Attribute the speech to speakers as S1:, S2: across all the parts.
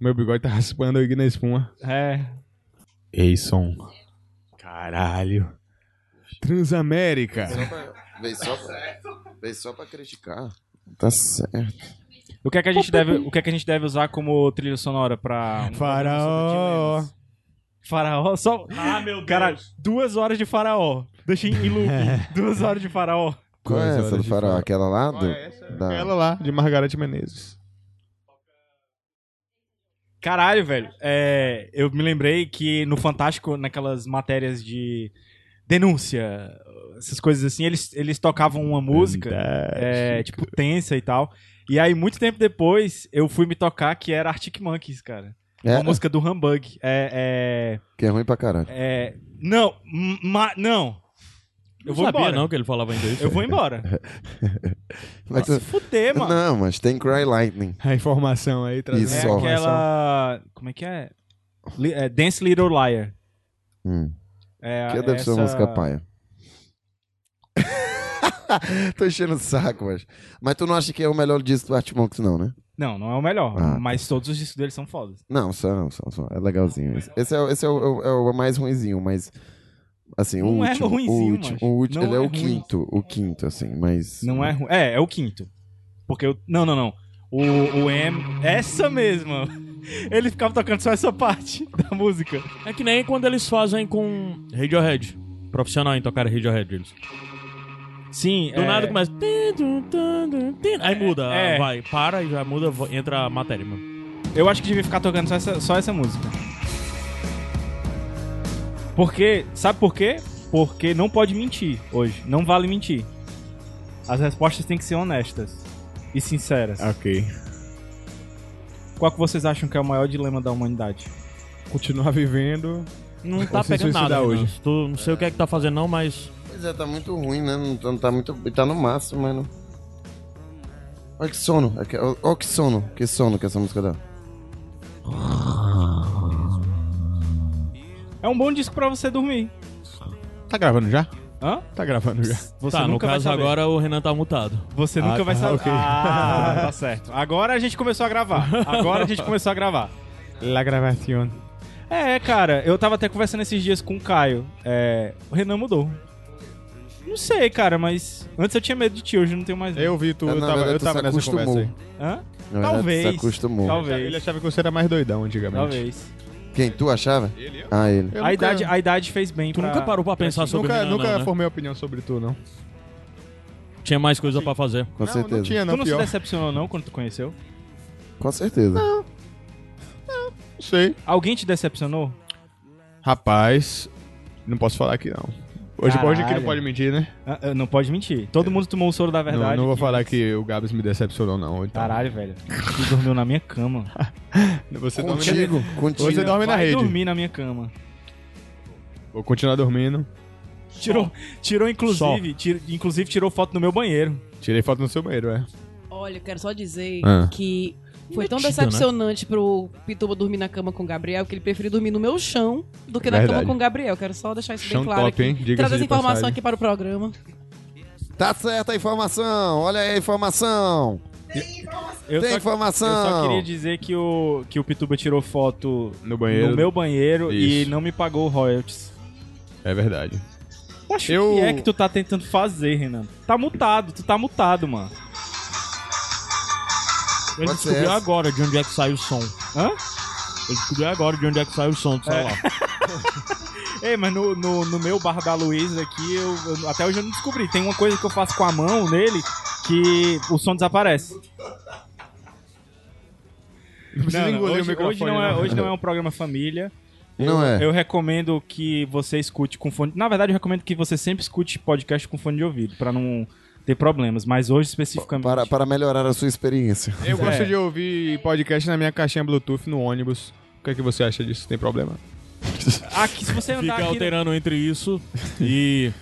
S1: Meu bigode tá raspando aqui na espuma.
S2: É.
S1: Ei, som. Caralho. Transamérica.
S3: Vem só pra, vem só pra criticar.
S1: Tá certo.
S2: O que é que a gente deve, o que é que a gente deve usar como trilha sonora pra
S1: Faraó.
S2: Faraó só
S4: Ah, meu Deus.
S2: Cara, duas horas de faraó. Deixa em loop. duas horas de faraó.
S3: Qual é essa do farol? Aquela lá? Do,
S2: é
S3: da...
S1: Ela lá, de Margarete Menezes.
S2: Caralho, velho. É, eu me lembrei que no Fantástico, naquelas matérias de denúncia, essas coisas assim, eles, eles tocavam uma música, é, tipo, tensa e tal. E aí, muito tempo depois, eu fui me tocar que era Arctic Monkeys, cara.
S3: É,
S2: Uma música do Humbug. É,
S3: que é ruim pra caralho.
S2: é, é... Não, ma... não. Eu
S4: Eu
S2: vou
S4: sabia
S1: né?
S2: embora.
S4: não que ele falava inglês.
S2: Eu vou embora.
S3: Mas,
S2: Se
S3: é
S2: fuder, mano.
S3: não, mas tem Cry Lightning.
S1: A informação aí trazendo.
S3: Isso.
S2: É
S3: Só.
S2: aquela. Como é que é? Li- é Dance Little Liar.
S3: Hum.
S2: É,
S3: Que deve ser
S2: essa-
S3: uma música paia. Tô enchendo o saco, mas. Mas tu não acha que é o melhor disco do Artimonks, não, né?
S2: Não, não é o melhor.
S3: Ah, tá.
S2: mas todos os discos deles são fodas.
S3: Não, são, são, são. É legalzinho. Esse, esse é, o- esse é, o, é o mais ruinzinho, mas. Assim, o
S2: Não é
S3: último.
S2: ruinzinho,
S3: o último,
S2: macho.
S3: o último
S2: Não
S3: ele é,
S2: é
S3: o
S2: ruim.
S3: quinto, o quinto, assim, mas.
S2: Não é ruim. É, é o quinto. Porque eu. Não, não, não. O, o M. Essa mesma. Ele ficava tocando só essa parte da música.
S4: É que nem quando eles fazem com Radiohead. Profissional em tocar Radiohead, eles.
S2: Sim.
S4: Do
S2: é-
S4: nada começa. Aí muda,
S2: É.
S4: vai, para e já muda, vo- entra a matéria, mano.
S2: Eu acho que devia ficar tocando só essa, só essa música. Porque, sabe por quê? Porque não pode mentir hoje. Não vale mentir. As respostas têm que ser honestas e sinceras.
S4: Ah.
S1: Ok.
S2: Qual que vocês acham que é o maior dilema da humanidade?
S1: Continuar vivendo.
S4: Não
S1: tá
S4: tá
S1: Ou se pegando
S4: pegando
S1: suicidar
S4: nada
S1: nada, hoje.
S4: hoje.
S1: Renan.
S4: Tu não sei o que é que tá fazendo, não, mas.
S3: Pois é, tá muito ruim, né? Não tá, não tá muito. Tá no máximo, mano. Olha que sono. É que- ó- Olha que sono. Que sono que essa música dá.
S2: É um bom disco pra você dormir.
S1: Tá gravando já?
S2: Hã?
S1: Tá gravando já.
S2: Você
S4: tá, no
S2: nunca vai
S4: caso
S2: saber.
S4: agora o Renan tá mutado.
S2: Você nunca
S1: Ah,
S2: vai
S1: tá,
S2: saber.
S1: ok.
S2: Ah, tá certo. Agora a gente começou a gravar. Agora a gente começou a gravar.
S1: La gravación.
S2: É, cara, eu tava até conversando esses dias com o Caio. É, o Renan mudou. Não sei, cara, mas antes eu tinha medo de ti, hoje eu não tenho mais. medo.
S1: Eu vi tu,
S3: Ah,
S1: eu
S3: na
S1: tava,
S3: verdade,
S1: eu
S3: tu
S1: tava
S3: se
S1: nessa
S3: acostumou.
S1: conversa aí. É,
S2: Hã?
S3: Na verdade,
S2: Talvez.
S3: Se acostumou.
S2: Talvez.
S1: Ele é achava que você era mais doidão antigamente.
S2: Talvez.
S3: Quem? Tu achava?
S1: Ele,
S3: Ah, ele.
S1: Eu
S2: A
S1: nunca-
S2: idade, a idade fez bem
S4: Tu
S2: pra...
S4: nunca parou pra pensar sobre o
S1: nunca
S4: Renan,
S1: nunca
S4: não, né?
S1: formei opinião sobre tu, não.
S4: Tinha mais coisa pra fazer.
S3: Com
S1: não,
S3: certeza.
S1: não tinha, não,
S2: Tu não se
S1: pior.
S2: decepcionou não quando tu conheceu?
S3: Com certeza.
S1: Não sei.
S2: Alguém te decepcionou?
S1: Rapaz, não posso falar aqui, não. Hoje,
S2: Caralho.
S1: hoje aqui não pode mentir, né?
S2: Ah, ah, Não pode mentir. Todo mundo tomou o soro da
S1: Não,
S2: verdade.
S1: não vou
S2: aqui,
S1: falar
S2: mas-
S1: que o Gabs me decepcionou, não. Então.
S2: Caralho, velho. Tu dormiu na minha cama. Ah,
S1: Você tá dorme na-
S3: Contigo, contigo.
S1: Você dorme na
S2: Vai
S1: rede.
S2: dormir na minha cama.
S1: Vou continuar dormindo.
S2: Tirou, tirou inclusive, tir- inclusive tirou foto no meu banheiro.
S1: Tirei foto no seu banheiro, é.
S5: Olha, eu quero só dizer
S1: Ah.
S5: que foi tão
S4: Metida, né?
S5: decepcionante pro Pituba dormir na cama com o Gabriel que ele preferiu dormir no meu chão do que na
S1: Verdade.
S5: cama com o Gabriel. Quero só deixar isso bem
S1: Chão
S5: claro
S1: top,
S5: aqui.
S1: hein? Diga-se
S5: Traz
S1: de
S5: essa informação
S1: passagem.
S5: aqui para o programa.
S3: Tá certa a informação. Olha aí a informação.
S2: Eu
S3: Tem
S2: só-
S3: informação.
S2: Eu só queria dizer que o, que o Pituba tirou foto
S1: No banheiro.
S2: no meu banheiro
S1: Isso.
S2: e não me pagou royalties.
S1: É verdade.
S2: Poxa, o
S1: Eu-
S2: que é que tu tá tentando fazer, Renan? Tá mutado, tu tá mutado, mano.
S4: Ele
S3: Pode ser
S4: descobriu
S3: essa.
S4: agora de onde é que sai o som.
S2: Hã?
S4: Ele descobriu agora de onde é que sai o som do celular.
S2: Ei, mas no, no, no meu bar da Luiz aqui, eu, eu- até hoje eu não descobri. Tem uma coisa que eu faço com a mão nele que o som desaparece.
S1: Não precisa engolir o
S2: hoje,
S1: microfone. né?
S2: hoje não é, hoje não é um programa família.
S3: Não é.
S2: Eu recomendo que você escute com fone. Na verdade, eu recomendo que você sempre escute podcast com fone de ouvido, pra não ter problemas. Mas hoje especificamente.
S3: Para, para melhorar a sua experiência.
S1: Eu gosto
S2: É.
S1: de ouvir podcast na minha caixinha Bluetooth no ônibus. O que é que você acha disso? Tem problema?
S2: Aqui, se você andar
S4: Fica
S2: aqui
S4: alterando entre isso e,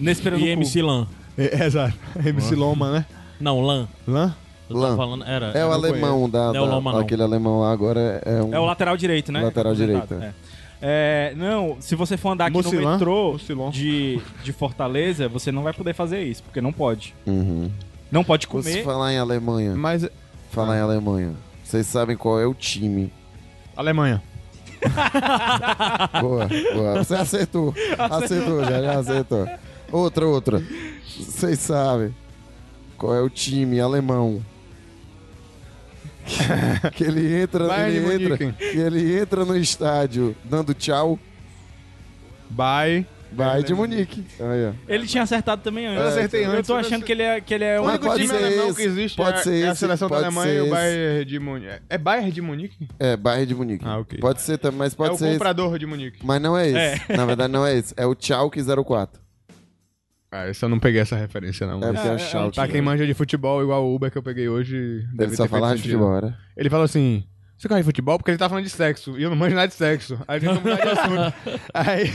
S2: nesse período.
S4: e MC Lan.
S1: É, exato. MC Loma, né?
S4: Não, Lan.
S1: Lã?
S4: Eu
S3: Lan.
S4: tava falando, era.
S3: É o
S4: era-
S3: alemão da,
S4: Não é o
S3: da-
S4: Loma, não.
S3: Aquele alemão lá agora é um.
S2: É o lateral direito, né?
S3: Lateral
S2: Aposentado,
S3: direito, é.
S2: É. É, não, se você for andar aqui no
S1: Mucilã?
S2: metrô
S1: Mucilon.
S2: de, de Fortaleza, você não vai poder fazer isso, porque não pode.
S3: Uhum.
S2: Não pode
S3: Você
S2: comer.
S3: falar em Alemanha.
S1: Mas
S3: Falar em Alemanha. Vocês sabem qual é o time.
S1: Alemanha.
S3: Boa, boa. Você acertou. Acertou, já, já acertou. Outra, outra. Vocês sabem qual é o time alemão. Que ele entra,
S1: Bayern
S3: ele
S1: de
S3: entra,
S1: Munique.
S3: que ele entra no estádio dando tchau,
S1: Bye.
S3: vai de Munique. Aí, ó.
S4: Ele tinha acertado também antes.
S1: Eu acertei
S4: Eu
S1: antes,
S4: tô
S1: eu
S4: achando
S1: acertei.
S4: que ele é, que ele é
S1: O
S4: um-
S3: Mas
S1: único
S3: Ah, pode
S1: time
S3: ser
S1: alemão
S3: esse,
S1: que existe
S3: pode
S1: é,
S3: ser
S1: é a
S3: esse,
S1: seleção da
S3: pode
S1: Alemanha
S3: ser
S1: e o
S3: esse.
S1: Bayern de Munique. É Bayern de Munique?
S3: É, Bayern de Munique.
S1: Ah, ok.
S3: Pode ser também, mas pode
S1: é o
S3: ser esse.
S1: comprador de Munique.
S3: Mas não é esse. Na verdade, não é esse. É o Chalk 04.
S1: Ah, esse eu não peguei essa referência, não.
S3: É porque é o Chalk.
S1: Pra quem manja de futebol, igual o Uber que eu peguei hoje,
S3: Deve
S1: deve
S3: só
S1: ter feito
S3: falar de
S1: sentido.
S3: futebol, né?
S1: Ele falou assim: Você gosta de futebol? Porque ele tá falando de sexo. E eu não manjo nada de sexo. Aí ele tentou mudar de assunto. Aí.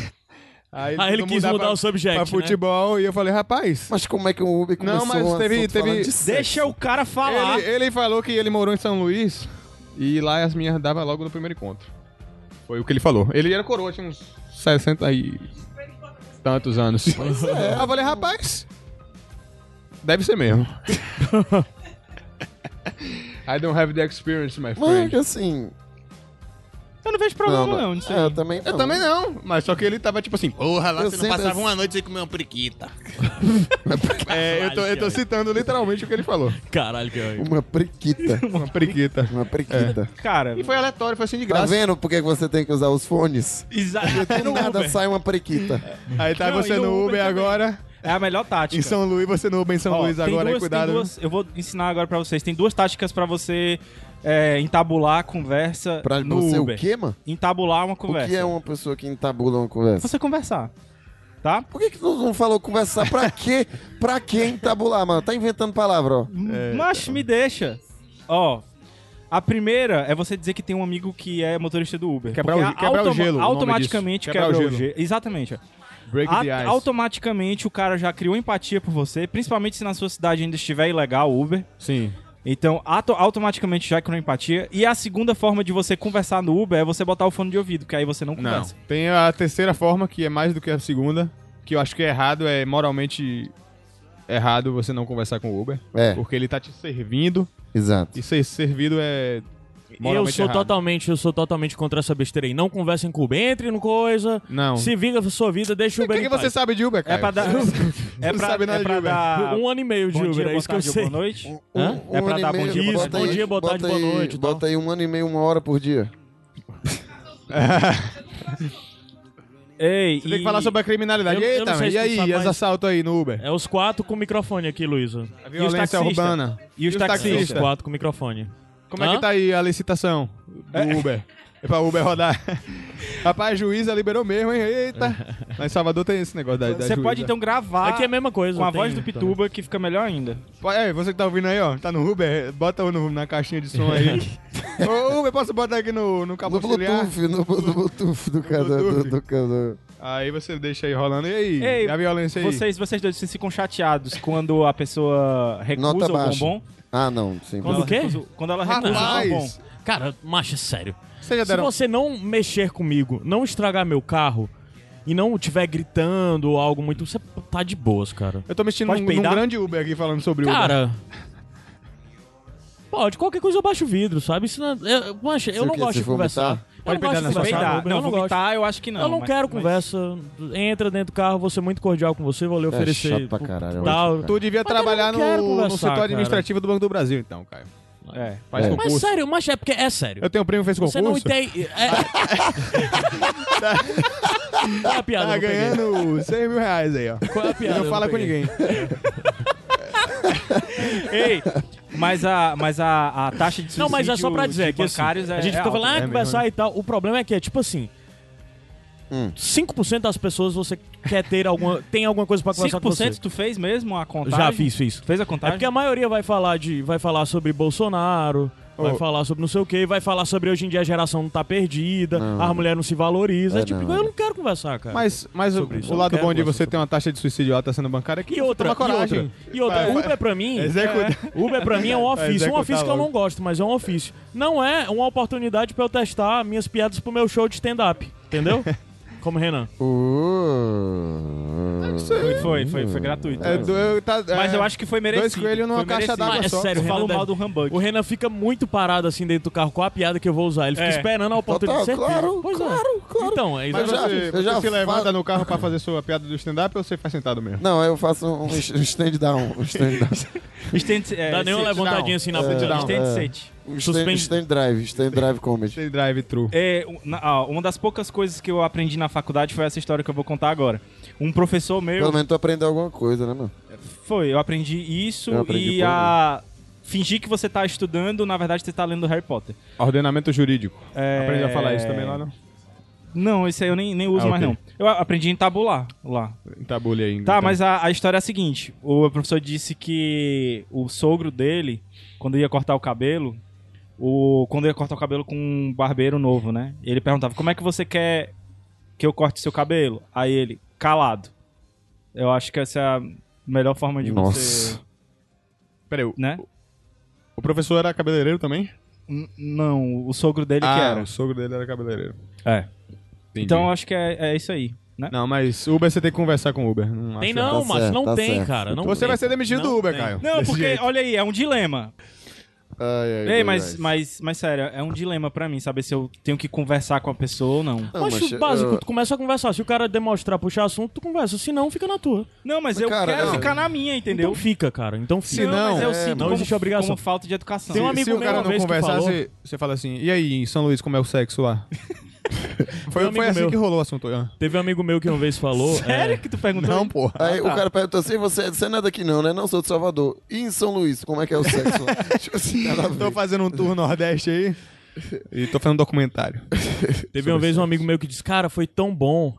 S1: Aí
S4: Ah, ele
S1: tentou
S4: quis mudar
S1: pra,
S4: o subject,
S1: pra
S4: né?
S1: futebol e eu falei: Rapaz.
S3: Mas como é que o Uber começou
S1: Não, mas
S3: um
S1: teve-
S3: assunto
S1: teve-
S3: falando de sexo?
S4: Deixa o cara falar.
S1: Ele, é- ele falou que ele morou em São Luís e lá as minhas davam logo no primeiro encontro. Foi o que ele falou. Ele era coroa, tinha uns 60 e tantos anos. Aí eu falei, rapaz, deve ser mesmo. I don't have the experience, my
S3: Mas
S1: friend.
S3: assim...
S4: Eu não vejo problema, não.
S3: mas-
S4: nisso
S3: é,
S4: aí.
S3: eu também não.
S1: Eu também não, mas só que ele tava tipo assim, porra, lá
S3: Eu
S1: você não
S3: sempre-
S1: passava uma noite sem comer uma periquita. é, eu tô, eu tô citando literalmente o que ele falou.
S4: Caralho, que eu...
S3: Uma prequita.
S1: Uma periquita.
S3: Uma prequita.
S4: Cara,
S1: E foi aleatório, foi assim de
S3: Tá
S1: graça.
S3: vendo por que você tem que usar os fones?
S4: exa-
S3: Porque do nada sai uma prequita.
S1: Aí tá
S4: Não,
S1: você
S4: e no
S1: no
S4: Uber
S1: Uber
S4: também.
S1: agora.
S4: é a melhor tática.
S1: Em São Luís, você não bem em São
S4: Ó,
S1: Luís
S4: tem
S1: um agora,
S4: duas-
S1: aí cuidado.
S4: tem duas- eu vou ensinar agora pra vocês. Tem duas táticas pra você é, entabular a conversa
S3: Pra
S4: no
S3: você
S4: Uber.
S3: o quê, mano?
S4: Entabular uma
S3: O
S4: conversa.
S3: que é uma pessoa que entabula uma conversa?
S4: Você conversar. Tá?
S3: Por que, que tu não falou conversar? Pra quê? Pra quê entabular, mano? Tá inventando palavra, ó.
S1: É, então.
S4: Mas me deixa. Ó. A primeira é você dizer que tem um amigo que é motorista do Uber.
S1: Quebrar
S4: Porque
S1: o- quebrar o
S4: automa-
S1: gelo, o nome
S4: Automaticamente
S1: disso.
S4: quebra
S1: Quebrar o
S4: o
S1: gelo.
S4: gelo. Exatamente. ó.
S1: Break
S4: A-
S1: the ice.
S4: automaticamente o cara já criou empatia por você, principalmente se na sua cidade ainda estiver ilegal o Uber.
S1: Sim.
S4: Então, ato- automaticamente já criou empatia. E a segunda forma de você conversar no Uber é você botar o fone de ouvido, que aí você não
S1: Não.
S4: conversa.
S1: Tem a terceira forma, que é mais do que a segunda, que eu acho que é errado, é moralmente errado você não conversar com o Uber.
S3: É,
S1: Porque ele tá te servindo,
S3: exato.
S1: e ser servido é
S4: Eu
S1: moralmente
S4: sou
S1: errado.
S4: totalmente, eu sou totalmente contra essa besteira aí. Não conversem com o Uber, entre no coisa,
S1: Não.
S4: se vinga da sua vida, deixa o
S1: O
S4: Uber
S1: que, que
S4: em
S1: você
S4: paz.
S1: sabe de Uber, cara?
S4: É pra dar é
S1: Não
S4: pra,
S1: sabe nada
S4: é
S1: de
S4: pra
S1: Uber.
S4: dar um ano e meio de bom Uber, dia, é boa isso que eu tarde, sei.
S2: boa noite.
S4: Hã?
S3: Um
S4: É pra
S3: ano e
S4: dar bom
S3: meio,
S4: dia,
S3: bota
S4: bom
S3: aí-
S4: dia, boa tarde,
S3: bota
S4: boa
S3: aí-
S4: noite e tal.
S3: Bota aí um ano e meio, uma hora por dia.
S4: Ei,
S1: Você tem que
S4: e-
S1: falar sobre a criminalidade.
S4: Eu- eu
S1: Eita,
S4: não sei
S1: e aí,
S4: expulsar
S1: e os
S4: mais.
S1: assaltos aí no Uber?
S4: É os quatro com o microfone aqui, Luísa.
S1: A
S4: E os
S1: violência
S4: taxistas?
S1: urbana.
S4: E os
S1: taxistas?
S4: taxistas? os quatro com o microfone.
S1: Como é que
S4: Hã?
S1: tá aí a licitação do Uber? É pra Uber rodar. Rapaz, a juíza liberou mesmo, hein? Eita! Mas Salvador tem esse negócio da, da
S4: Você pode então
S2: Ah,
S4: gravar Aqui é a mesma coisa. com a tem- voz do Pituba, que fica melhor ainda.
S1: então... É, você que tá ouvindo aí, ó, tá no Uber, bota no- na caixinha de som aí. Ô, Uber, posso botar aqui no, no cabo
S3: No
S1: auxiliar?
S3: Bluetooth, no, no Bluetooth do canal. Do,
S1: Bluetooth.
S3: do canal.
S1: Aí você deixa aí rolando. E aí?
S4: Ei,
S1: e a violência aí?
S4: Vocês, vocês dois vocês ficam chateados quando a pessoa recusa
S3: Nota
S4: o
S3: baixa.
S4: bombom?
S3: Ah, não, sim.
S4: Quando
S3: Mas,
S4: ela o quê?
S2: recusa-
S4: quando ela recusa o bombom.
S1: Rapaz!
S4: Cara, macho, é sério.
S1: Vocês já
S4: é Se
S1: deram...
S4: você não mexer comigo, não estragar meu carro e não tiver gritando ou algo muito, você tá de boas, cara.
S1: Eu tô mexendo
S4: Pode
S1: num, num
S4: peidar?
S1: um grande Uber aqui falando sobre Uber.
S4: Cara. Pode, qualquer coisa eu baixo o vidro, sabe? Isso não, é, eu, macho,
S3: Se
S4: eu
S3: o
S4: não
S3: quê?
S4: gosto
S3: Se
S4: de conversar.
S3: vomitar?
S4: Eu não
S1: Pode peidar
S4: gosto
S1: na
S4: de
S1: sua
S4: conversar.
S2: Peidar.
S4: Uber, eu
S2: Não,
S4: não gosto.
S2: vomitar eu acho que não.
S4: eu não
S2: mas-
S4: quero
S2: mas-
S4: conversa. Entra dentro do carro, vou ser muito cordial com você, vou lhe oferecer.
S3: é chato pra caralho,
S4: tal.
S3: eu acho,
S1: Tu devia
S4: Mas eu não
S1: trabalhar no,
S4: quero
S1: no
S4: conversar,
S1: setor
S4: cara.
S1: administrativo do Banco do Brasil, então, Caio.
S2: É.
S1: Faz
S3: É.
S1: concurso.
S4: Mas sério, mas é porque é sério.
S1: Eu tenho um primo que fez concurso.
S4: Você não entende. É... Qual é a piada?
S1: Tá
S4: Eu não peguei.
S1: ganhando 100 mil reais aí, ó.
S4: Qual é a
S1: E
S4: piada? Eu
S1: não fala com
S4: peguei.
S1: ninguém.
S2: Ei,
S4: Mas a, mas a, a
S2: taxa de
S4: Não, mas é só pra
S2: suicídio
S4: dizer
S2: de
S4: que assim,
S2: bancários é,
S4: a gente
S2: é
S4: fica
S2: alta.
S4: falando, ah,
S1: É
S4: conversar e tal. O problema é que é tipo assim.
S3: Hum.
S4: 5% das pessoas você quer ter alguma. tem alguma coisa pra conversar com você.
S2: 5% tu fez mesmo a contagem?
S4: Já fiz, fiz.
S2: Tu fez a
S4: É
S2: contagem?
S4: porque a maioria vai falar de. Vai falar sobre Bolsonaro, vai
S1: Ô.
S4: falar sobre não sei o quê, vai falar sobre hoje em dia a geração não tá perdida,
S3: Não.
S4: as mulheres não se valorizam.
S3: É,
S4: É, tipo,
S3: não.
S4: eu não quero conversar, cara.
S1: Mas, mas o,
S4: Sobre isso,
S1: o
S4: eu não
S1: lado
S4: quero
S1: bom de
S4: conversar
S1: você ter uma taxa de suicídio alta sendo bancária é que
S4: E outra,
S1: toma
S4: e outra, É.
S1: coragem.
S4: e outra,
S1: Vai, vai. é
S4: Uber pra mim,
S1: Executa.
S4: Uber pra mim é um
S3: Tá
S4: ofício, um
S1: executar
S4: ofício que eu
S1: logo.
S4: não gosto, mas é um ofício. Não é uma oportunidade pra eu testar minhas piadas pro meu show de stand-up, entendeu? Como Renan.
S3: Uh,
S1: Pode
S4: é
S1: ser.
S2: Foi, foi, foi, foi gratuito.
S1: É, do- eu- tá- é,
S2: Mas eu acho que foi merecido.
S1: Dois coelhos numa
S2: Foi
S1: caixa
S2: merecido.
S1: d'água
S4: Mas é
S1: só.
S4: sério,
S2: Eu
S4: o Renan
S2: falo
S4: deve-
S2: mal do Humbug.
S4: O Renan fica muito parado assim dentro do carro com a piada que eu vou usar. Ele fica
S2: É.
S4: esperando a oportunidade.
S3: Total,
S4: de certeza.
S3: Então tá, claro,
S4: Pois é.
S3: claro, claro.
S4: Então, é
S1: Mas
S3: eu já-
S4: exatamente.
S1: você,
S3: eu já
S1: você se levanta
S3: falo-
S1: no carro pra fazer sua piada do stand-up ou você faz sentado mesmo?
S3: Não, eu faço um, um stand down. Um stand down.
S2: Estende- é,
S4: Dá nem uma
S1: sit down.
S4: levantadinha assim na frente.
S3: É,
S4: da-
S1: down.
S2: estende
S3: é.
S2: sete.
S3: Um stand,
S4: Suspende-
S3: stand drive, stand drive comedy.
S1: Você drive thru.
S2: É, um- na- ah, uma das poucas coisas que eu aprendi na faculdade foi essa história que eu vou contar agora. Um professor meu
S3: Pelo menos tu aprendeu alguma coisa, né, mano?
S2: foi, eu aprendi isso
S3: Eu aprendi
S2: e
S3: pouco.
S2: a fingir que você tá estudando, na verdade você tá lendo Harry Potter.
S1: Ordenamento jurídico.
S2: É,
S1: Aprendeu a falar isso também lá, não?
S2: Não, isso aí eu nem, nem uso
S1: Ah,
S2: mais
S1: ok.
S2: não. Eu a- aprendi em tabular lá.
S1: Tabule ainda.
S2: Tá,
S1: então.
S2: mas a, a história é a seguinte: o professor disse que o sogro dele, quando ia cortar o cabelo, o, quando ia cortar o cabelo com um barbeiro novo, né? Ele perguntava: Como é que você quer que eu corte seu cabelo? Aí ele, calado. Eu acho que essa é a melhor forma de
S3: Nossa.
S2: você.
S1: Peraí, o,
S2: Né?
S1: o professor era cabeleireiro também?
S2: N- não, o sogro dele
S1: ah,
S2: que
S1: o
S2: era.
S1: sogro dele era cabeleireiro.
S2: É.
S1: Entendi.
S2: Então eu acho que é, é isso aí, né?
S1: Não, mas Uber você tem que conversar com o Uber. Não
S4: Tem
S1: acho
S4: não,
S3: Tá
S4: macho.
S3: certo,
S4: não
S3: tá
S4: tem,
S3: certo.
S4: cara. Não
S1: Você
S4: tem.
S1: vai ser demitido
S4: Não
S1: do Uber,
S4: tem.
S1: Caio.
S2: Não,
S1: Desse
S2: porque,
S1: jeito. É
S2: olha aí, é um dilema.
S3: Ai, ai,
S2: Ei,
S3: ai,
S2: mas,
S3: ai.
S2: mas, mas sério, é um dilema pra mim saber se eu tenho que conversar com a pessoa ou não.
S3: Não,
S4: Poxa,
S3: mas eu-
S4: básico, tu começa a conversar. Se o cara demonstrar, puxar assunto, tu conversa. Se não, fica na tua.
S2: Não, mas
S3: Mas,
S2: eu
S3: cara,
S2: quero
S3: não.
S2: ficar na minha, entendeu?
S4: Então fica, cara. Então fica.
S1: Se não,
S2: mas eu
S3: é,
S2: sinto
S3: não
S2: como,
S4: existe obrigação.
S2: como falta de educação.
S4: Tem um
S1: Se-
S4: amigo
S1: se o
S4: meu
S1: cara
S4: uma
S1: não
S4: vez que
S1: conversar,
S4: falou-
S1: você, você fala assim, e aí, em São Luís, como é o sexo lá?
S4: um
S1: foi
S4: amigo
S1: foi assim
S4: meu.
S1: que rolou o assunto. Ian.
S4: Teve um amigo meu que uma vez falou.
S2: Sério
S4: é,
S2: que tu perguntou?
S1: Não, porra.
S3: Aí o cara pergunta assim, você, você não é daqui não, né? Não, sou de Salvador. E em São Luís, como é que é o sexo lá? Tipo assim, nada a ver.
S1: Tô fazendo um tour Nordeste aí e tô fazendo um documentário.
S4: Teve uma vez um amigo meu que disse, cara, foi tão bom.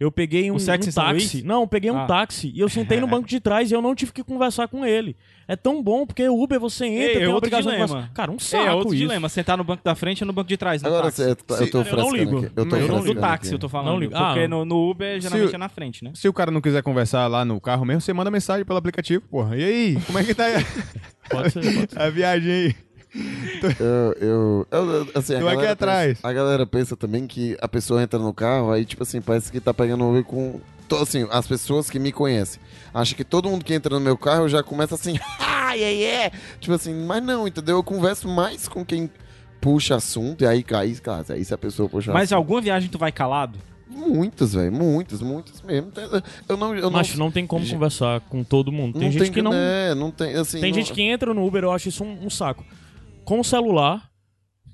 S4: Eu peguei um,
S2: O sexo
S4: um
S2: em São
S4: táxi.
S2: Luís?
S4: Não, eu peguei um
S2: Ah.
S4: táxi e eu sentei no banco de trás e eu não tive que conversar com ele. É tão bom, porque o Uber você entra,
S2: Ei, é
S4: tem uma
S2: outro
S4: obrigação de
S2: dilema.
S4: conversar. Cara, um
S2: É,
S4: saco
S2: é outro
S4: isso.
S2: dilema, sentar no banco da frente ou no banco de trás, no
S3: Agora
S2: táxi.
S3: você, é, tá, eu tô
S4: Cara, eu não
S3: frescando
S4: ligo.
S3: aqui. Eu tô
S1: Mas eu não-
S2: No
S3: frescando
S2: táxi,
S3: aqui.
S2: eu tô falando.
S4: Não ligo.
S2: Porque
S4: Ah.
S2: no, no Uber, geralmente
S1: Se-
S2: é na frente, né?
S1: Se o cara não quiser conversar lá no carro mesmo, você manda mensagem pelo aplicativo, porra. E aí, como é que tá
S4: Pode ser, pode ser.
S1: a viagem aí?
S3: Eu, eu, eu- eu- assim, a
S1: Tu aqui
S3: galera
S1: atrás.
S3: pensa- a galera pensa também que a pessoa entra no carro, aí, tipo assim, parece que tá pegando Uber com. to- assim, as pessoas que me conhecem. Acha que todo mundo que entra no meu carro já começa assim, ai, ai, é. Tipo assim, mas não, entendeu? Eu converso mais com quem puxa assunto, e aí, aí, cara, aí se a pessoa puxa
S2: Mas
S3: assunto.
S2: alguma viagem tu vai calado?
S3: Muitos, velho, muitos, muitos mesmo. Eu não. Eu não
S4: Macho, não tem como conversar com todo mundo. Tem gente que não.
S3: É, não tem. Assim,
S4: Tem um
S3: não-
S4: gente que entra no Uber, eu acho isso um, um saco. Com o celular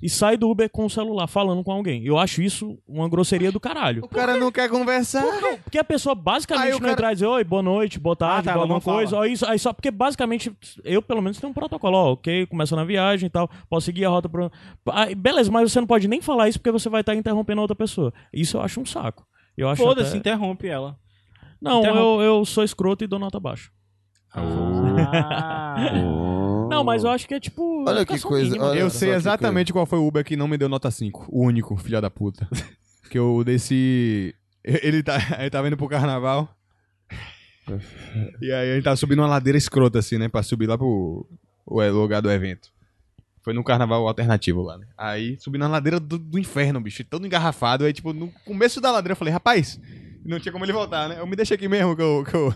S4: e sai do Uber com o celular falando com alguém. Eu acho isso uma grosseria do caralho.
S1: O cara não quer conversar.
S4: Porque a pessoa
S1: Aí
S4: basicamente
S1: o
S4: não
S1: cara-
S4: entrar e dizer oi, boa noite, boa tarde,
S2: tá,
S4: boa
S2: ela
S4: alguma
S2: não fala.
S4: coisa. ó, isso- Aí só porque basicamente eu, pelo menos, tenho um protocolo. Ó, ok, começa na viagem e tal, posso seguir a rota. Pro... Aí, beleza, mas você não pode nem falar isso porque você vai estar interrompendo a outra pessoa. Isso eu acho um saco. Eu acho
S2: Foda-se,
S4: até...
S2: interrompe ela.
S4: Não, eu,
S2: interrompe.
S4: eu sou escroto e dou nota baixa. Ah. Não, mas eu acho que é tipo.
S3: Olha
S4: educação
S3: que coisa,
S4: mínima,
S3: olha-
S4: cara.
S1: Eu sei
S3: só que
S1: exatamente qual foi o Uber que não me deu nota 5. O único, filha da puta. que eu desci. Ele tá, ele tá vindo pro carnaval. E aí a gente tá subindo uma ladeira escrota, assim, né? Pra subir lá pro o é, lugar do evento. Foi num carnaval alternativo lá, né? Aí subi na ladeira do, do inferno, bicho. Todo engarrafado. Aí, tipo, no começo da ladeira eu falei, rapaz, não tinha como ele voltar, né? Eu me deixei aqui mesmo que eu, que eu,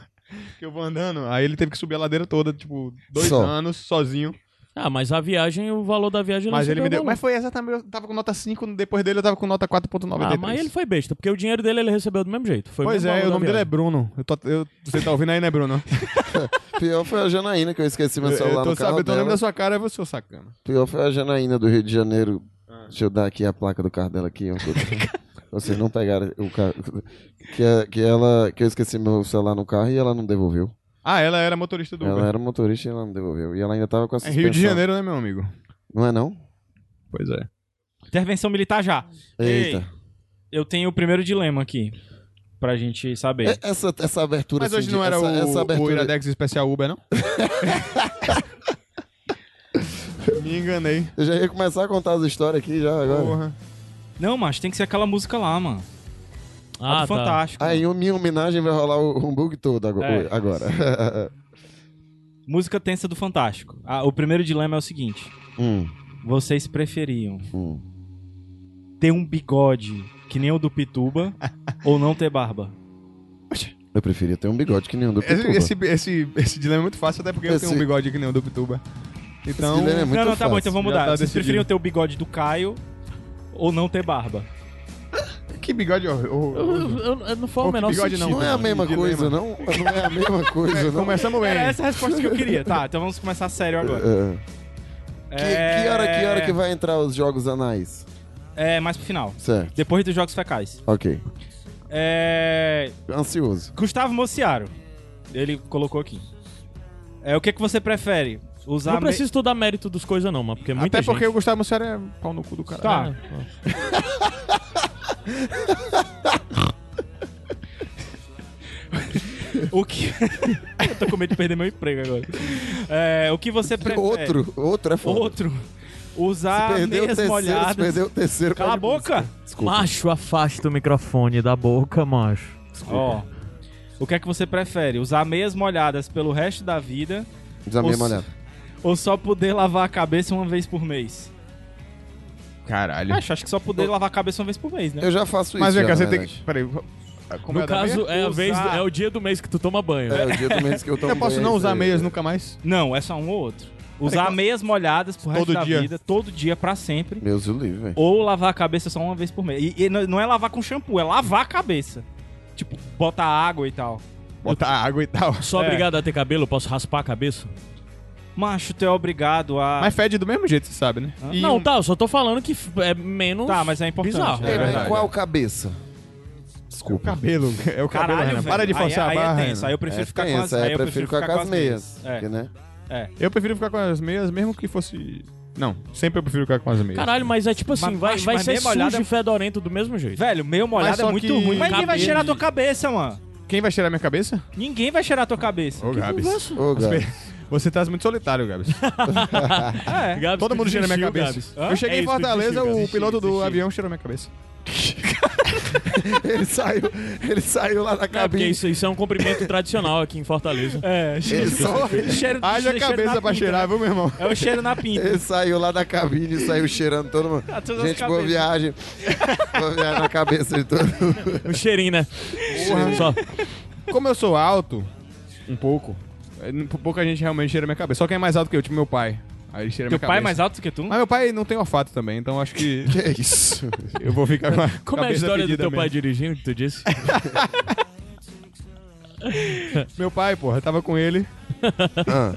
S1: que eu vou andando. Aí ele teve que subir a ladeira toda, tipo, dois
S3: Só.
S1: anos, sozinho.
S4: Ah, mas a viagem, o valor da viagem não
S1: Mas
S4: se
S1: ele me deu.
S4: valor.
S1: Mas foi exatamente. Eu tava com nota 5, depois dele eu tava com nota 4.93.
S4: Ah, mas ele foi besta, porque o dinheiro dele ele recebeu do mesmo jeito. Foi
S1: Pois é, o nome dele é
S4: é.
S1: Bruno. Eu tô- eu- você tá ouvindo aí, né, Bruno?
S3: Pior foi a Janaína que eu esqueci
S1: Eu,
S3: meu celular
S1: eu tô
S3: no carro
S1: sabendo, eu tô lembrando
S3: dela.
S1: da sua cara, é você, seu sacana.
S3: Pior foi a Janaína do Rio de Janeiro.
S2: Ah.
S3: Deixa eu dar aqui a placa do carro dela aqui. ó. Vocês não pegaram o carro. Que, é- que ela que eu esqueci meu celular no carro e ela não devolveu.
S1: Ah, ela era motorista do
S3: Ela
S2: né?
S1: Uber.
S3: era motorista e ela não devolveu. E ela ainda tava com a
S1: É
S3: suspensão.
S1: Rio de Janeiro, né, meu amigo?
S3: Não é não?
S1: Pois é.
S2: Intervenção militar já. Ei,
S3: Eita.
S2: Eu tenho o primeiro dilema aqui, pra gente saber.
S3: É- Essa, essa abertura.
S1: Mas
S3: assim,
S1: hoje
S3: de-
S1: não era
S3: essa,
S1: o,
S3: essa
S1: o
S3: abertura.
S1: Iradex especial Uber, não? Me enganei.
S3: eu já ia começar a contar as histórias aqui já agora.
S1: Porra.
S2: Não, mas tem que ser aquela música lá, mano. Ah,
S4: Ah, tá.
S2: do Fantástico.
S3: Aí, em minha homenagem vai rolar o humbug todo ago-
S2: É.
S3: agora.
S2: Música tensa do Fantástico. Ah, o primeiro dilema é o seguinte:
S3: Hum,
S2: vocês preferiam
S3: hum.
S2: ter um bigode que nem o do Pituba ou não ter barba?
S3: Eu preferia ter um bigode que nem um do
S1: Esse,
S3: Pituba.
S1: esse, esse, esse dilema é muito fácil, até porque eu tenho
S3: Esse-
S1: um bigode que nem o do Pituba. Então,
S3: dilema é muito
S2: não, não, tá bom,
S3: fácil.
S2: então vamos
S1: Já
S2: mudar.
S1: tá
S2: Vocês
S1: decidido.
S2: preferiam ter o bigode do Caio ou não ter barba?
S3: é
S1: que bigode hor-
S4: Eu, eu-
S1: horroroso.
S4: eu- eu- não foi o
S1: Ou que
S4: menor
S1: bigode
S4: sentido.
S3: Não é a mesma
S1: Dilema.
S3: coisa, não. Não é a mesma coisa, não.
S1: Começamos bem.
S2: Era É
S4: É,
S2: essa a resposta que eu queria. Tá, então vamos começar sério agora.
S3: É. Que,
S2: É-
S3: que hora, que hora que vai entrar os jogos anais?
S2: É, mais pro final.
S3: Certo,
S2: Depois dos Jogos Fecais.
S3: ok.
S2: É...
S3: Ansioso.
S2: Gustavo Mociaro. Ele colocou aqui. É, o que, que você prefere? Usar...
S4: Não
S2: me-
S4: preciso estudar mérito dos coisas, não, mas porque é muita
S1: Até porque
S4: gente...
S1: o Gustavo Mossero é pau no cu do cara.
S2: Tá. O que... eu tô com medo de perder meu emprego agora. É, o que você prefere...
S3: Outro, outro é foda.
S2: Outro.
S3: Se
S2: Usar
S3: perdeu o
S2: meias
S3: terceiro, se
S2: molhadas...
S3: perdeu o terceiro.
S2: Cala a
S3: pode-
S2: boca!
S3: Desculpa.
S4: Macho, afasta o microfone da boca, macho.
S2: Ó. O que é que você prefere? Usar meias molhadas pelo resto da vida
S3: Já me
S2: Os-
S3: molhado.
S2: ou só poder lavar a cabeça uma vez por mês?
S1: Tá. Caralho.
S2: Acho, acho que só poder lavar a cabeça uma vez por mês, né?
S3: Eu já faço
S1: Mas
S3: isso.
S1: vem cá,
S3: já,
S1: você
S3: na
S1: tem
S3: verdade.
S1: que. Peraí. Como é
S4: no
S1: a da
S4: caso,
S1: meia?
S4: é, a vez,
S2: Usar-
S4: é o dia do mês que tu toma banho.
S3: É, o dia do mês que eu tomo
S1: Eu posso
S3: banho,
S1: não
S3: é
S1: usar
S3: isso aí.
S1: meias nunca mais?
S2: Não, é só um ou outro.
S3: É
S2: Usar
S1: qual-
S2: meias molhadas pro resto
S1: Todo
S2: da
S1: dia.
S2: vida, todo dia, pra sempre.
S3: Deus o livre, velho.
S2: Ou lavar a cabeça só uma vez por mês. E, e não não é lavar com shampoo, é lavar a cabeça. Tipo, botar água e tal.
S1: Botar água e tal.
S4: Sou
S2: É.
S4: obrigado a ter cabelo? Posso raspar a cabeça?
S2: Macho, tu é obrigado a.
S1: Mas fede do mesmo jeito, você sabe, né? E
S4: não,
S1: um-
S4: tá, eu só tô falando que f- é menos...
S2: Tá, mas é importante.
S4: Bizarro.
S2: É
S1: né?
S3: Ei, mas
S2: verdade.
S3: qual cabeça? Desculpa.
S1: Cabelo. É o cabelo,
S2: Caralho,
S1: Renan.
S2: velho.
S1: Para de forçar
S2: aí,
S1: a barra. né?
S2: Aí é tenso,
S1: Renan.
S2: aí eu prefiro
S3: É,
S2: ficar
S3: tem
S2: com as
S3: essa,
S2: aí
S3: eu prefiro ficar com as meias.
S2: É.
S3: porque, né?
S1: Eu prefiro ficar com as meias, mesmo que fosse. Não, sempre eu prefiro ficar com as meias.
S4: Caralho, mas é tipo assim,
S2: Mas-
S4: vai,
S2: mas-
S4: vai
S2: mas
S4: ser
S2: meia
S4: sujo
S2: molhada é-
S4: e fedorento do mesmo jeito.
S2: Velho, meio molhado
S1: Mas
S2: é
S1: só
S2: muito
S1: que-
S2: ruim. Mas ninguém vai
S4: Cabelo.
S2: cheirar a tua cabeça, mano.
S1: Quem vai cheirar minha cabeça?
S2: Ninguém vai cheirar a tua cabeça.
S1: Ô, Gabs.
S3: Ô, Gabi,
S1: Você tá muito solitário, Gabs.
S2: É.
S4: Gabs,
S1: Todo
S4: tu
S1: mundo cheira minha
S4: desistiu,
S1: cabeça.
S4: Gabs.
S2: Hã?
S1: Eu cheguei
S4: É
S1: em
S4: isso, tu
S1: Fortaleza,
S4: desistiu,
S1: o
S4: Gabs.
S1: piloto do
S4: Desistiu.
S1: avião cheirou minha cabeça.
S3: ele, saiu, ele saiu lá da
S4: É, porque
S3: cabine.
S4: isso, isso é um cumprimento tradicional aqui em Fortaleza.
S2: É,
S3: ele, só-
S2: cheiro
S1: Haja
S2: cheiro
S1: cabeça
S2: na
S1: pra
S2: pinta,
S1: cheirar,
S2: né?
S1: viu, meu irmão?
S2: É o cheiro na pinta.
S3: ele saiu lá da cabine e saiu cheirando todo mundo.
S2: Tá todas as
S3: Gente, boa
S2: cabeças.
S3: viagem. boa viagem na cabeça de todo mundo.
S4: Um cheirinho, né?
S1: Porra.
S4: Só.
S1: Como eu sou alto, um pouco, é, n- pouca gente realmente cheira minha cabeça. Só quem é mais alto que eu, tipo meu pai. Aí ele cheira
S2: Teu
S1: minha
S2: pai é
S1: cabeça.
S2: mais alto que tu?
S1: Mas meu pai não tem olfato também, então acho que
S3: Que isso?
S1: eu vou ficar com a
S4: Como é a
S1: cabeça
S4: história do
S1: fedida
S4: teu pai
S1: mesmo.
S4: dirigindo que tu disse?
S1: Meu pai, porra, eu tava com ele.
S3: Ah.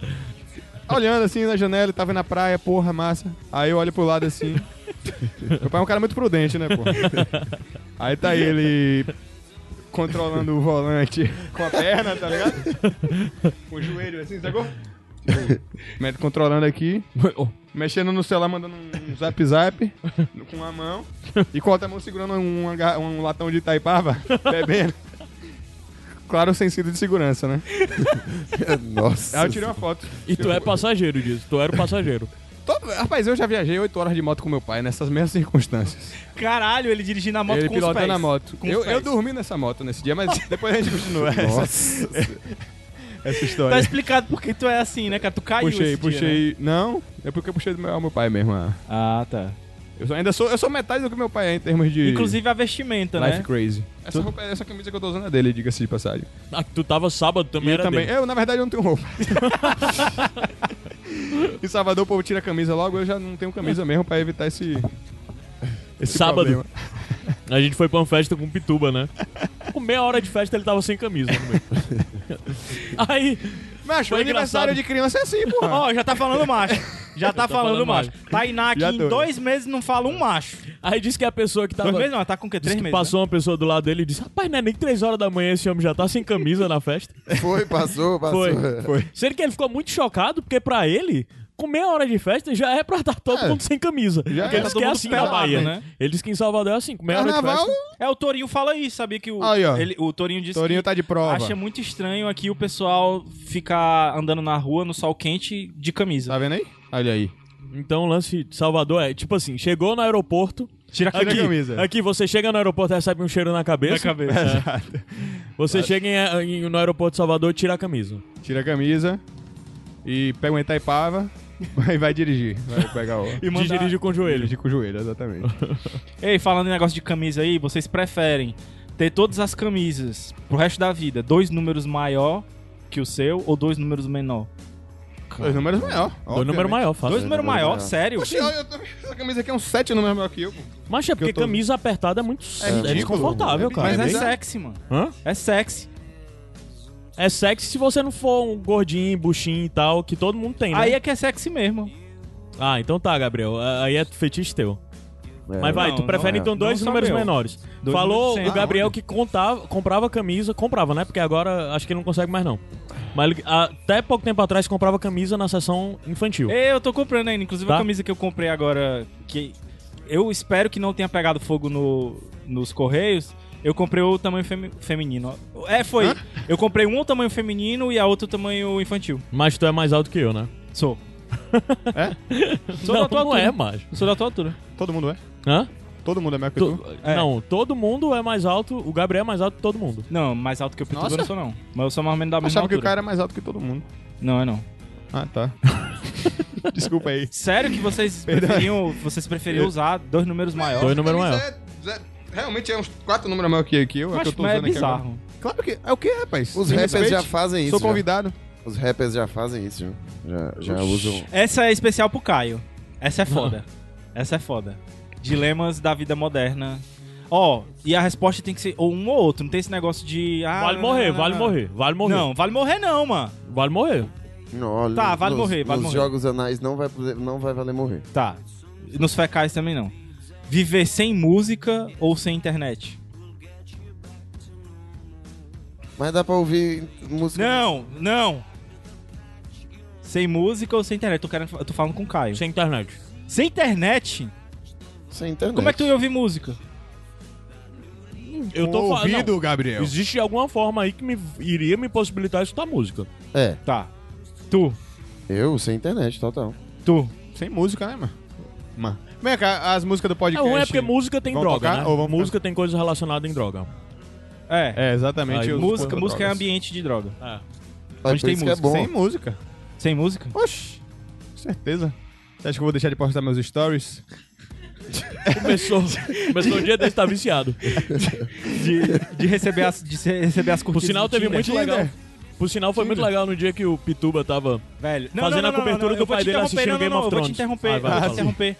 S1: Olhando assim na janela, ele tava na praia, porra, massa. Aí eu olho pro lado assim. meu pai é um cara muito prudente, né, porra? Aí tá ele controlando o volante com a perna, tá ligado? Com o joelho assim, sacou? Tipo, Controlando aqui. mexendo no celular, mandando um um zap zap no- com uma mão e com a outra mão segurando um, aga- um latão de Itaipava, bebendo. Claro, sem cinto de segurança, né?
S3: Nossa.
S1: Aí eu tirei uma foto.
S4: E tu é passageiro disso, tu era o passageiro.
S1: Todo- Rapaz, eu já viajei 8 horas de moto com meu pai nessas mesmas circunstâncias.
S2: Caralho, ele dirigindo a moto
S1: Ele
S2: com os pés.
S1: pilotando a moto.
S2: Com os
S1: Eu, eu
S2: pés.
S1: dormi nessa moto nesse dia, mas depois a gente continua essa,
S3: Nossa.
S1: essa
S2: Tá
S1: história.
S2: explicado porque tu é assim, né, cara? Tu caiu
S1: Puxei,
S2: esse dia, né?
S1: puxei. Não, é porque eu puxei do meu, meu pai mesmo. ah.
S2: Ah, tá.
S1: Eu sou- ainda sou, eu sou metade do que meu pai é em termos de
S2: Inclusive a vestimenta,
S1: life
S2: né?
S1: crazy. Essa, roupa, essa camisa que eu tô usando é dele, diga-se de passagem.
S4: Ah, que tu tava sábado também,
S1: E eu
S4: era
S1: também.
S4: dele.
S1: Eu, na verdade, eu não tenho roupa. em Salvador, o povo tira a camisa logo, eu já não tenho camisa mesmo pra evitar esse. esse
S4: Sábado.
S1: problema.
S4: A gente foi pra uma festa com o Pituba, né? Com meia hora de festa ele tava sem camisa no meio. Aí,
S1: Macho,
S4: Foi
S1: aniversário
S4: engraçado.
S1: de criança é assim, porra.
S2: Ó, já tá falando macho. Já tá
S4: tô
S2: falando,
S4: falando
S2: macho. Tainá aqui
S1: Já
S2: em
S1: tô.
S2: dois meses não fala um macho.
S4: aí disse que a pessoa que tava.
S2: Dois meses não, ela tá com o quê?
S4: disse
S2: Três
S4: que
S1: né?
S2: meses.
S4: passou uma pessoa do lado dele e disse: Rapaz, não é nem três horas da manhã esse homem já tá sem camisa na festa.
S3: Foi, passou, passou.
S4: Foi.
S1: é.
S4: Sendo que ele ficou muito chocado, porque pra ele, com meia hora de festa já é pra estar todo
S1: É.
S4: mundo sem camisa.
S1: Já
S4: porque
S1: é,
S4: ele disse
S2: todo
S4: que é
S2: mundo
S4: assim na
S2: pelado,
S4: Bahia.
S2: né?
S4: Ele disse que em Salvador é assim, com meia hora de
S1: Carnaval,
S4: festa.
S2: É, o Torinho fala isso, sabia que o,
S1: Aí, ó.
S2: ele- o Torinho disse
S1: Torinho
S2: que
S1: tá de prova.
S2: acha muito estranho aqui o pessoal ficar andando na rua no sol quente de camisa.
S1: Tá vendo aí? Olha aí.
S4: Então o lance de Salvador é, tipo assim, chegou no aeroporto.
S2: Tira a
S1: Tira
S4: Aqui,
S1: a camisa.
S4: aqui você chega no aeroporto e recebe um cheiro na cabeça.
S2: cabeça.
S4: Você chega em- em- no aeroporto de Salvador e tira a camisa.
S1: Tira a camisa e pega um Itaipava e vai dirigir. Vai pegar o.
S4: E
S2: mandar-
S4: dirige com o joelho.
S1: Dirigir com o joelho, exatamente.
S2: Ei, falando em negócio de camisa aí, vocês preferem ter todas as camisas pro resto da vida, dois números maior que o seu ou dois números menor?
S1: Dois números maior.
S4: Foi o número maior, fácil.
S2: Dois
S3: Dois
S2: números
S3: números
S2: maior,
S3: maior.
S2: sério?
S1: Oxi, eu, eu tô- essa camisa aqui é um sete números maior que eu. pô.
S4: Mas é porque
S1: eu tô-
S4: camisa apertada é muito
S1: É
S4: é
S1: ridículo.
S4: desconfortável, cara.
S2: Mas
S1: É
S2: é
S1: bem-
S2: sexy, mano.
S4: Hã?
S2: É sexy.
S4: É sexy se você não for um gordinho, buchinho e tal, que todo mundo tem, né?
S2: Aí é que é sexy mesmo.
S4: Ah, então tá, Gabriel. Ah, Aí é fetiche teu.
S3: É.
S4: Mas vai,
S2: Não,
S4: tu
S3: não
S4: prefere
S3: é.
S4: então dois
S2: Não só
S4: números
S2: meu.
S4: menores.
S2: Dois
S4: Falou
S2: números
S4: o
S2: sem-
S4: Gabriel que contava, comprava camisa, comprava, né? Porque agora acho que ele não consegue mais não. Mas ele- até pouco tempo atrás comprava camisa na seção infantil.
S2: É, Eu tô comprando ainda. Inclusive
S4: Tá.
S2: a camisa que eu comprei agora, que eu espero que não tenha pegado fogo no, nos correios. Eu comprei o tamanho femi- feminino. É, foi. Eu comprei um tamanho feminino e a outra tamanho infantil.
S4: Mas tu é mais alto que eu, né?
S2: Sou. Sou
S4: não,
S2: da tua
S4: não é,
S2: altura.
S4: macho.
S2: Sou da tua altura.
S1: Todo mundo é.
S4: Hã?
S1: Todo mundo é maior que
S4: Tu-
S1: tu.
S2: É.
S4: Não, todo mundo é mais alto. O Gabriel é mais alto que todo mundo.
S2: Não, mais alto que o Pitu
S1: Nossa.
S2: eu não sou, não. Mas eu sou mais ou menos da mesma
S1: Achava que
S2: altura.
S1: o cara era mais alto que todo mundo.
S2: Não, é não.
S1: Ah, tá. Desculpa aí.
S2: Sério que vocês
S1: Perdão.
S2: preferiam, vocês preferiam usar dois números maiores?
S4: Dois números
S1: Camisa é- é- realmente é uns quatro números maior que, que eu. é
S2: Mas,
S1: que eu tô
S2: mas é
S1: usando aqui agora.
S2: bizarro.
S1: Claro que é o que, rapaz?
S3: Os
S1: Me
S3: rappers
S1: respeite.
S3: já fazem isso.
S1: Sou
S3: já.
S1: convidado.
S3: Os rappers já fazem isso. Já, já usam.
S2: Essa é especial pro Caio. Essa é foda. Essa é foda. Dilemas da vida moderna. Ó, e a resposta tem que ser ou um ou outro. Não tem esse negócio de. ah,
S4: vale
S2: não,
S4: morrer,
S2: não, não,
S4: vale
S2: não.
S4: morrer, vale morrer.
S2: Não, vale morrer não, mano.
S4: Vale morrer.
S3: Não, olha,
S2: Tá, vale
S3: nos-
S2: morrer, vale
S3: nos
S2: morrer.
S3: jogos anais não vai, poder- não vai valer morrer.
S2: Tá. E Nos fecais também não. Viver sem música ou sem internet?
S3: Mas dá pra ouvir música.
S2: Não, não. Sem música ou sem internet? Tô, querendo, eu tô falando com o Caio.
S4: Sem internet.
S2: Sem internet?
S3: Sem internet.
S2: Como é que tu ia ouvir música?
S4: Eu tô
S1: Com o
S4: falando.
S1: ouvido, Gabriel.
S4: Existe alguma forma aí que me, iria me possibilitar escutar música.
S3: É,
S2: Tá. Tu,
S3: eu sem internet, total.
S2: tu.
S1: Sem música, né, mano? Mano. Vem cá, as músicas do
S4: É
S1: podcast.
S4: ruim é porque música tem
S1: Vão
S4: droga,
S1: tocar
S4: né?
S1: ou vão-
S4: Música tem coisa relacionada em droga.
S2: É.
S1: É, exatamente.
S4: Aí,
S1: eu-
S2: música,
S1: eu-
S2: música é
S1: drogas.
S2: ambiente de droga.
S4: É.
S3: É
S2: Onde
S3: por
S2: tem música,
S3: isso que é bom.
S1: Sem música.
S2: Sem música?
S1: Oxi. Certeza. Você acha que eu vou deixar de postar meus stories?
S4: Começou, começou o dia desse, tá viciado.
S2: de, de receber as, de se- receber as
S4: Por
S2: curtidas.
S4: sinal,
S2: do
S4: teve
S2: Tinder.
S4: muito legal. Por sinal, foi muito legal no dia que o Pituba tava.
S2: Velho,
S4: Fazendo a cobertura do
S2: eu vou
S4: pai
S2: te
S4: dele
S2: interromper,
S4: assistindo
S2: não, não,
S4: Game
S2: não,
S4: of
S2: eu vou te
S4: Thrones.
S2: interromper,
S4: Ah, vai,
S2: eu vou
S4: fala.
S2: te interromper.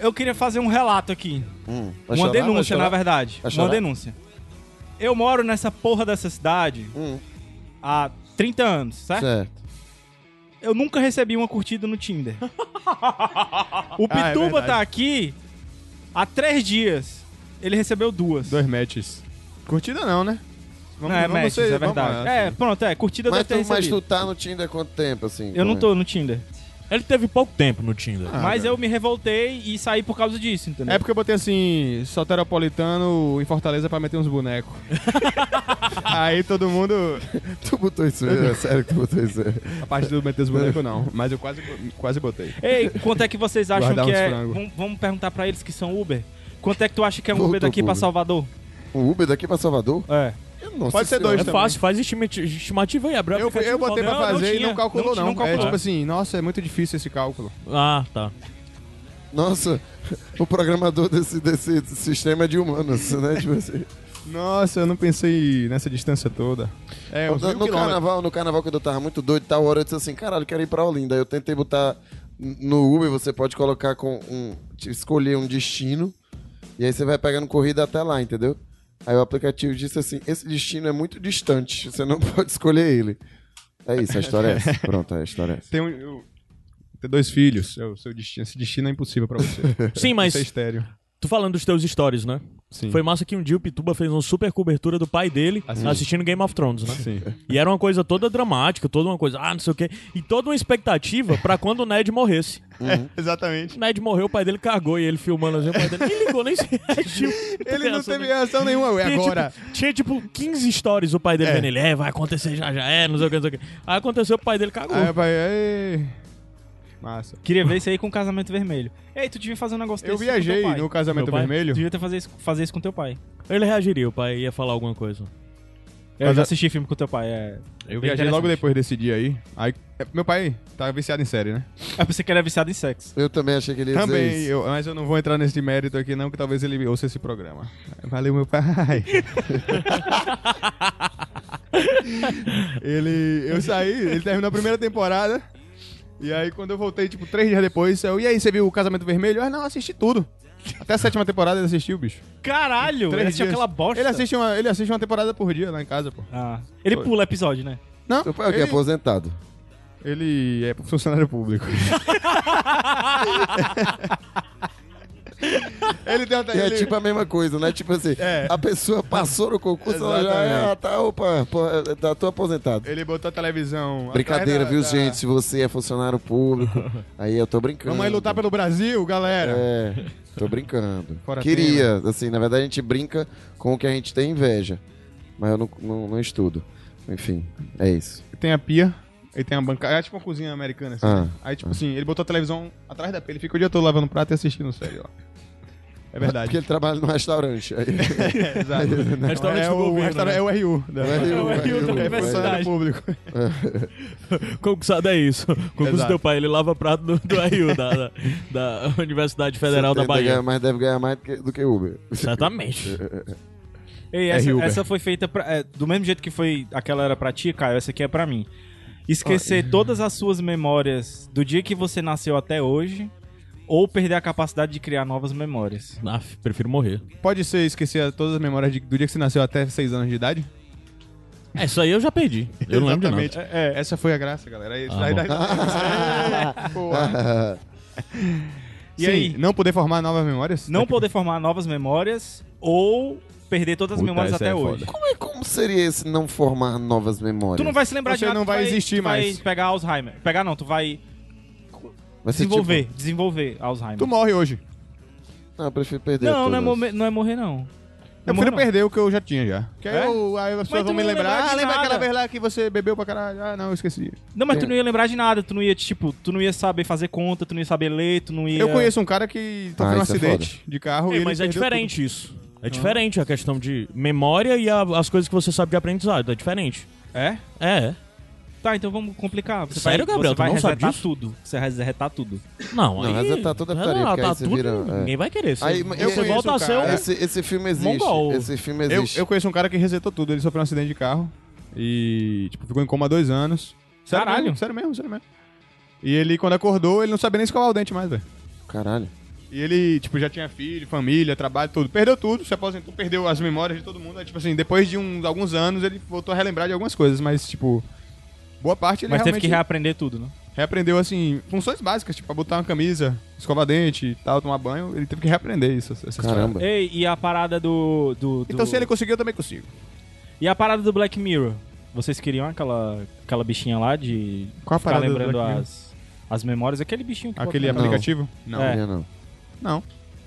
S2: Eu queria fazer um relato aqui.
S3: Hum,
S2: uma
S3: vai chorar, vai
S2: denúncia,
S3: chorar?
S2: na verdade. Uma
S3: Vai chorar?
S2: denúncia. Eu moro nessa porra dessa cidade
S3: Hum,
S2: há 30 anos, certo?
S3: certo.
S2: Eu nunca recebi uma curtida no Tinder. o
S1: Ah, é
S2: Pituba
S1: verdade.
S2: tá aqui há três dias. Ele recebeu duas.
S1: Dois matches. Curtida não, né?
S2: Não, é matches,
S1: vocês-
S2: é
S1: vamos
S2: verdade.
S1: lá,
S2: é,
S1: assim.
S2: pronto, é. Curtida
S3: Mas
S2: deve ter
S3: tu, mas
S2: recebido.
S3: tu tá no Tinder há quanto tempo, assim?
S2: Eu não
S3: como é?
S2: tô no Tinder.
S4: Ele teve pouco tempo no Tinder.
S1: Ah,
S2: Mas
S1: velho.
S2: eu me revoltei e saí por causa disso, entendeu?
S1: É porque eu botei assim, soteropolitano em Fortaleza pra meter uns bonecos. Aí todo mundo.
S3: Tu botou isso, é sério que tu botou isso.
S1: A parte do meter os bonecos não. Mas eu quase, quase botei.
S2: Ei, quanto é que vocês acham
S1: Guardar
S2: que
S1: uns
S2: é.
S1: frango.
S2: Vamos, vamos perguntar pra eles que são Uber. Quanto é que tu acha que é um
S3: Voltou
S2: Uber daqui
S3: pro
S2: pra
S3: Uber.
S2: Salvador?
S3: O Uber daqui pra Salvador?
S2: É.
S3: Eu não
S1: Pode ser
S3: sei se eu-
S1: dois. tá?
S4: É
S1: também.
S4: fácil, faz estimati- estimativa e abre o
S1: Eu,
S4: aplicativo
S1: eu botei
S4: e
S1: pra
S4: fala, "Não,
S1: fazer
S4: não
S1: e
S4: tinha,
S1: tipo, não calculou,
S4: tinha,
S1: não. É
S4: calculou."
S1: tipo assim, nossa, é muito difícil esse cálculo.
S4: Ah, tá.
S3: Nossa, o programador desse, desse sistema é de humanos, né? Tipo assim.
S1: Nossa, eu não pensei nessa distância toda. É, uns
S3: no,
S1: mil
S3: no
S1: quilômetros.
S3: carnaval, no carnaval, quando eu tava muito doido, tal hora eu disse assim, caralho, quero ir pra Olinda. Aí Eu tentei botar no Uber, você pode colocar com um. te escolher um destino, e aí você vai pegando corrida até lá, entendeu? Aí o aplicativo disse assim: esse destino é muito distante, você não pode escolher ele. É isso, a história é essa. Pronto, a história é essa.
S1: Tem, um, eu- tem dois filhos. Seu, seu destino, esse destino é impossível pra você.
S4: Sim, mas
S1: Você é estéreo.
S4: tu falando dos teus stories, né?
S1: Sim. Ah,
S4: Foi massa que um dia o Pituba fez uma super cobertura do pai dele assistindo Game of Thrones, né?
S1: Sim.
S4: E era uma coisa toda dramática, toda uma coisa, ah, não sei o quê. E toda uma expectativa pra quando o Ned morresse.
S1: Exatamente.
S4: O Ned morreu, o pai dele cagou e ele filmando assim, o pai dele nem ligou, nem se reagiu.
S1: Ele não
S4: Essa-
S1: teve reação nenhuma. ué,
S4: Tinha,
S1: Agora.
S4: Tipo, tinha tipo 15 stories o pai dele vendo ele, é, vai acontecer já já, é, não sei o que, não sei o que. Aí aconteceu, o pai dele cagou.
S1: Aí eu falei, "Ei, Massa.
S2: Queria ver isso aí com casamento vermelho. Ei, tu devia fazer um negócio
S1: Eu
S2: desse com
S1: viajei
S2: teu pai.
S1: no casamento
S4: Meu pai?
S1: vermelho.
S2: Tu devia ter fazer isso, fazer isso com teu pai.
S4: Ele reagiria, o pai ia falar alguma coisa.
S2: Eu
S1: Mas a-
S2: já assisti filme com teu pai. É...
S1: Eu
S2: Bem
S1: viajei logo
S2: interessante.
S1: depois desse dia aí. Aí é, meu pai tá viciado em série, né?
S2: Eu pensei É que ele era viciado em sexo.
S3: Eu também achei que ele ia dizer
S1: Também,
S3: isso.
S1: eu, mas eu não vou entrar nesse mérito aqui não, que talvez ele ouça esse programa. Valeu, meu pai. ele, eu saí, ele terminou a primeira temporada. E aí quando eu voltei, tipo, três dias depois, eu, e aí, você viu o Casamento Vermelho? Ah, não, assisti tudo. Até a sétima temporada ele assistiu, bicho.
S2: Caralho!
S1: Três
S2: ele assistiu
S1: dias.
S2: aquela bosta.
S1: Ele assiste, uma, ele assiste uma temporada por dia lá em casa, pô.
S2: Ah, ele pula episódio, né?
S1: Não,
S3: Seu pai é o quê?
S1: ele,
S3: Aposentado.
S1: ele é funcionário público. ele tem até...
S3: É
S1: ele-
S3: tipo a mesma coisa, né? Tipo assim,
S1: É.
S3: a pessoa passou no concurso, ela já
S1: Exatamente.
S3: é, ah, tá, opa, pô, é, tá, tô aposentado.
S1: Ele botou a televisão. atrás
S3: Brincadeira,
S1: da-
S3: viu,
S1: da-
S3: gente? Se você é funcionário público, aí eu tô brincando.
S1: Vamos aí lutar pelo Brasil, galera.
S3: É, tô brincando.
S1: Fora
S3: Queria, assim, na verdade a gente brinca com o que a gente tem inveja. Mas eu não, não, não estudo. Enfim, é isso.
S1: Tem a pia, ele tem a banca. É tipo uma cozinha americana, assim.
S3: Ah.
S1: né? Aí, tipo assim, ele botou a televisão atrás da pia. Ele fica o dia todo lavando prato e assistindo série, ó. É
S3: Porque
S1: verdade. É,
S3: ele trabalha num restaurante. Aí,
S1: Exato.
S4: Restaurante
S1: é,
S4: do
S1: o,
S4: governo,
S1: restaurante-
S4: né?
S1: é o RU. da-
S3: É o RU
S1: é
S3: da
S4: universidade.
S1: funcionário público.
S4: Concursado é isso. Concurso do
S1: Exato.
S4: teu pai, ele lava prato do, do RU, da, da, da Universidade Federal da
S3: Deve ganhar
S4: Bahia.
S1: né?
S3: mais- deve ganhar mais do que, do que Uber.
S4: Certamente.
S2: Ei, essa,
S1: Uber.
S2: essa foi feita pra- é, do mesmo jeito que foi aquela era pra ti, Caio, essa aqui é pra mim. Esquecer
S1: Ah,
S2: todas as suas memórias do dia que você nasceu até hoje ou perder a capacidade de criar novas memórias.
S4: Aff, Ah, prefiro morrer.
S1: Pode ser esquecer todas as memórias de- do dia que você nasceu até 6 anos de idade?
S4: É, isso aí eu já perdi. Eu não lembro de nada.
S1: Exatamente. É, é, essa foi a graça, galera. Aí-
S4: Ah,
S1: aí-
S4: bom.
S1: aí- Boa.
S2: E
S1: Sim,
S2: aí?
S1: Não poder formar novas memórias?
S2: Não poder formar novas memórias ou perder todas as
S1: Puta,
S2: memórias
S1: essa
S2: até
S1: é
S2: hoje.
S1: foda.
S3: Como, é- como seria esse não formar novas memórias?
S2: Tu não vai se lembrar de
S1: Você
S2: nada.
S1: não
S2: tu
S1: vai existir
S2: tu vai
S1: mais.
S2: pegar Alzheimer. Pegar não, tu vai
S3: Vai ser
S2: desenvolver,
S3: tipo-
S2: desenvolver Alzheimer.
S1: Tu morre hoje.
S3: não, Ah, eu prefiro perder
S2: não, não é,
S3: todas.
S2: morrer, não é morrer não. Não
S1: Eu
S2: é morrer,
S1: prefiro
S2: não.
S1: perder o que eu já tinha já. Que aí,
S2: É?
S1: eu, aí as pessoas
S2: tu
S1: vão me
S2: não ia
S1: lembrar.
S2: lembrar de
S1: ah, lembra aquela
S2: nada."
S1: vez lá que você bebeu pra caralho? Ah, não, eu esqueci.
S2: Não, mas tu não ia lembrar de nada, tu não ia, tipo, tu não ia saber fazer conta, tu não ia saber ler, tu não ia.
S1: Eu conheço um cara que
S3: Ah,
S1: sofreu um
S3: isso é
S1: acidente de carro
S4: É,
S1: e ele
S4: mas é
S1: perdeu Ah.
S4: diferente isso. É diferente a questão de memória e a- as coisas que você sabe de aprendizado. É diferente.
S2: É?
S4: É.
S2: Tá, então vamos complicar. Você
S4: Sério,
S2: vai,
S4: Gabriel?
S2: Você
S4: Tu
S2: vai
S4: não sabe
S2: resetar
S4: disso?
S2: tudo. Você vai resetar tudo.
S4: Não,
S3: Não,
S4: aí...
S3: resetar tudo é putaria, porque aí
S4: resetar
S3: você
S4: tudo,
S3: vira- é.
S4: ninguém vai querer. Você,
S3: Aí, eu
S4: você
S3: conheço é
S4: volta a
S1: um
S4: ser
S1: cara-
S4: um...
S3: Esse, esse filme existe.
S4: Mongol.
S3: Esse filme
S1: tudo. Eu,
S3: existe.
S1: eu conheço um cara que resetou tudo. Ele sofreu um acidente de carro e, tipo, ficou em coma há dois anos. Sério
S2: Caralho.
S1: Mesmo, sério mesmo, sério mesmo. E ele, quando acordou, ele não sabia nem escovar o dente mais, velho.
S3: Caralho.
S1: E ele, tipo, já tinha filho, família, trabalho, tudo. Perdeu tudo, se aposentou, perdeu as memórias de todo mundo. Aí, tipo assim, depois de uns, alguns anos, ele voltou a relembrar de algumas coisas, mas, tipo, boa parte ele
S2: mas teve
S1: realmente...
S2: que reaprender tudo, né?
S1: reaprendeu, assim, funções básicas, tipo, pra botar uma camisa, escovar dente e tal, tomar banho. Ele teve que reaprender isso. essa- essa história.
S4: É.
S3: Caramba.
S2: Ei, e a parada do. do, do-
S1: Então, se ele conseguiu, eu também consigo.
S2: E a parada do Black Mirror? Vocês queriam aquela, aquela bichinha lá de
S1: Qual a
S2: ficar
S1: parada do
S2: lembrando
S1: Black Mirror?
S2: as, as memórias? Aquele bichinho que
S1: Aquele
S2: bota-
S3: Não.
S1: aplicativo? Não.
S2: É.
S3: Não, não.
S1: Não.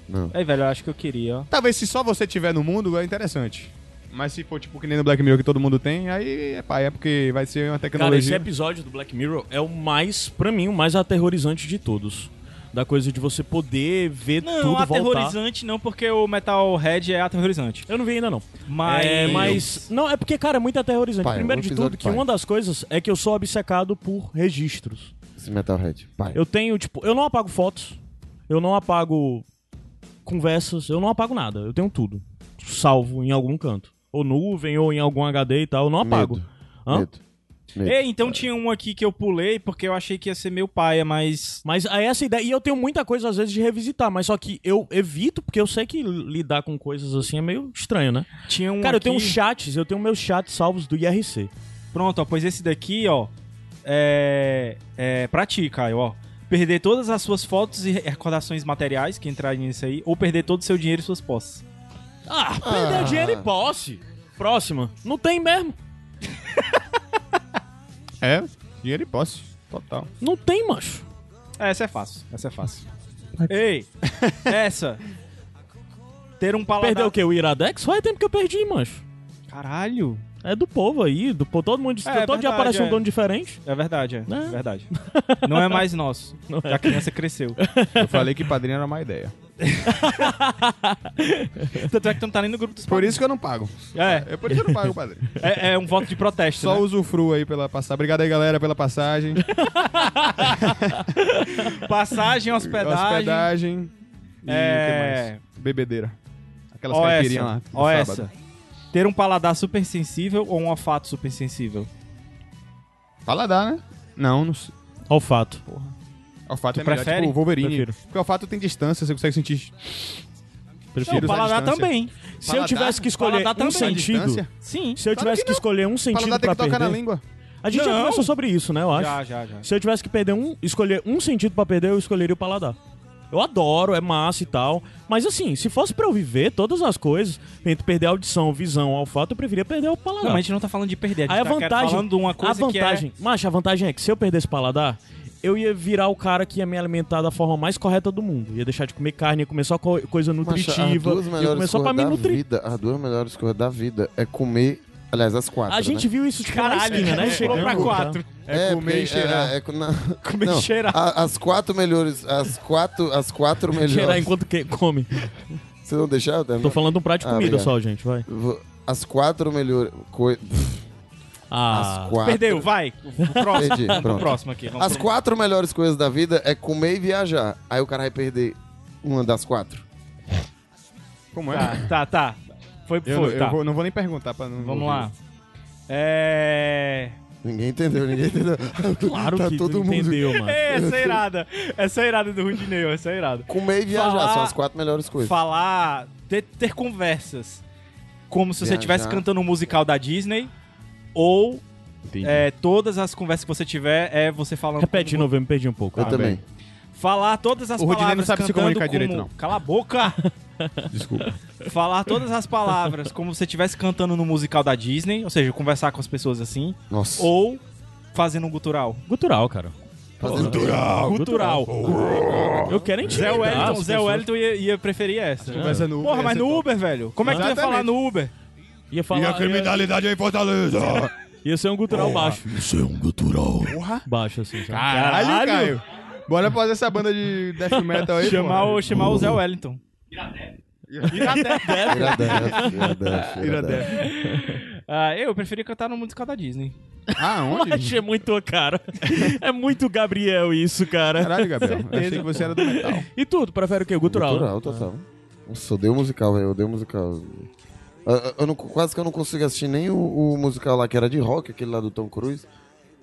S3: Não.
S2: Ei, velho, eu acho que eu queria, ó.
S1: Talvez se só você tiver no mundo, é interessante. Mas se for, tipo, que nem no Black Mirror que todo mundo tem, aí é pá, é porque vai ser uma
S4: Cara, é esse
S1: tecnologia...
S4: episódio do Black Mirror é o mais, pra mim, o mais aterrorizante de todos. Da coisa de você poder ver
S2: Não,
S4: tudo voltar.
S2: aterrorizante não, porque o Metalhead é aterrorizante.
S4: Eu não vi ainda, não.
S2: Mas.
S4: É, mas. Não, é porque, cara, é muito aterrorizante.
S3: Pai,
S4: Primeiro
S3: um
S4: de
S3: episódio
S4: tudo, que
S3: pai.
S4: uma das coisas é que eu sou obcecado por registros.
S3: Esse Metalhead. Pai.
S4: Eu tenho, tipo, eu não apago fotos, eu não apago conversas, eu não apago nada. Eu tenho tudo. Salvo em algum canto. Ou nuvem, ou em algum HD e tal, eu não apago.
S3: Medo.
S4: Hã?
S3: Medo. Medo.
S2: Ei, então tinha um aqui que eu pulei porque eu achei que ia ser meu paia, mas.
S4: Mas aí essa ideia. E eu tenho muita coisa, às vezes, de revisitar, mas só que eu evito, porque eu sei que lidar com coisas assim é meio estranho, né?
S2: Tinha um.
S4: Cara, eu
S2: aqui-
S4: tenho uns chats, eu tenho meus chats salvos do IRC.
S2: Pronto, ó, pois esse daqui, ó. É. É pra ti, Caio, ó. Perder todas as suas fotos e recordações materiais que entrarem nisso aí, ou perder todo o seu dinheiro e suas posses.
S4: Ah, perdeu dinheiro e posse. Próxima. Não tem mesmo.
S1: É, dinheiro e posse. Total.
S4: Não tem, macho.
S2: É, essa é fácil. Essa é fácil. Ei, essa. Ter um paladar.
S4: Perdeu o quê? O Iradex? Faz tempo que eu perdi, macho.
S2: Caralho.
S4: É do povo aí, do povo, todo mundo.
S2: É,
S4: todo
S2: verdade,
S4: dia aparece
S2: é.
S4: um dono diferente.
S2: É verdade, é.
S4: Não.
S2: Verdade. Não é mais nosso.
S4: Não é.
S2: A criança cresceu.
S1: Eu falei que padrinho era uma ideia.
S2: Tanto é que tu não tá nem no grupo dos
S1: Por isso que eu não pago.
S2: É,
S1: É por isso que eu não pago, padre.
S2: é, é um voto de protesto.
S1: Só
S2: né?
S1: usufrua aí pela passagem. Obrigado aí, galera, pela passagem.
S2: Passagem, hospedagem.
S1: Hospedagem. E
S2: É.
S1: o que mais? Bebedeira. Aquelas
S2: Ó
S1: caipirinhas
S2: essa,
S1: lá.
S2: ó
S1: do
S2: essa.
S1: sábado.
S2: Ter um paladar super sensível ou um olfato super sensível?
S1: Paladar, né? Não, não sei.
S4: Olfato.
S1: Olfato
S2: Tu
S1: é melhor,
S2: prefere?
S1: tipo o Wolverine.
S4: Prefiro.
S1: Porque o olfato tem distância, você consegue sentir.
S2: Não,
S1: Prefiro.
S2: o paladar
S1: à distância.
S2: também.
S4: Se eu
S1: Paladar? tá
S4: tivesse que escolher
S2: Paladar
S4: um
S2: também. À
S4: sentido...
S1: distância?
S2: Sim.
S4: Se eu
S1: Claro
S4: tivesse
S1: que
S4: que
S1: não.
S4: escolher um sentido
S1: Paladar tem
S4: pra
S1: que tocar na
S4: perder...
S1: língua.
S4: A gente já
S2: Não.
S4: conversou sobre isso, né, eu acho.
S2: Já, já, já.
S4: Se eu tivesse que perder um, escolher um sentido pra perder, eu escolheria o paladar. Eu adoro, é massa e tal. Mas assim, se fosse pra eu viver todas as coisas, entre perder a audição, visão, olfato, eu preferia perder o paladar.
S2: Não, mas a gente não tá falando de perder. A gente
S4: Aí a
S2: tá quer-
S4: vantagem.
S2: falando de uma coisa é
S4: a vantagem. Macho, a vantagem é que se eu perdesse paladar, eu ia virar o cara que ia me alimentar da forma mais correta do mundo. Ia deixar de comer carne, ia comer só co- coisa
S3: Macho,
S4: nutritiva.
S3: As duas
S4: ia
S3: melhores
S4: comer só pra
S3: coisas
S4: me
S3: da
S4: nutrir.
S3: vida. As duas melhores coisas da vida é comer. Aliás, as quatro.
S4: A gente
S3: né?
S4: viu isso de
S2: Caralho,
S4: esquina,
S2: né?
S4: né?
S2: Chegou pra
S4: Chegando,
S2: quatro.
S4: tá?
S1: É, comer
S3: porque-
S1: e cheirar.
S3: É, é, co- não,
S4: Comer e
S3: não,
S4: cheirar.
S3: a- as quatro melhores. As quatro, as quatro melhores.
S4: Cheirar enquanto que come.
S3: Você não deixar? Tá?
S4: Tô falando um prato de
S3: Ah,
S4: comida
S3: obrigado.
S4: só, gente, vai.
S3: As quatro melhores. coi-
S4: Ah,
S3: As tá quatro.
S2: Perdeu, vai. O próximo.
S3: Perdi,
S2: O
S3: pronto.
S2: próximo aqui. vamos
S3: As
S2: pro-
S3: quatro melhores coisas da vida é comer e viajar. Aí o cara vai perder uma das quatro.
S1: Como é?
S2: Tá, tá, tá. Foi,
S1: Eu,
S2: foi,
S1: eu
S2: tá.
S1: vou- não vou nem perguntar pra não.
S2: Vamos
S1: ouvir.
S2: lá. É.
S3: Ninguém entendeu, ninguém entendeu.
S4: Claro
S3: tá
S4: que
S3: todo
S4: todo
S3: mundo.
S4: entendeu, mano.
S2: É, Essa é irada. Essa é irada do Rudineu, essa é irada.
S3: Comer e viajar
S2: Falar-
S3: são as quatro melhores coisas.
S2: Falar, ter, ter conversas. Como se você
S3: Viajar.
S2: estivesse cantando um musical da Disney. Ou
S1: Entendi.
S2: é, todas as conversas que você tiver é você falando.
S4: Repete de
S2: como-
S4: novo, eu me perdi um pouco.
S3: Eu
S1: Ah,
S3: também.
S1: bem.
S2: Falar todas as
S1: O Rudinei
S2: palavras.
S1: não sabe se
S2: cantando
S1: comunicar direito,
S2: como-
S1: não.
S2: Cala a boca!
S1: Desculpa.
S2: falar todas as palavras como se você estivesse cantando no musical da Disney, ou seja, conversar com as pessoas assim,
S3: Nossa.
S2: ou fazendo um gutural.
S4: Gutural, cara.
S3: Fazendo
S4: Gutural. Eu quero
S2: Zé
S4: intimidar as
S2: Wellington, Zé
S4: pessoas.
S2: Wellington ia, ia preferir essa. né?
S1: Conversa no Uber,
S2: Porra,
S1: essa
S2: mas
S4: tá-
S2: no
S1: é
S2: Uber, velho. Como é que tu ia
S1: Exatamente.
S2: falar no Uber?
S4: Ia falar... Ia,
S1: em Fortaleza.
S4: ia ser um gutural baixo.
S6: Isso é um gutural.
S4: Baixo, assim. sabe?
S1: Caralho, Caio. Bora fazer essa banda de death metal aí,
S2: Chamar
S1: pô.
S2: o, chamar o Zé Wellington.
S3: Iradeff, Iradeff, Iradeff.
S1: Iradeath.
S2: Ah, eu preferia cantar no musical da Disney.
S1: Ah, onde?
S4: Macho, é muito a cara. É muito Gabriel isso, cara.
S1: Caralho, Gabriel. Eu achei que você era do metal.
S4: E tudo, prefere o quê? Gutural.
S3: Cultural, total. Nossa, odeio musical, velho. Odeio musical. Eu, eu- eu não- quase que eu não consigo assistir nem o, o musical lá que era de rock, aquele lá do Tom Cruise.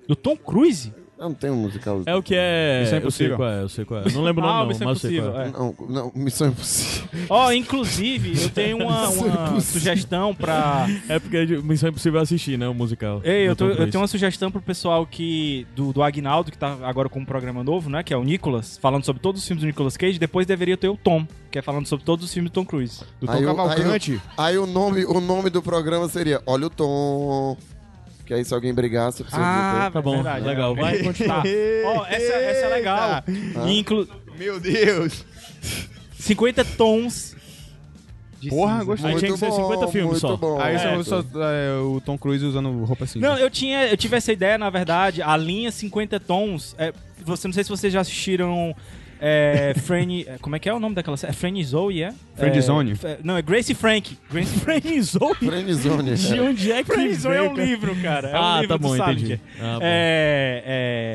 S2: Do Tom Cruise?
S3: Eu não tenho um musical.
S4: É o que é...
S1: Missão
S4: eu sei
S1: Impossível.
S4: qual é, eu sei qual é. Eu Não lembro o
S2: Ah,
S4: nome,
S2: Missão
S4: não, mas eu sei qual é.
S2: Impossível, é.
S3: Não, não, Missão Impossível.
S2: Ó, inclusive, eu tenho uma,
S3: Isso é
S2: uma
S3: impossível.
S2: sugestão pra.
S4: É porque de- Missão Impossível eu assisti, né? O musical.
S2: Ei, eu,
S4: Do
S2: tô-
S4: Tom
S2: eu
S4: Cruise.
S2: tenho uma sugestão pro pessoal que. Do, do Agnaldo, que tá agora com um programa novo, né? Que é o Nicolas, falando sobre todos os filmes do Nicolas Cage. Depois deveria ter o Tom, que é falando sobre todos os filmes do Tom Cruise.
S1: Do
S3: Aí
S1: Tom
S3: eu-
S1: Cavalcante.
S3: Aí o nome, o nome do programa seria Olha o Tom. Que aí se alguém brigasse, precisa dizer.
S4: Tá bom, legal. Vai,
S2: continuar. é. Ó, essa, essa é legal. Inclu
S1: Meu Deus.
S2: 50 tons. de
S1: Porra,
S2: cinza.
S1: gostei.
S4: Aí tinha que ser 50 filmes
S3: muito
S4: só.
S3: Bom.
S1: Aí
S3: É.
S1: só, só, é, o Tom Cruise usando roupa assim.
S2: Não, eu tinha, eu tive essa ideia, na verdade, a linha 50 tons. É, você não sei se vocês já assistiram é, Franny, é, como é que é o nome daquela série? É Franny Zoe, é?
S1: Friendzone.
S2: É, f- não, é Grace Frank. Grace
S4: Friendzone?
S3: Friendzone.
S4: De onde é que
S2: Friendzone é
S4: veio,
S2: um
S4: cara?
S2: livro, cara. É um
S4: ah,
S2: livro
S4: tá
S2: do
S4: bom,
S2: Salinger.
S4: entendi. Ah, bom.
S2: É,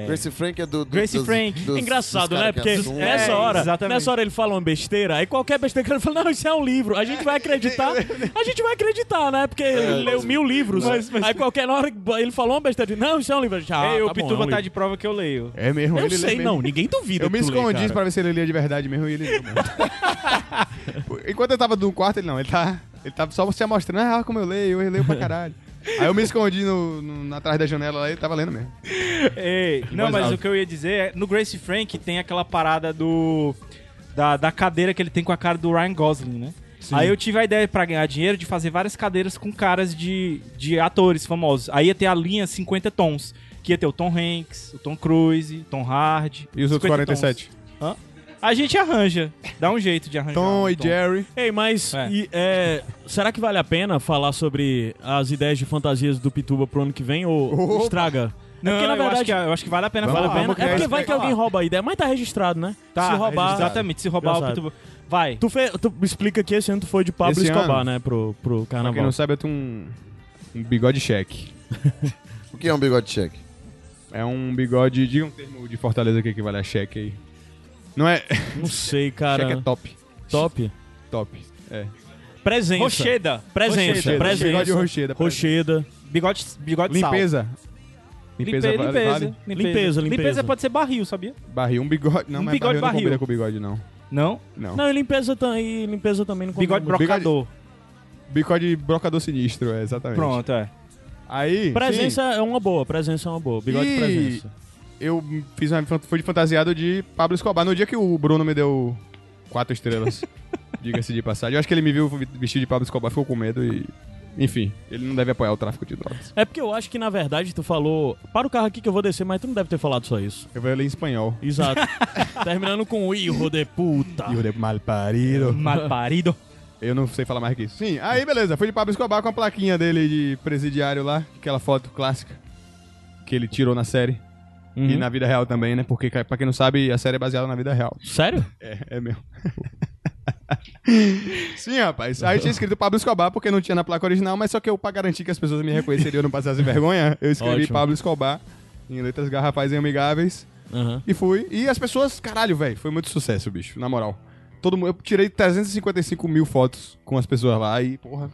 S2: é.
S3: Grace Frank é do. do
S2: Grace Frank.
S4: É Engraçado,
S3: dos
S4: né?
S3: cara
S4: Porque
S3: que assumem.
S4: nessa
S2: É,
S4: hora,
S2: exatamente.
S4: nessa hora ele fala uma besteira, aí qualquer besteira que ele fala, não, isso é um livro, a gente vai acreditar, a gente vai acreditar, né? Porque ele leu mil livros, aí qualquer hora que ele falou uma besteira, não, isso é um livro, a gente, ah,
S2: Ei, o
S4: tá bom, é um
S2: Pituba tá
S4: livro.
S2: de prova que eu leio.
S1: É mesmo,
S4: Eu
S1: ele lê
S4: sei,
S1: mesmo.
S4: não, ninguém duvida
S1: Eu me
S4: que tu lê,
S1: escondi
S4: cara.
S1: pra ver se ele lia de verdade mesmo e ele leu, mano. Enquanto eu tava no quarto, ele não, ele tá. Ele tava só se mostrando, ah, como eu leio, eu leio pra caralho. Aí eu me escondi no, no- atrás da janela lá e ele tava lendo mesmo.
S2: Ei, não, mas
S1: alto.
S2: o que eu ia dizer é, no Grace Frank tem aquela parada do da, da cadeira que ele tem com a cara do Ryan Gosling, né? Aí eu tive a ideia pra ganhar dinheiro de fazer várias cadeiras com caras de, de atores famosos. Aí ia ter a linha 50 tons, que ia ter o Tom Hanks, o Tom Cruise, Tom Hardy.
S1: E os outros
S2: 50
S1: 47?
S2: tons. Hã? A gente arranja, dá um jeito de arranjar.
S1: Tom
S2: um
S1: e Jerry.
S4: Ei, mas
S2: É.
S4: e, é, será que vale a pena falar sobre as ideias de fantasias do Pituba pro ano que vem ou
S1: Opa.
S4: estraga?
S2: Não,
S4: é porque, na
S2: eu, acho
S4: verdade,
S2: que, eu acho que vale a pena
S1: Vamos
S2: falar.
S1: lá,
S4: vale a
S1: vamos criar
S4: pena. É porque
S1: esse-
S4: vai que alguém rouba a ideia, mas tá registrado, né?
S2: Tá,
S4: Se roubar,
S2: exatamente, se
S4: Já
S2: roubar o
S4: sabe.
S2: Pitbull. Vai.
S4: Tu, fe... tu explica que esse ano tu foi de Pablo
S1: Esse
S4: Escobar,
S1: ano?
S4: né? Pro, pro
S1: Pra quem
S4: carnaval.
S1: não sabe, eu tenho um, um bigode cheque.
S3: O que é um bigode check?
S1: É um bigode, diga um termo de Fortaleza que equivale a cheque aí. Não é.
S4: Não sei, cara.
S1: Cheque é top.
S4: Top.
S1: Top. É.
S4: Presença.
S2: Rocheda.
S4: Presença.
S2: Rocheda.
S4: Presença.
S1: Bigode rocheda.
S4: Rocheda.
S2: Bigode, bigode sal.
S1: Limpeza.
S2: Limpeza,
S1: Limpeza,
S2: limpeza,
S1: vale, vale.
S2: limpeza.
S4: Limpeza, limpeza.
S2: pode ser barril, sabia?
S1: Barril, um bigode. Não,
S2: Um
S1: mas barril,
S2: bigode
S1: não
S2: barril.
S1: combina com bigode, não.
S2: Não.
S1: Não.
S4: Não, e limpeza, tam- e limpeza também não
S2: Bigode
S4: combina muito.
S2: brocador.
S1: Bigode brocador sinistro, é, exatamente.
S2: Pronto, é.
S1: Aí.
S4: Presença é uma boa, presença é uma boa. Bigode
S1: E-
S4: presença.
S1: sim, eu fiz uma, fui fantasiado de Pablo Escobar no dia que o Bruno me deu quatro estrelas. Diga-se de passagem. Eu acho que ele me viu vestido de Pablo Escobar, ficou com medo e. Enfim, ele não deve apoiar o tráfico de drogas.
S4: É porque eu acho que, na verdade, tu falou. Para o carro aqui que eu vou descer, mas tu não deve ter falado só isso.
S1: Eu vou ler em espanhol.
S4: Exato. Terminando com o hijo de puta.
S1: Hijo de mal parido.
S2: Mal parido.
S1: Eu não sei falar mais que isso. Sim, aí beleza. Fui de Pablo Escobar com a plaquinha dele de presidiário lá. Aquela foto clássica que ele tirou na série. E
S4: Uhum.
S1: na vida real também, né? Porque, pra quem não sabe, a série é baseada na vida real.
S4: Sério?
S1: É, é mesmo. Sim, rapaz. Aí tinha escrito Pablo Escobar porque não tinha na placa original, mas só que eu, pra garantir que as pessoas me reconheceriam e não passassem vergonha, eu escrevi
S4: Ótimo.
S1: Pablo Escobar em letras garrafais e amigáveis.
S4: Aham.
S1: E fui. E as pessoas, caralho, velho, foi muito sucesso, bicho, na moral. Todo mundo, eu tirei 355 mil fotos com as pessoas lá e, porra.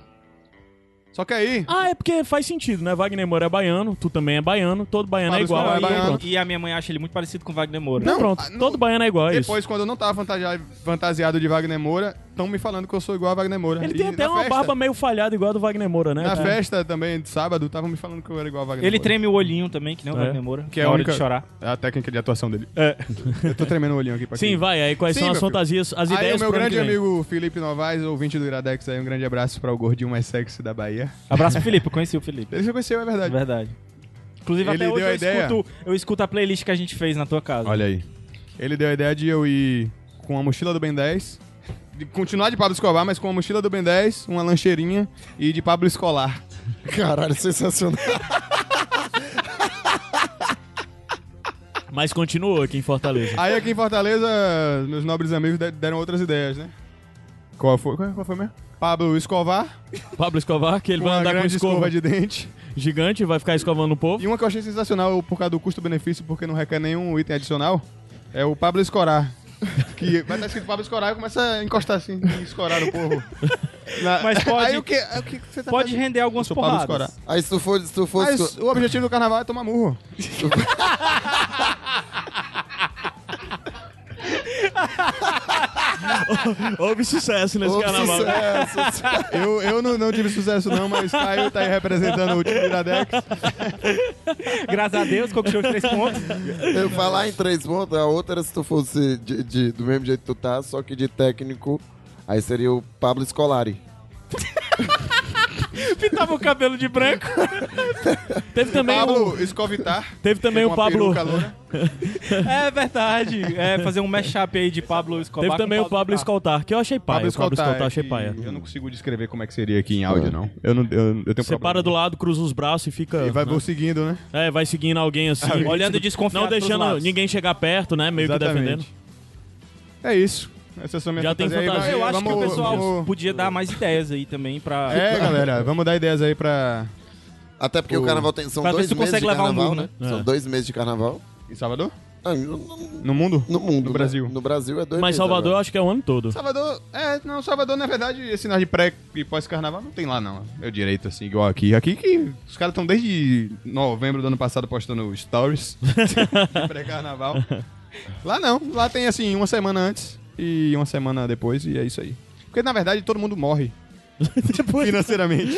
S1: Só que aí.
S4: Ah, é porque faz sentido, né? Wagner Moura é baiano, tu também é baiano, todo baiano é
S1: Pablo
S4: igual.
S1: Escobar é
S4: aí
S1: baiano.
S4: pronto.
S2: E a minha mãe acha ele muito parecido com Wagner Moura.
S1: Não,
S4: pronto,
S1: ah, não-
S4: todo baiano é igual. é isso.
S1: Depois, quando eu não tava fantasia- fantasiado de Wagner Moura, estão me falando que eu sou igual a Wagner Moura.
S4: Ele
S1: E
S4: tem até
S1: na
S4: uma
S1: festa-
S4: barba meio falhada, igual a do Wagner Moura, né?
S1: Na
S4: cara?
S1: festa também, de sábado, estavam me falando que eu era igual a Wagner
S2: Ele
S1: Moura.
S2: treme o olhinho também, que nem o
S4: É.
S2: Wagner Moura.
S1: Que é
S2: na
S1: a
S2: hora
S1: única-
S2: de chorar.
S1: É a técnica de atuação dele. É. Eu tô tremendo o olhinho aqui pra
S4: Sim,
S1: quem-
S4: vai, aí quais
S1: Sim,
S4: são as
S1: meu filho.
S4: fantasias, as
S1: Aí o
S4: ideias é.
S1: meu
S4: pro ano que
S1: grande
S4: vem?
S1: amigo Felipe Novaes, ouvinte do Iradex, aí um grande abraço para o gordinho mais sexy da Bahia.
S2: Abraço pro Felipe, eu conheci o Felipe.
S1: Ele já conheceu, é verdade.
S2: Verdade. Inclusive,
S1: Ele
S2: até hoje
S1: deu a
S2: eu
S1: ideia.
S2: escuto, eu escuto a playlist que a gente fez na tua casa.
S1: Olha aí. Ele deu a ideia de eu ir com a mochila do Ben 10, de continuar de Pablo Escobar, mas com a mochila do Ben 10, uma lancheirinha e de Pablo Escolar.
S3: Caralho, sensacional.
S4: Mas continua aqui em Fortaleza.
S1: Aí aqui em Fortaleza, meus nobres amigos de- deram outras ideias, né? Qual foi, qual qual foi mesmo? Pablo Escovar,
S4: Pablo Escovar, que ele vai
S1: uma
S4: andar com
S1: grande
S4: escova,
S1: escova de dente.
S4: gigante, vai ficar escovando o povo.
S1: E uma que eu achei sensacional por causa do custo-benefício, porque não requer nenhum item adicional, é o Pablo Escorar. Que vai estar escrito Pablo Escorar e começa a encostar assim, e escorar o povo. Na-
S2: Mas pode-
S1: Aí o que, aí o que você tá
S2: Pode
S1: fazendo?
S2: render
S1: Eu
S2: algumas
S1: sou Pablo Escorar.
S2: porradas.
S3: Aí se tu for. Se tu for
S1: Mas o objetivo do carnaval é tomar murro.
S4: Houve sucesso nesse
S3: Ô,
S4: carnaval.
S3: sucesso, sucesso.
S1: Eu, eu não, não tive sucesso não, mas Caio tá aí representando o time da Dex.
S2: Graças a Deus, conquistou os três pontos.
S3: Eu falar em três pontos, a outra era se tu fosse de- de- do mesmo jeito que tu tá, só que de técnico, aí seria o Pablo Scolari.
S2: Pintava o cabelo de branco.
S4: Teve também o...
S1: Pablo Escovitar.
S4: Teve também
S1: com
S4: o
S1: uma
S4: Pablo...
S1: peruca loura.
S2: É verdade. É, fazer um mashup aí de Pablo Escobar.
S4: Teve
S2: com
S4: também o Pablo Escoltar, que eu achei paia. o Pablo Escoltar, achei
S1: é que
S4: paia.
S1: Eu não consigo descrever como é que seria aqui em áudio, não. Eu, não, eu, eu tenho
S4: Você para do lado, cruza os braços e fica...
S1: E vai Ah,
S4: né?
S1: vou seguindo, né?
S4: É, vai seguindo alguém assim.
S2: Olhando desconfiado
S4: Não
S2: pros
S4: deixando
S2: lados.
S4: ninguém chegar perto, né?
S2: Tá
S4: Meio que defendendo.
S1: É isso. Essa é a minha
S4: Já tem
S1: fantasia.
S4: fantasia.
S1: Aí,
S2: Eu
S1: vai-
S2: acho que o
S1: vamos-
S2: pessoal
S1: vamos-
S2: podia dar mais ideias aí também pra.
S1: É, galera, vamos dar ideias aí pra...
S3: Até porque o,
S1: O-
S3: carnaval tem. São
S2: Pra ver
S3: dois
S2: se tu
S3: meses
S2: consegue
S3: de
S2: levar um
S3: carnaval,
S2: burro,
S3: né?
S4: né? É.
S3: São dois meses de carnaval.
S1: Em Salvador?
S3: Ah, no- no-
S1: No mundo?
S3: No mundo.
S1: No
S3: né?
S1: Brasil.
S3: No Brasil é dois
S4: Mas
S3: meses
S4: Salvador eu
S3: agora.
S4: acho que é o ano todo.
S1: Salvador, é, não, Salvador, na verdade, esse sinal de pré e pós-carnaval não tem lá, não. Eu direito, assim, igual aqui. Aqui que os caras estão desde novembro do ano passado postando stories de pré-carnaval. Lá não, lá tem, assim, uma semana antes e uma semana depois, e é isso aí. Porque, na verdade, todo mundo morre. Financeiramente.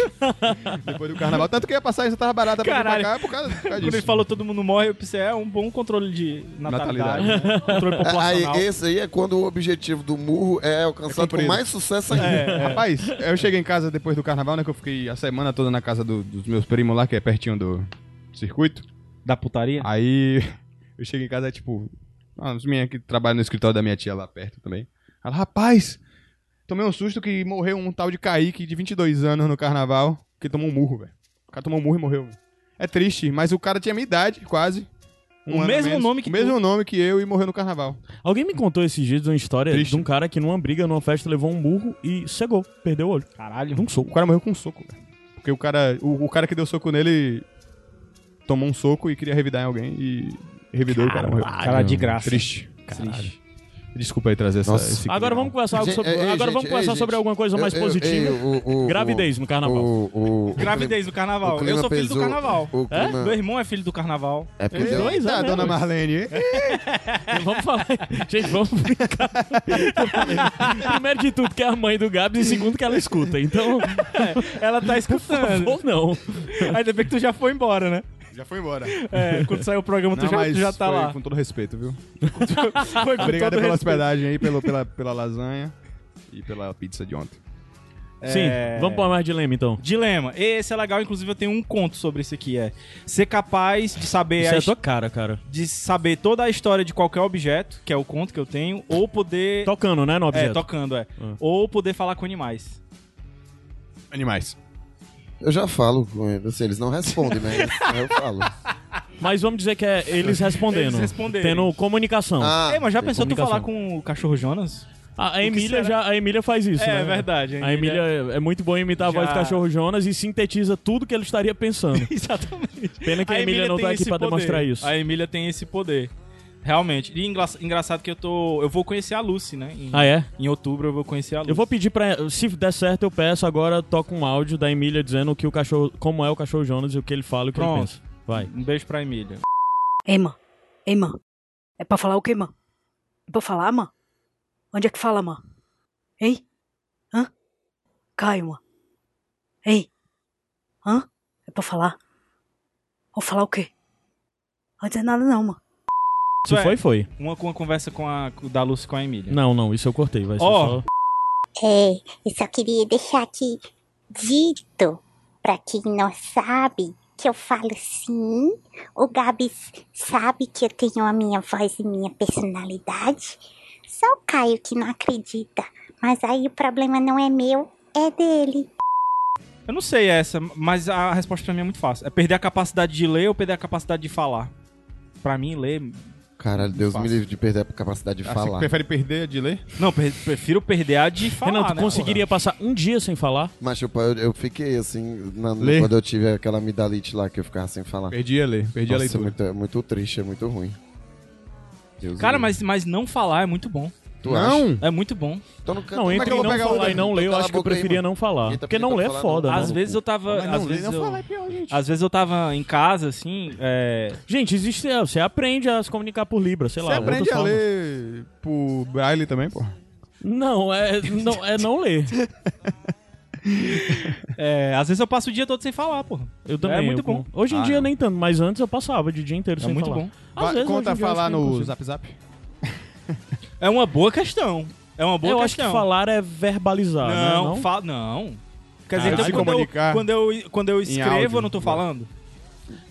S1: Depois do carnaval. Tanto que a passagem já tava barata pra vir pra
S2: Caralho.
S1: cá por causa, por causa
S2: Quando
S1: disso.
S2: ele falou todo mundo morre, eu pensei, é um bom controle de natalidade.
S1: Natalidade,
S2: né? Controle
S3: É,
S2: populacional.
S3: Aí, esse aí é quando o objetivo do murro é
S1: É
S3: alcançado
S1: cumprido.
S3: com mais sucesso ainda.
S4: É.
S1: Rapaz, eu cheguei em casa depois do carnaval, né? Que eu fiquei a semana toda na casa do- dos meus primos lá, que é pertinho do circuito.
S2: Da putaria?
S1: Aí eu chego em casa, é tipo, as minhas que trabalham no escritório da minha tia lá perto também. Ela, rapaz, tomei um susto que morreu um tal de Kaique de 22 anos no carnaval, que tomou um murro, velho. O cara tomou um murro e morreu. velho. É triste, mas o cara tinha minha idade, quase. um
S4: o
S1: ano a
S4: mesmo
S1: menos,
S4: nome que
S1: o mesmo
S4: tu-
S1: nome que eu e morreu no carnaval.
S4: Alguém me contou esses dias de uma história
S1: Triste.
S4: de um cara que numa briga, numa festa, levou um burro e cegou, perdeu o olho.
S2: Caralho.
S4: De um
S1: O
S4: soco.
S1: cara morreu com um soco, velho. Porque o cara, o, o cara que deu soco nele tomou um soco e queria revidar em alguém e revidou e o cara morreu.
S2: Cara de graça.
S1: Triste.
S2: Triste.
S1: Desculpa aí trazer essa.
S3: Nossa.
S1: esse clima.
S4: Agora vamos conversar algo
S3: Gente, é,
S4: sobre,
S3: ei,
S4: agora
S3: gente,
S4: vamos conversar
S3: ei,
S4: sobre
S3: gente.
S4: alguma coisa mais
S3: Eu- eu-
S4: positiva.
S3: ei, o- o-
S4: Gravidez no carnaval.
S3: o- o- o-
S2: Gravidez do
S3: o
S2: carnaval.
S3: clima
S2: Eu sou filho do
S3: pesou.
S2: carnaval.
S3: O
S4: É?
S3: clima-
S2: Meu irmão é filho do carnaval.
S3: É porque
S4: Os
S3: deu-
S4: dois, é
S1: Tá,
S4: mesmo.
S1: dona Marlene.
S4: Vamos falar. Gente, vamos brincar. Primeiro de tudo, que é a mãe do Gabs, e segundo, que ela escuta. Então,
S2: Ela tá escutando.
S4: ou não.
S2: Ainda bem que tu já foi embora, né?
S1: Já foi embora.
S2: É, quando saiu o programa, tu,
S1: Não,
S2: já,
S1: mas
S2: tu já tá
S1: foi
S2: lá.
S1: com todo respeito, viu?
S2: Foi com
S1: Obrigado
S2: todo
S1: pela
S2: respeito.
S1: hospedagem aí, pelo, pela, pela lasanha e pela pizza de ontem.
S4: Sim,
S2: É.
S4: vamos para mais dilema então.
S2: Dilema. Esse é legal, inclusive eu tenho um conto sobre isso aqui, é. Ser capaz de saber
S4: Isso
S2: a
S4: é a
S2: his-
S4: tua cara, cara.
S2: de saber toda a história de qualquer objeto, que é o conto que eu tenho, ou poder
S4: Tocando, né, no
S2: é,
S4: objeto.
S2: tocando, é.
S4: Ah.
S2: Ou poder falar com animais.
S1: Animais.
S3: Eu já falo com eles, assim, eles não respondem, né? Eu falo.
S4: Mas vamos dizer que é eles respondendo.
S2: Eles responderem.
S4: Tendo comunicação.
S3: Ah,
S2: Ei, mas já pensou tu falar
S4: comunicação.
S2: com o cachorro Jonas?
S4: A, a
S2: que será?
S4: Emília já, a Emília faz isso,
S2: É
S4: né?
S2: verdade, a
S4: A Emília é muito boa em imitar a voz
S2: já-
S4: do cachorro Jonas e sintetiza tudo que ele estaria pensando.
S2: Exatamente.
S4: Pena que a, Emília, não
S2: tem
S4: tá aqui
S2: esse
S4: pra
S2: poder.
S4: demonstrar isso.
S2: A Emília tem esse poder. Realmente. E engra- engraçado que eu tô. Eu vou conhecer a Lucy, né? Em,
S4: Ah, é?
S2: em outubro eu vou conhecer a Lucy.
S4: Eu vou pedir pra. Se der certo, eu peço agora, toca um áudio da Emília dizendo o que o cachorro. como é o cachorro Jonas e o que ele fala e o que ele
S2: Pronto.
S4: pensa. Vai.
S2: Um beijo pra Emília.
S6: Ei, mãe. Ei, mãe. É pra falar o quê, mãe? É pra falar, mãe? Onde é que fala, mãe? Ei? Hã? Caio, mãe. Ei? Hã? É pra falar? Vou falar o quê? Antes é nada não, mãe.
S4: Se
S2: Isso é.
S4: foi, foi.
S2: Uma, uma conversa com a, da Lucy com a Emília.
S4: Não, não, isso eu cortei. Vai ser
S2: Ó.
S4: só.
S7: É, eu só queria deixar aqui dito pra quem não sabe que eu falo sim. O Gabs sabe que eu tenho a minha voz e minha personalidade. Só o Caio que não acredita. Mas aí o problema não é meu, é dele.
S2: Eu não sei essa, mas a resposta pra mim é muito fácil. É perder a capacidade de ler ou perder a capacidade de falar? Pra mim, ler.
S3: caralho, Deus me
S1: Fácil.
S3: livre de perder a capacidade de
S1: Acho Assim que
S3: falar.
S1: prefere perder de ler?
S2: Não, pre- prefiro perder a de falar.
S4: Renan, tu
S2: né,
S4: conseguiria passar um dia sem falar?
S3: Mas tipo, eu, eu fiquei assim, na-
S1: Lê.
S3: quando eu tive aquela amidalite lá, que eu ficava sem falar.
S1: Perdi a ler, perdi a
S3: Nossa, é
S1: leitura.
S3: muito, é muito triste, é muito ruim.
S2: porra?
S3: Deus
S2: Cara,
S3: me livre.
S2: mas, mas não falar é muito bom.
S3: Tu acha?
S1: Não!
S2: É muito bom.
S3: Então não, canta.
S4: Não,
S3: Como é que eu
S4: entre em
S3: vou
S4: não
S3: pegar o
S4: falar
S3: dedo?
S4: e não ler, eu
S3: Cala a
S4: acho que eu
S3: boca aí,
S4: preferia
S3: mano.
S4: não falar.
S3: Eita,
S4: Porque
S3: porque tá
S4: não
S3: pra
S4: ler é
S3: falar,
S4: foda,
S3: não.
S4: né?
S2: Às
S3: no
S2: vezes
S3: cu.
S2: eu tava.
S1: Mas
S2: Às
S1: não ler,
S2: vezes
S1: não falar
S2: eu.
S1: é pior, gente.
S2: Às vezes eu tava em casa, assim, é,
S4: Gente, existe. é, Você aprende a se comunicar por Libra, sei lá.
S1: Você aprende
S4: outras
S1: a
S4: formas.
S1: ler por Braille também, pô.
S4: Não, é não, é não ler.
S2: é, Às vezes eu passo o dia todo sem falar, porra.
S4: Eu também.
S2: É muito
S4: eu com-
S2: bom.
S4: Hoje em
S1: Ah,
S4: dia
S1: não.
S4: nem tanto, mas antes eu passava de dia inteiro
S2: É
S4: sem
S2: muito
S4: falar.
S2: bom.
S4: Às
S1: Va-
S4: vezes,
S1: Conta
S4: hoje em dia, eu
S1: falar
S4: acho que eu
S1: no
S4: consigo.
S1: Zap Zap.
S2: É uma boa questão. É uma boa
S4: Eu acho
S2: questão.
S4: que falar é verbalizar, né?
S2: Não, fa- não. Quer dizer,
S1: Ah,
S2: então,
S1: se
S2: quando, eu,
S1: comunicar
S2: quando, eu, quando eu escrevo,
S1: áudio.
S2: eu não tô falando?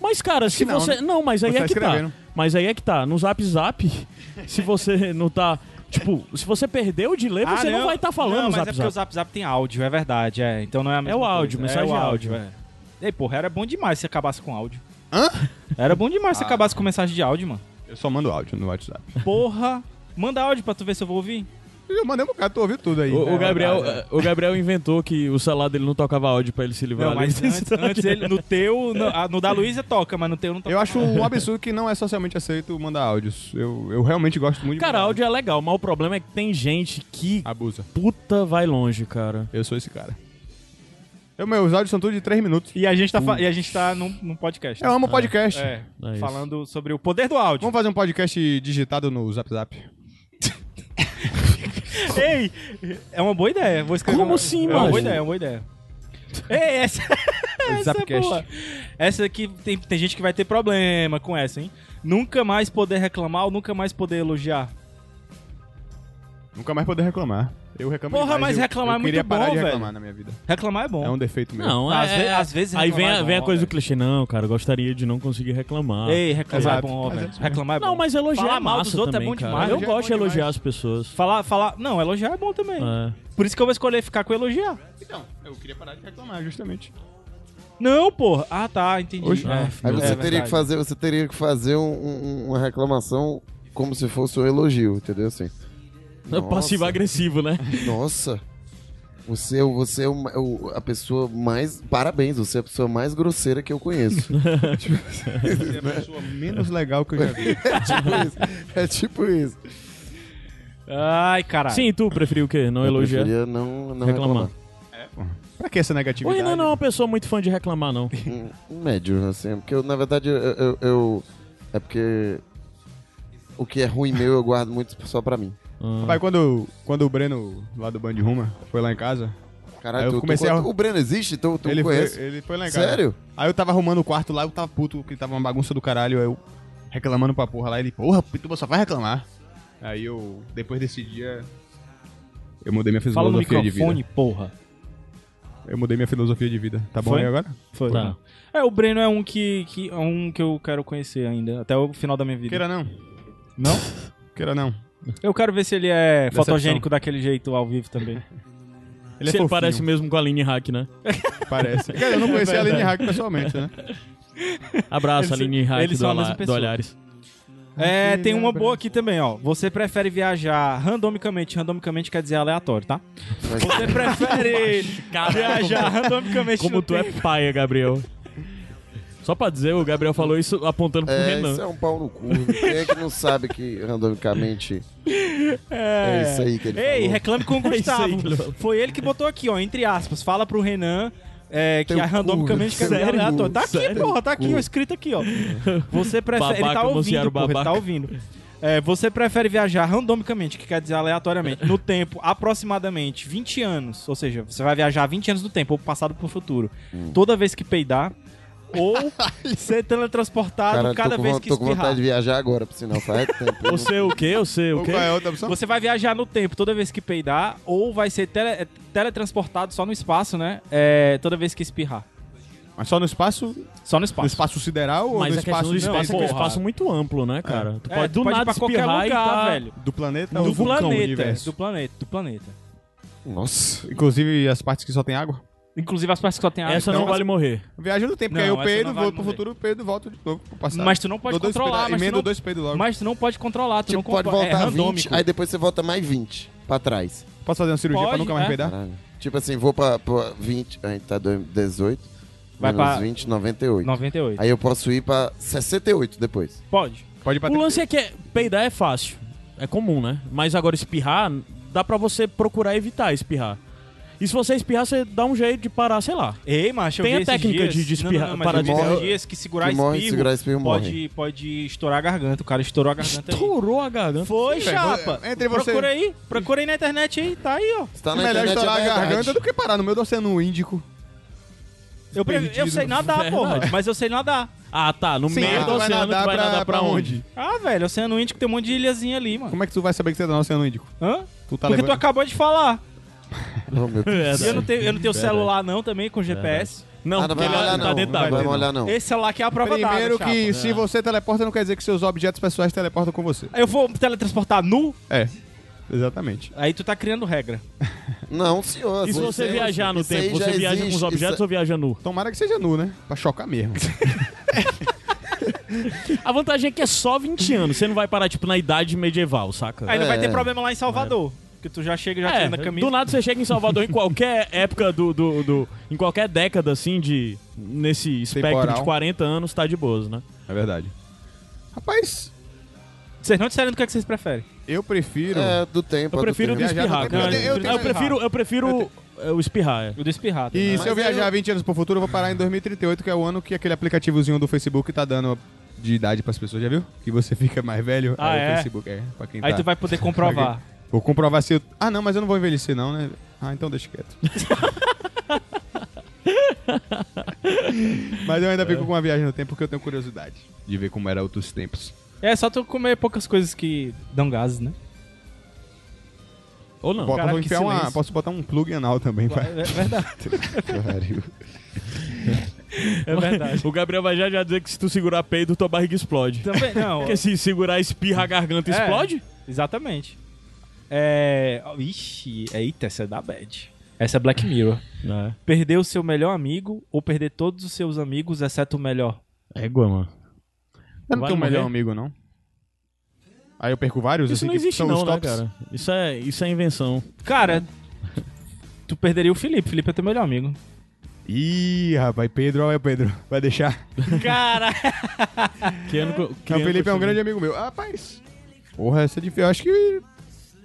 S4: Mas, cara,
S1: que
S4: se
S1: não,
S4: você.
S1: né?
S4: Não, mas aí
S1: Você
S4: é
S1: tá
S4: que tá.
S1: escrevendo.
S4: Mas aí é que tá. No zap zap, se você não tá. Tipo, se você perdeu de ler, É você
S2: Ah,
S4: não, vai estar falando
S2: não,
S4: no
S2: mas
S4: zap
S2: é porque o
S4: zap.
S2: Zap Zap tem áudio, é verdade, é. Então não é a mesma
S4: o
S2: coisa.
S4: áudio, mensagem
S2: é o
S4: de
S2: áudio,
S4: áudio.
S2: é. Ei, porra, era bom demais se acabasse com áudio.
S1: Hã?
S2: Era bom demais se
S1: Ah.
S2: acabasse com mensagem de áudio, mano.
S1: Eu só mando áudio no WhatsApp.
S2: Porra. Manda áudio pra tu ver se eu vou ouvir.
S1: Eu mandei um bocado, tu ouviu tudo aí.
S4: O, o
S1: É,
S4: Gabriel,
S1: verdade,
S4: o Gabriel inventou que o celular dele não tocava áudio pra ele se livrar.
S2: Não, mas
S4: ali.
S2: antes, antes ele, no teu, no, ah, no da Luísa toca, mas no teu não
S1: é.
S2: toca.
S1: Eu acho um absurdo que não é socialmente aceito mandar áudios. Eu, eu realmente gosto muito
S4: Cara,
S1: mandar
S4: áudio é legal, mas o problema é que tem gente que
S1: Abusa.
S4: puta vai longe, cara.
S1: Eu sou esse cara. Eu, meus áudios são tudo de 3 minutos.
S2: E a gente tá, fa- e a gente tá num, num podcast.
S1: Eu amo podcast.
S2: É,
S4: É isso.
S2: falando sobre o poder do áudio.
S1: Vamos fazer um podcast digitado no Zap Zap.
S2: Ei, é uma boa ideia. Vou escrever.
S4: Como
S2: uma-
S4: assim,
S2: É uma
S4: mano?
S2: boa ideia, é uma boa ideia. Ei, essa, essa é
S1: Zapcast.
S2: boa. Essa aqui tem, tem gente que vai ter problema com essa, hein? Nunca mais poder reclamar ou nunca mais poder elogiar.
S1: Nunca mais poder reclamar. Eu reclamo
S2: Porra,
S1: demais.
S2: mas
S1: eu, eu
S2: reclamar é muito
S1: queria parar
S2: bom,
S1: de
S2: velho.
S1: reclamar na minha vida.
S2: Reclamar é bom.
S1: É um defeito meu.
S4: Não,
S2: Às
S4: é-
S2: ve-
S4: é-
S2: às vezes
S4: Aí vem
S2: reclamar
S4: a,
S2: é
S4: vem a
S2: bom,
S4: coisa do
S2: velho.
S4: clichê. Não, cara, gostaria de não conseguir reclamar.
S2: Ei, reclamar
S1: Exato.
S2: é bom, velho.
S1: Mas é-
S2: Reclamar é bom.
S4: não, mas elogiar
S2: Falar
S4: é
S2: mal
S4: massa
S2: dos outros é
S4: também,
S2: bom
S4: cara.
S2: demais.
S4: Eu
S1: Elogiar é
S4: gosto de
S1: bom
S4: elogiar
S1: demais.
S4: as pessoas.
S2: Falar, falar. Não, elogiar é bom
S1: Ah.
S2: também.
S4: É.
S2: Por isso que eu vou escolher ficar com elogiar.
S1: Então, eu queria parar de reclamar, justamente.
S2: Não, porra. Ah, tá, entendi.
S1: Oxe.
S2: É,
S3: Aí você
S2: é
S3: teria
S2: verdade.
S3: que fazer, você teria que fazer um- um- uma reclamação como se fosse um elogio, entendeu? Assim. Nossa.
S4: Passivo-agressivo, é né?
S3: Nossa. Você, é o- você é o ma- o- a pessoa mais. Parabéns, você é a pessoa mais grosseira que eu conheço.
S1: É a pessoa menos legal que eu já vi.
S3: é tipo isso.
S2: Ai, caralho.
S4: Sim, tu preferiu o quê? Não
S3: Eu
S4: elogiar?
S3: preferia não, não
S4: Reclamar.
S3: reclamar.
S1: Pra que essa
S4: O
S1: negatividade?
S4: Renan não é uma pessoa muito fã de reclamar, não.
S3: Um- um médio, assim. Porque eu, na verdade, eu, eu- eu- É porque. O que é ruim meu eu guardo muito só pra mim.
S4: Ah,
S1: Pai, quando, quando o Breno, lá do Band Ruma, foi lá em casa, Aí
S3: Caralho,
S1: eu
S3: tu, tu
S1: comecei a-
S3: conhe- O Breno existe? Tu, tu
S1: ele foi,
S3: conhece?
S1: ele foi lá em casa.
S3: Sério?
S1: Aí eu tava arrumando o quarto lá, eu tava puto, porque tava uma bagunça do caralho, aí eu reclamando pra porra lá, ele, porra, Pituba só vai reclamar. Aí eu, depois desse dia, eu mudei minha
S2: Fala no
S1: filosofia de vida.
S2: microfone, porra.
S1: Eu mudei minha filosofia de vida. Tá bom
S2: Foi?
S1: aí agora?
S2: Foi.
S4: tá.
S2: É, o Breno é um que, que é um que eu quero conhecer ainda, até o final da minha vida.
S1: Queira não.
S2: Não?
S1: Queira não.
S2: Eu quero ver se ele é
S4: Decepção.
S2: fotogênico daquele jeito ao vivo também.
S1: Ele é
S4: Se ele
S1: fofinho,
S4: parece mesmo com a Aline Hack, né?
S1: Parece. Cara, eu não conheci a Aline Hack pessoalmente, né?
S4: Abraço,
S2: Eles-
S4: Aline Hack
S2: eles
S4: do,
S2: são a
S4: Ala-
S2: mesma
S4: do
S2: pessoa.
S4: Olhares.
S2: É, tem
S3: né,
S2: uma boa aqui também, ó. Você prefere viajar randomicamente? Randomicamente quer dizer aleatório, tá?
S3: Mas-
S2: Você prefere viajar randomicamente
S4: Como
S2: no
S4: tu é paia, Gabriel. Só pra dizer, o Gabriel falou isso apontando pro
S3: É,
S4: Renan.
S3: isso é um pau no cu. Quem é que não sabe que randomicamente é, isso aí que ele
S2: Ei,
S3: falou?
S2: reclame com o
S4: É isso aí
S2: Gustavo.
S4: que ele falou.
S2: Foi ele que botou aqui, ó, entre aspas. Fala pro Renan é, que
S3: Teu
S2: é randomicamente
S3: um cu,
S2: quer dizer
S3: sério?
S2: aleatório. Tá aqui,
S3: Sério?
S2: porra, tá aqui,
S3: Cu.
S2: ó, escrito aqui, ó. Você prefere. ele
S4: Babaca,
S2: tá ouvindo,
S4: anunciaram
S2: porra, ele tá
S4: babaca.
S2: ouvindo. É, você prefere viajar randomicamente, que quer dizer aleatoriamente, no tempo aproximadamente 20 anos. Ou seja, você vai viajar 20 anos do tempo, ou passado pro futuro.
S3: Hum.
S2: Toda vez que peidar. Ou ser teletransportado
S3: Caralho,
S2: cada
S3: tô com,
S2: vez
S3: von-
S2: que
S3: tô com
S2: espirrar.
S3: vontade de viajar agora, por sinal, faz tempo. Eu não-
S4: Você o quê? Você o
S1: Ou
S4: quê?
S1: qual é a outra opção?
S2: Você vai viajar no tempo toda vez que peidar, ou vai ser tele- é, teletransportado só no espaço, né? É, toda vez que espirrar.
S1: Mas só no espaço?
S2: Só no
S1: No
S2: espaço.
S1: espaço sideral ou
S4: Mas
S1: no
S4: a questão
S1: espaço
S4: do espaço é que é um
S2: porra.
S4: espaço muito amplo, né, cara? Tu
S2: É,
S4: pode do
S2: tu pode ir
S4: nada
S2: pra qualquer
S4: espirrar e
S2: lugar,
S4: tá-
S2: velho.
S1: do planeta
S2: do
S1: ou vulcão
S2: planeta,
S1: universo?
S2: do planeta, do planeta.
S3: Nossa.
S1: Inclusive as partes que só tem água?
S2: Inclusive as partes que só tem água.
S4: Essa
S1: então-
S4: não vale morrer.
S1: Viagem no tempo, porque aí
S2: Não,
S1: eu
S2: essa
S1: peido,
S2: não vale
S1: vou pro
S2: morrer.
S1: futuro, peido, volto de novo pro passado.
S2: Mas tu não pode
S1: Dou dois
S2: controlar,
S1: peidos,
S2: mas tu
S1: emendo
S2: não-
S1: dois peidos logo.
S2: Mas tu não pode controlar, tu
S3: Tipo,
S2: não
S3: pode
S2: compo- é
S3: voltar 20,
S2: randômico.
S3: aí depois você volta mais 20 pra trás.
S1: Posso fazer uma cirurgia pra
S2: Pode,
S1: nunca mais
S2: é.
S1: peidar?
S3: Caralho. Tipo assim, vou pra, pra 20, aí tá do- 18,
S2: Vai
S3: menos
S2: pra-
S3: 20, 98.
S2: 98.
S3: Aí eu posso ir pra 68 depois.
S2: Pode.
S1: Pode ir pra
S4: O
S1: tri-
S4: lance é que é- peidar é fácil. É comum, né? Mas agora espirrar, dá pra você procurar evitar espirrar. E se você espirrar, você dá um jeito de parar, sei lá.
S2: Ei, macho, eu
S4: Tem
S2: vi
S4: a
S2: esses
S4: técnica
S2: dias-
S4: de-
S2: Não,
S4: de
S2: não,
S4: espirrar-
S2: não, mas
S4: parar
S2: eu vi
S4: de-
S2: esses
S3: Morre-
S2: dias que segurar
S3: que morre,
S2: espirro,
S3: segurar espirro,
S2: pode,
S3: morre.
S2: pode estourar a garganta. O cara estourou a
S4: Tá
S2: garganta aí.
S4: Estourou a garganta.
S2: Foi,
S1: Sim, velho,
S2: chapa.
S1: entre você-
S2: Procura aí, procura aí na internet aí, tá aí, ó.
S3: Você tá
S1: É
S3: na
S1: melhor
S3: internet,
S1: estourar
S3: é
S1: a
S3: verdade.
S1: garganta do que parar no meio do Oceano Índico.
S2: Eu, pre- eu sei nadar,
S4: Verdade.
S2: porra, mas eu sei nadar.
S4: Ah, tá. No
S1: Sim,
S4: meio
S1: tu
S4: do oceano tu vai nadar pra onde?
S2: Ah, velho, Oceano Índico tem um monte de ilhazinha ali, mano.
S1: Como é que tu vai saber que você tá no Oceano Índico?
S2: Hã?
S1: Tu tá
S2: Porque tu
S1: levando...
S2: acabou de falar.
S3: Oh, meu Deus.
S2: E eu É, não tenho, eu não tenho celular não também com GPS.
S4: Não,
S3: Ah, não
S4: porque
S3: vai
S4: ele
S3: molhar
S4: tá
S3: não,
S4: dentro
S3: não vai
S4: d'água.
S3: molhar não.
S2: Esse celular aqui é a prova
S1: Primeiro
S2: d'água,
S1: que
S2: chapa.
S1: se você teleporta, não quer dizer que seus objetos pessoais teleportam com você.
S2: É. Eu vou me teletransportar nu,
S1: É, exatamente.
S2: aí tu tá criando regra.
S3: Não, senhor. um
S4: E se
S3: isso
S4: você
S3: aí-
S4: viajar no
S3: isso aí
S4: tempo,
S3: já
S4: você viaja com os
S3: existe,
S4: objetos
S3: isso-
S4: ou viaja nu?
S1: Tomara que seja nu, né? Pra chocar mesmo.
S4: A vantagem é que é só 20 anos. Você não vai parar, tipo, na idade medieval, saca?
S2: Aí não vai
S3: É.
S2: ter problema lá em Salvador. Porque tu já chega, já
S4: É,
S2: tira na camisa.
S4: do nada você chega em Salvador em qualquer época do, do, do- Em qualquer década, assim, de. Nesse espectro
S1: Temporal.
S4: de 40 anos, tá de boas, né?
S1: É verdade. Rapaz,
S2: Vocês não disseram do que, é que vocês preferem.
S1: eu prefiro...
S3: É, do tempo.
S4: Eu
S3: é do
S4: prefiro do
S3: tempo.
S1: Viajar
S4: espirrar,
S1: no tempo.
S4: cara.
S1: Eu
S4: Eu,
S1: tenho- eu
S4: prefiro, eu prefiro é, o espirrar. é.
S2: O do espirrado.
S1: E
S2: né?
S1: se eu
S3: Mas
S1: viajar
S3: eu-
S1: 20 anos pro futuro, eu vou parar em 2038, que é o ano que aquele aplicativozinho do Facebook tá dando de idade pras pessoas, já viu? Que você fica mais velho,
S2: Ah,
S1: aí
S2: é?
S1: o Facebook é pra quem
S2: Aí
S1: tá.
S2: tu vai poder comprovar.
S1: Vou comprovar se eu... Ah, não, mas eu não vou envelhecer não, né? Ah, então deixa quieto. mas eu ainda fico com uma viagem no tempo porque eu tenho curiosidade de ver como era outros tempos.
S2: É só tu comer poucas coisas que dão gases, né?
S4: Ou não.
S1: Bo-
S2: Caraca,
S1: vou
S2: que
S1: enfiar uma...
S2: silêncio.
S1: Posso botar um plug anal também, vai.
S2: É verdade.
S3: Pariu.
S2: É verdade.
S4: O Gabriel vai já, já dizer que se tu segurar peido, tua barriga explode.
S2: Também, não.
S4: Porque se segurar espirra a garganta,
S2: É.
S4: explode?
S2: Exatamente. É. Ixi, eita, essa é da bad. Essa é Black Mirror.
S4: né?
S2: Perder o seu melhor amigo ou perder todos os seus amigos, exceto o melhor.
S4: É igual, mano.
S1: Eu não
S4: Vai
S1: tenho o melhor
S4: morrer?
S1: amigo, não. Aí eu perco vários, assim,
S4: Isso não
S1: que
S4: existe
S1: são os
S4: não, né,
S1: tops.
S4: cara? Isso é, isso é invenção.
S2: Cara, tu perderia o Felipe. Felipe é teu melhor amigo.
S1: Ih, rapaz, Pedro, olha o Pedro. Vai deixar.
S2: Cara!
S4: Criando, co-
S1: o
S4: criando
S1: Felipe é um
S4: coisa-
S1: grande amigo meu. Ah, Rapaz. Porra, essa é difícil. Eu acho que.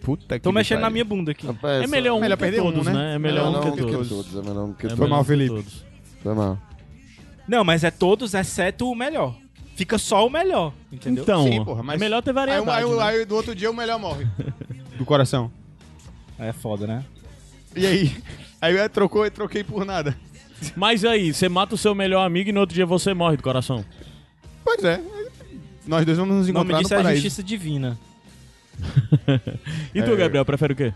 S1: Puta que.
S2: Tô mexendo
S1: pariu.
S2: na minha bunda aqui.
S3: Rapaz,
S4: É melhor um
S1: Melhor
S4: que
S1: perder um,
S4: todos,
S1: né?
S4: né? É melhor um que todos.
S3: É melhor um que
S4: É
S3: todos.
S1: Foi mal,
S4: melhor um que
S1: Felipe.
S4: todos.
S3: Foi mal.
S2: Não, mas é todos, exceto o melhor. Fica só o melhor, entendeu?
S4: Então,
S1: Sim, porra, mas-
S4: é melhor ter
S1: Aí,
S4: variedade.
S1: um- aí, um-
S4: né?
S1: aí do outro dia o melhor morre. Do coração. Então-
S2: É foda, né?
S1: E aí? Aí eu trocou, eu troquei por nada.
S4: Mas aí, você mata o seu melhor amigo e no outro dia você morre do coração.
S1: Pois é. Nós dois vamos nos
S2: O nome
S1: encontrar no
S2: disso é a
S1: paraíso.
S2: justiça divina.
S4: E tu,
S1: É.
S4: Gabriel, prefere o quê?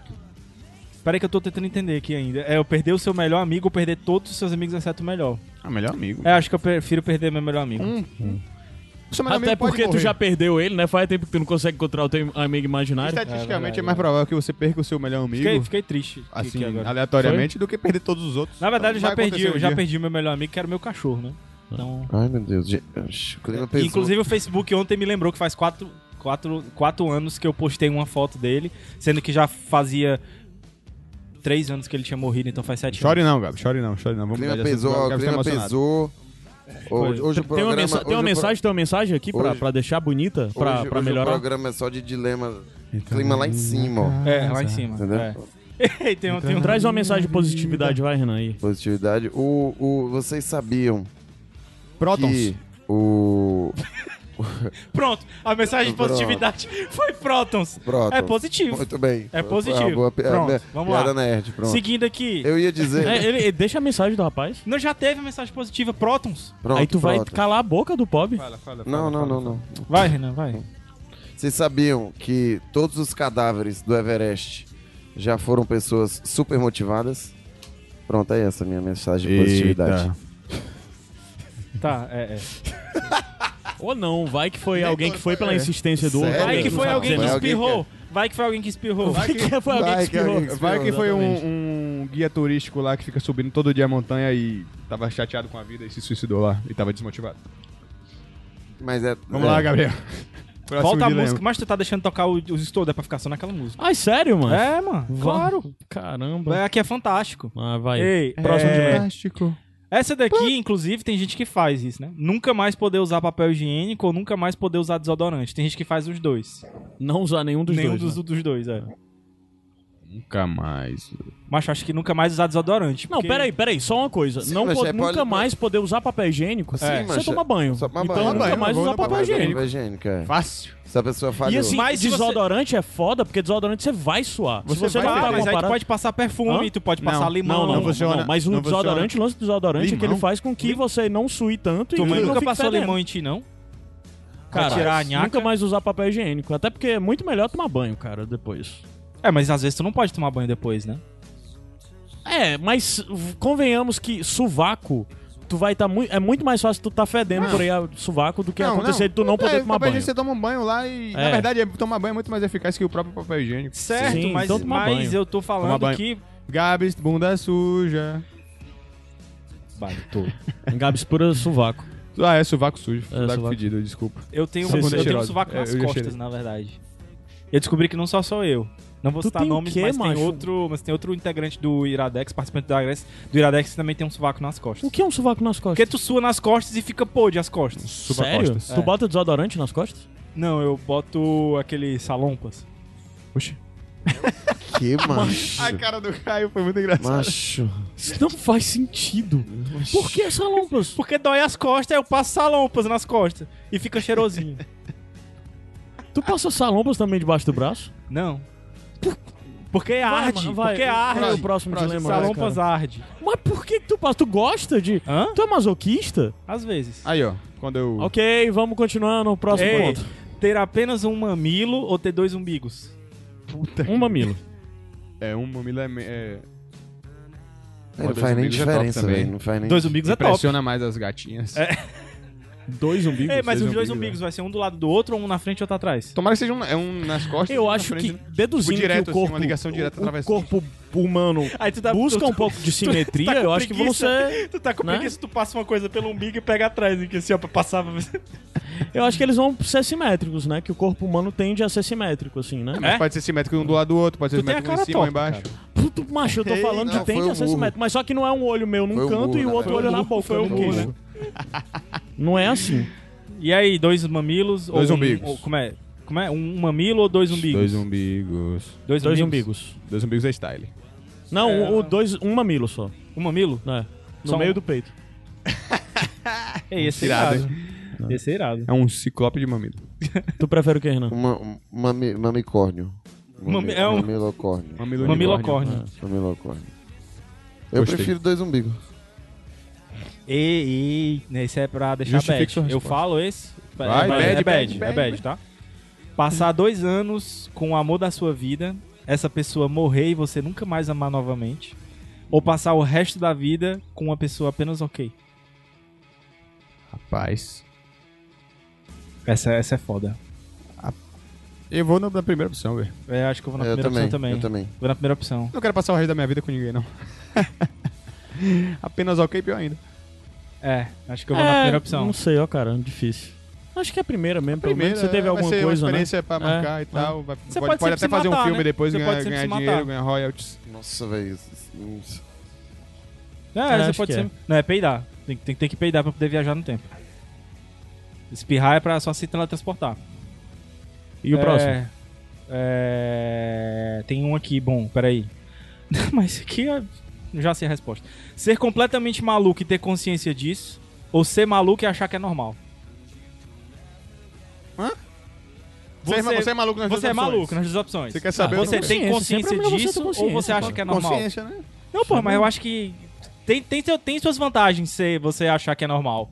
S2: Peraí que eu tô tentando entender aqui ainda. É eu perder o seu melhor amigo ou perder todos os seus amigos, exceto o melhor.
S1: Ah, melhor amigo.
S2: É, acho que eu prefiro perder meu melhor
S1: Um
S2: amigo. É,
S1: O seu melhor
S4: Até
S1: amigo pode
S4: porque tu
S1: morrer.
S4: já perdeu ele, né? Faz tempo que tu não consegue encontrar o teu amigo imaginário.
S1: Estatisticamente é, mais provável que você perca o seu melhor amigo.
S2: Fiquei, fiquei triste. aqui
S1: Assim,
S2: agora.
S1: aleatoriamente, do que perder todos os outros.
S2: Na verdade, eu
S1: Então, vai
S2: já perdi,
S1: acontecer um
S2: eu já
S1: dia. Ah.
S2: perdi meu melhor amigo, que era o meu cachorro, né? Então.
S3: Ai, meu Deus. gente, O clima
S1: Tá
S3: pesou.
S2: Inclusive o Facebook ontem me lembrou que faz quatro, quatro, quatro anos que eu postei uma foto dele, sendo que já fazia três anos que ele tinha morrido, então faz sete
S1: Chore não, Gabi. Chore não, chore não.
S3: o
S1: Vamos
S3: clima
S1: mudar de
S3: pesou,
S1: assunto,
S3: o
S1: Gabi tá
S3: clima
S1: emocionado.
S3: pesou. Hoje, hoje o
S4: tem
S3: programa...
S4: uma, mensa- tem
S3: hoje o
S4: uma
S3: pro-
S4: mensagem, tem uma mensagem aqui pra,
S3: Hoje-
S4: pra deixar bonita, pra,
S3: hoje-
S4: pra
S3: hoje
S4: melhorar.
S3: o programa é só de dilema.
S1: Então,
S3: clima
S1: né?
S3: lá em cima, ó.
S2: anos. É, lá em cima.
S3: Entendeu? Então-
S2: É. Ei, tem um, tem um...
S4: Traz uma mensagem de positividade, vai, Renan. Aí.
S3: Positividade. O, o, vocês sabiam
S1: Prótons.
S3: que o...
S2: Pronto, a mensagem de positividade foi prótons.
S3: Então, Pronto.
S2: É positivo.
S3: Muito bem.
S2: É
S3: Foi uma
S2: positivo.
S3: boa pi-
S2: Pronto,
S3: é,
S2: vamos lá.
S3: Piada nerd, pronto.
S2: Seguindo aqui,
S3: Eu ia dizer...
S4: É, ele, ele deixa a mensagem do rapaz.
S2: não já teve a mensagem positiva, prótons.
S3: Pronto,
S4: aí tu vai
S3: pronto.
S4: calar a boca do pobre.
S3: Não, não, não, não.
S2: Vai, Renan, vai.
S3: Vocês sabiam que todos os cadáveres do Everest já foram pessoas super motivadas? Pronto, é essa a minha mensagem de positividade.
S2: Tá, é, é.
S4: Ou não, vai que foi alguém que foi pela insistência do outro.
S3: Sério?
S2: Vai que foi
S3: Não,
S2: alguém que
S3: foi alguém
S2: espirrou. Vai que foi alguém que espirrou.
S4: Vai que foi alguém que
S3: Vai que
S4: espirrou.
S3: alguém-
S1: Vai que foi
S4: Exatamente.
S1: um, um guia turístico lá que fica subindo todo dia a montanha e tava chateado com a vida e se suicidou lá e tava desmotivado.
S3: Mas é.
S1: Vamos
S3: é.
S1: lá, Gabriel. Próximo
S2: Volta a
S1: dilema. É.
S2: música, mas tu tá deixando tocar o- os estouro, é pra ficar só naquela música.
S4: Ai, sério, mano?
S2: É, mano, claro.
S4: Caramba.
S2: É, Aqui é fantástico.
S4: Ah, vai.
S2: Ei,
S4: Próximo
S2: é,
S4: de mim.
S1: Fantástico.
S2: Essa daqui, inclusive, tem gente que faz isso, né? Nunca mais poder usar papel higiênico ou nunca mais poder usar desodorante. Tem gente que faz os dois.
S4: Não usar nenhum dos
S2: Nenhum
S4: dois.
S2: dos,
S4: né?
S2: dos dois, é.
S1: Nunca mais.
S2: Mas eu acho que nunca mais usar desodorante.
S4: Não,
S2: porque-
S4: peraí, peraí, só uma coisa.
S3: Sim,
S4: não
S3: mas
S4: po-
S3: é
S4: nunca
S3: poli-
S4: mais poder usar papel higiênico.
S3: É.
S4: Você
S3: mas-
S4: toma banho.
S3: só toma
S4: então
S3: banho.
S4: nunca
S1: Banho,
S4: mais
S1: vou
S4: usar
S1: no
S3: é
S4: papel
S1: papel
S4: higiênico.
S3: Papel higiênico, é.
S1: Fácil.
S3: Se a pessoa falhou.
S4: E assim,
S2: Mas se você-
S4: desodorante é foda, porque desodorante você vai suar. se
S1: Você
S4: você
S1: vai
S4: não tá
S2: Ah, mas aí tu
S4: comparado...
S2: pode passar perfume,
S4: Hã?
S2: tu pode
S1: Não,
S2: passar limão.
S4: Não, não,
S1: Não
S4: não,
S1: funciona.
S4: Mas o
S1: Não funciona.
S4: desodorante, o lance do desodorante é que
S1: Limão?
S4: ele faz com que você não sue tanto
S2: Tu
S4: e
S2: mãe
S4: não
S2: nunca
S4: fique
S2: passou
S4: fedendo.
S2: limão em ti, não?
S4: cara.
S2: tirar a nhaca?
S4: Nunca mais usar papel higiênico. Até porque é muito melhor tomar banho, cara, depois.
S2: É, mas às vezes tu não pode tomar banho depois, né?
S4: É, mas v- convenhamos que sovaco, tu vai estar muito. É muito mais fácil tu tá fedendo por aí a sovaco do que acontecer de tu não poder
S1: É,
S4: tomar
S1: papel
S4: banho.
S1: higiênico, Você toma um banho lá e. Na
S4: É.
S1: verdade, é- tomar banho é muito mais eficaz que o próprio papel higiênico.
S2: Certo,
S4: Sim,
S2: mas,
S4: então toma
S2: É, mas
S4: banho.
S2: eu
S1: Toma
S2: tô falando
S1: banho.
S2: que.
S1: Gabs, bunda suja.
S2: Batou.
S4: Gabs pura sovaco.
S1: Ah, é sovaco sujo. sovaco
S4: sovaco.
S1: fedido, desculpa.
S2: Eu tenho,
S4: Sabonete
S2: eu tenho um
S1: cheirosa.
S2: sovaco
S1: É,
S2: nas
S1: eu já
S2: costas,
S1: cheirei.
S2: na verdade. Eu descobri que não só sou eu. Não vou
S4: Tu
S2: citar
S4: tem o
S2: nomes,
S4: quê,
S2: mas,
S4: macho?
S2: tem outro, mas tem outro integrante do Iradex, participante do Iradex, do Iradex que também tem um sovaco nas costas.
S4: O que é um sovaco nas
S2: Porque
S4: costas?
S2: tu sua nas costas e fica podre as costas. É.
S4: Sério?
S1: Subacostas.
S4: Tu bota desodorante nas costas?
S2: Não, eu boto aquele salompas.
S3: Que
S1: A
S3: macho.
S1: cara do Caio foi muito engraçada.
S3: macho.
S4: Isso não faz sentido. Por que é essa lompas?
S2: Porque dói as costas, eu passo salompas nas costas. E fica cheirosinho.
S4: Tu passa salompas também debaixo do braço?
S2: não. Porque arde.
S4: mano, vai.
S2: porque arde.
S4: Vai, o próximo dilema, vai,
S2: Salompas
S4: cara.
S2: arde.
S4: Mas por que que tu passa? Tu gosta de...
S2: Hã?
S4: Tu é masoquista?
S2: Às vezes.
S1: Aí, ó. Quando eu.
S4: Ok, vamos continuando. O próximo
S2: Ei,
S4: ponto.
S2: ter apenas um mamilo ou ter dois umbigos?
S1: Puta.
S4: Um mamilo.
S1: É, um mamilo é. me- é-
S3: Não
S1: dois
S3: faz nem
S1: amigos é top
S3: diferença,
S1: também.
S3: velho. Não faz nem.
S2: Dois umbigos é top.
S1: Impressiona mais as gatinhas.
S8: Dois umbigos.
S2: É, mas
S8: dois
S2: os dois umbigos vai ser um do lado do outro ou um na frente e outro atrás?
S1: Tomara que seja um, é um nas costas. e um
S4: Eu
S1: na
S4: acho
S1: frente,
S4: que,
S1: né?
S4: deduzindo
S1: Tipo, direto,
S4: que o
S1: assim,
S4: corpo,
S1: uma ligação direta
S4: o- o
S1: através do
S4: corpo humano
S2: Aí tu tá-
S4: busca
S2: tu-
S4: um pouco de simetria,
S2: tá com
S4: eu acho que vão
S2: preguiça.
S4: ser...
S2: Tu tá com
S4: Né?
S2: preguiça, tu passa uma coisa pelo umbigo e pega atrás, hein, que assim, ó, pra passar... pra-
S4: Eu acho que eles vão ser simétricos, né? Que o corpo humano tende a ser simétrico, assim, né?
S1: Mas
S2: É?
S1: pode ser simétrico um do lado do outro, pode ser
S2: Tu tem a
S1: simétrico um em
S2: cara
S1: cima ou
S2: torta,
S1: embaixo.
S4: Puto, macho, eu tô
S3: Ei,
S4: falando
S3: não,
S4: que
S3: foi
S4: tende
S3: o
S4: a ser
S3: burro.
S4: simétrico. Mas só que não é um olho meu num
S3: Foi o
S4: canto
S3: burro, um
S4: e o
S3: na
S4: outro
S3: verdade.
S4: olho na boca.
S2: Foi o
S4: né?
S2: burro, né?
S4: Não é assim.
S2: E aí, dois mamilos
S1: Dois
S2: ou um-
S1: umbigos.
S2: ou como é? Como é? Um mamilo ou dois umbigos?
S1: Dois umbigos.
S2: Dois,
S4: Dois
S2: umbigos.
S4: umbigos.
S1: Dois umbigos é style.
S4: Não, o, o dois, um mamilo só.
S2: Um mamilo?
S4: Né? No
S2: Só um.
S4: meio do peito.
S2: É, esse é
S1: Irado,
S2: irado. Esse é irado.
S1: É um ciclope de mamilo.
S4: Tu prefere o que, Renan?
S3: Uma, um mami, mamicórnio.
S2: Mami-
S3: Mami,
S2: é um-
S3: Mamilocórnio.
S1: Mamilo
S2: Mamilocórnio.
S3: Mamilocórnio. Eu
S1: Gostei.
S3: prefiro dois umbigos.
S2: Ei, ei, esse é pra deixar
S1: Justifique
S2: bad.
S1: sua
S2: Eu
S1: resposta.
S2: falo esse?
S1: Vai,
S2: é,
S1: bad,
S2: é
S1: bad,
S2: bad,
S1: bad,
S2: é bad, tá? Passar dois anos com o amor da sua vida, essa pessoa morrer e você nunca mais amar novamente. Ou passar o resto da vida com uma pessoa apenas ok.
S1: Rapaz.
S2: Essa, essa é foda.
S1: Eu vou na, na primeira opção, velho.
S2: É, acho que eu vou na
S3: eu
S2: primeira
S3: também,
S2: opção também.
S3: Eu também.
S2: Vou na primeira opção.
S1: Não quero passar o resto da minha vida com ninguém, não. Apenas ok, pior ainda.
S2: É, acho que eu vou na
S4: É,
S2: primeira opção.
S4: Não sei, ó, cara. Difícil. Acho que é a primeira mesmo. Pelo
S1: Primeiro,
S4: menos você teve
S1: vai
S4: alguma
S1: ser
S4: coisa,
S1: uma
S4: né?
S1: experiência pra marcar e tal. Vai-
S2: É, Você
S1: pode pode
S2: pode sempre
S1: até
S2: se
S1: fazer um
S2: matar,
S1: filme
S2: né?
S1: depois,
S2: Você
S1: ganhar,
S2: pode sempre
S1: ganhar
S2: se matar.
S1: dinheiro, ganhar royalties.
S3: Nossa, velho. isso- isso-
S4: É,
S2: É, você
S4: acho
S2: pode
S4: que
S2: ser.
S4: é.
S2: Não, é peidar. Tem, que- tem, que- tem que peidar pra poder viajar no tempo. Espirrar é pra só se teletransportar.
S4: E o
S2: É,
S4: próximo?
S2: é, Tem um aqui, bom, peraí. Mas isso aqui eu já sei a resposta. Ser completamente maluco e ter consciência disso, ou ser maluco e achar que é normal?
S1: Hã? Você,
S2: Você,
S1: é ma- você é maluco nas duas
S2: você é
S1: opções.
S2: maluco nas duas opções.
S1: Você quer saber? eu
S4: Ah,
S1: não
S2: Você
S1: quero.
S2: tem
S4: Consciência,
S2: consciência
S4: sempre é melhor você ter
S2: disso ou
S4: consciência,
S2: você acha
S4: claro.
S2: que é normal?
S1: Consciência, né?
S2: Não, porra, mas eu acho que tem, tem, seu- tem suas vantagens se você achar que é normal.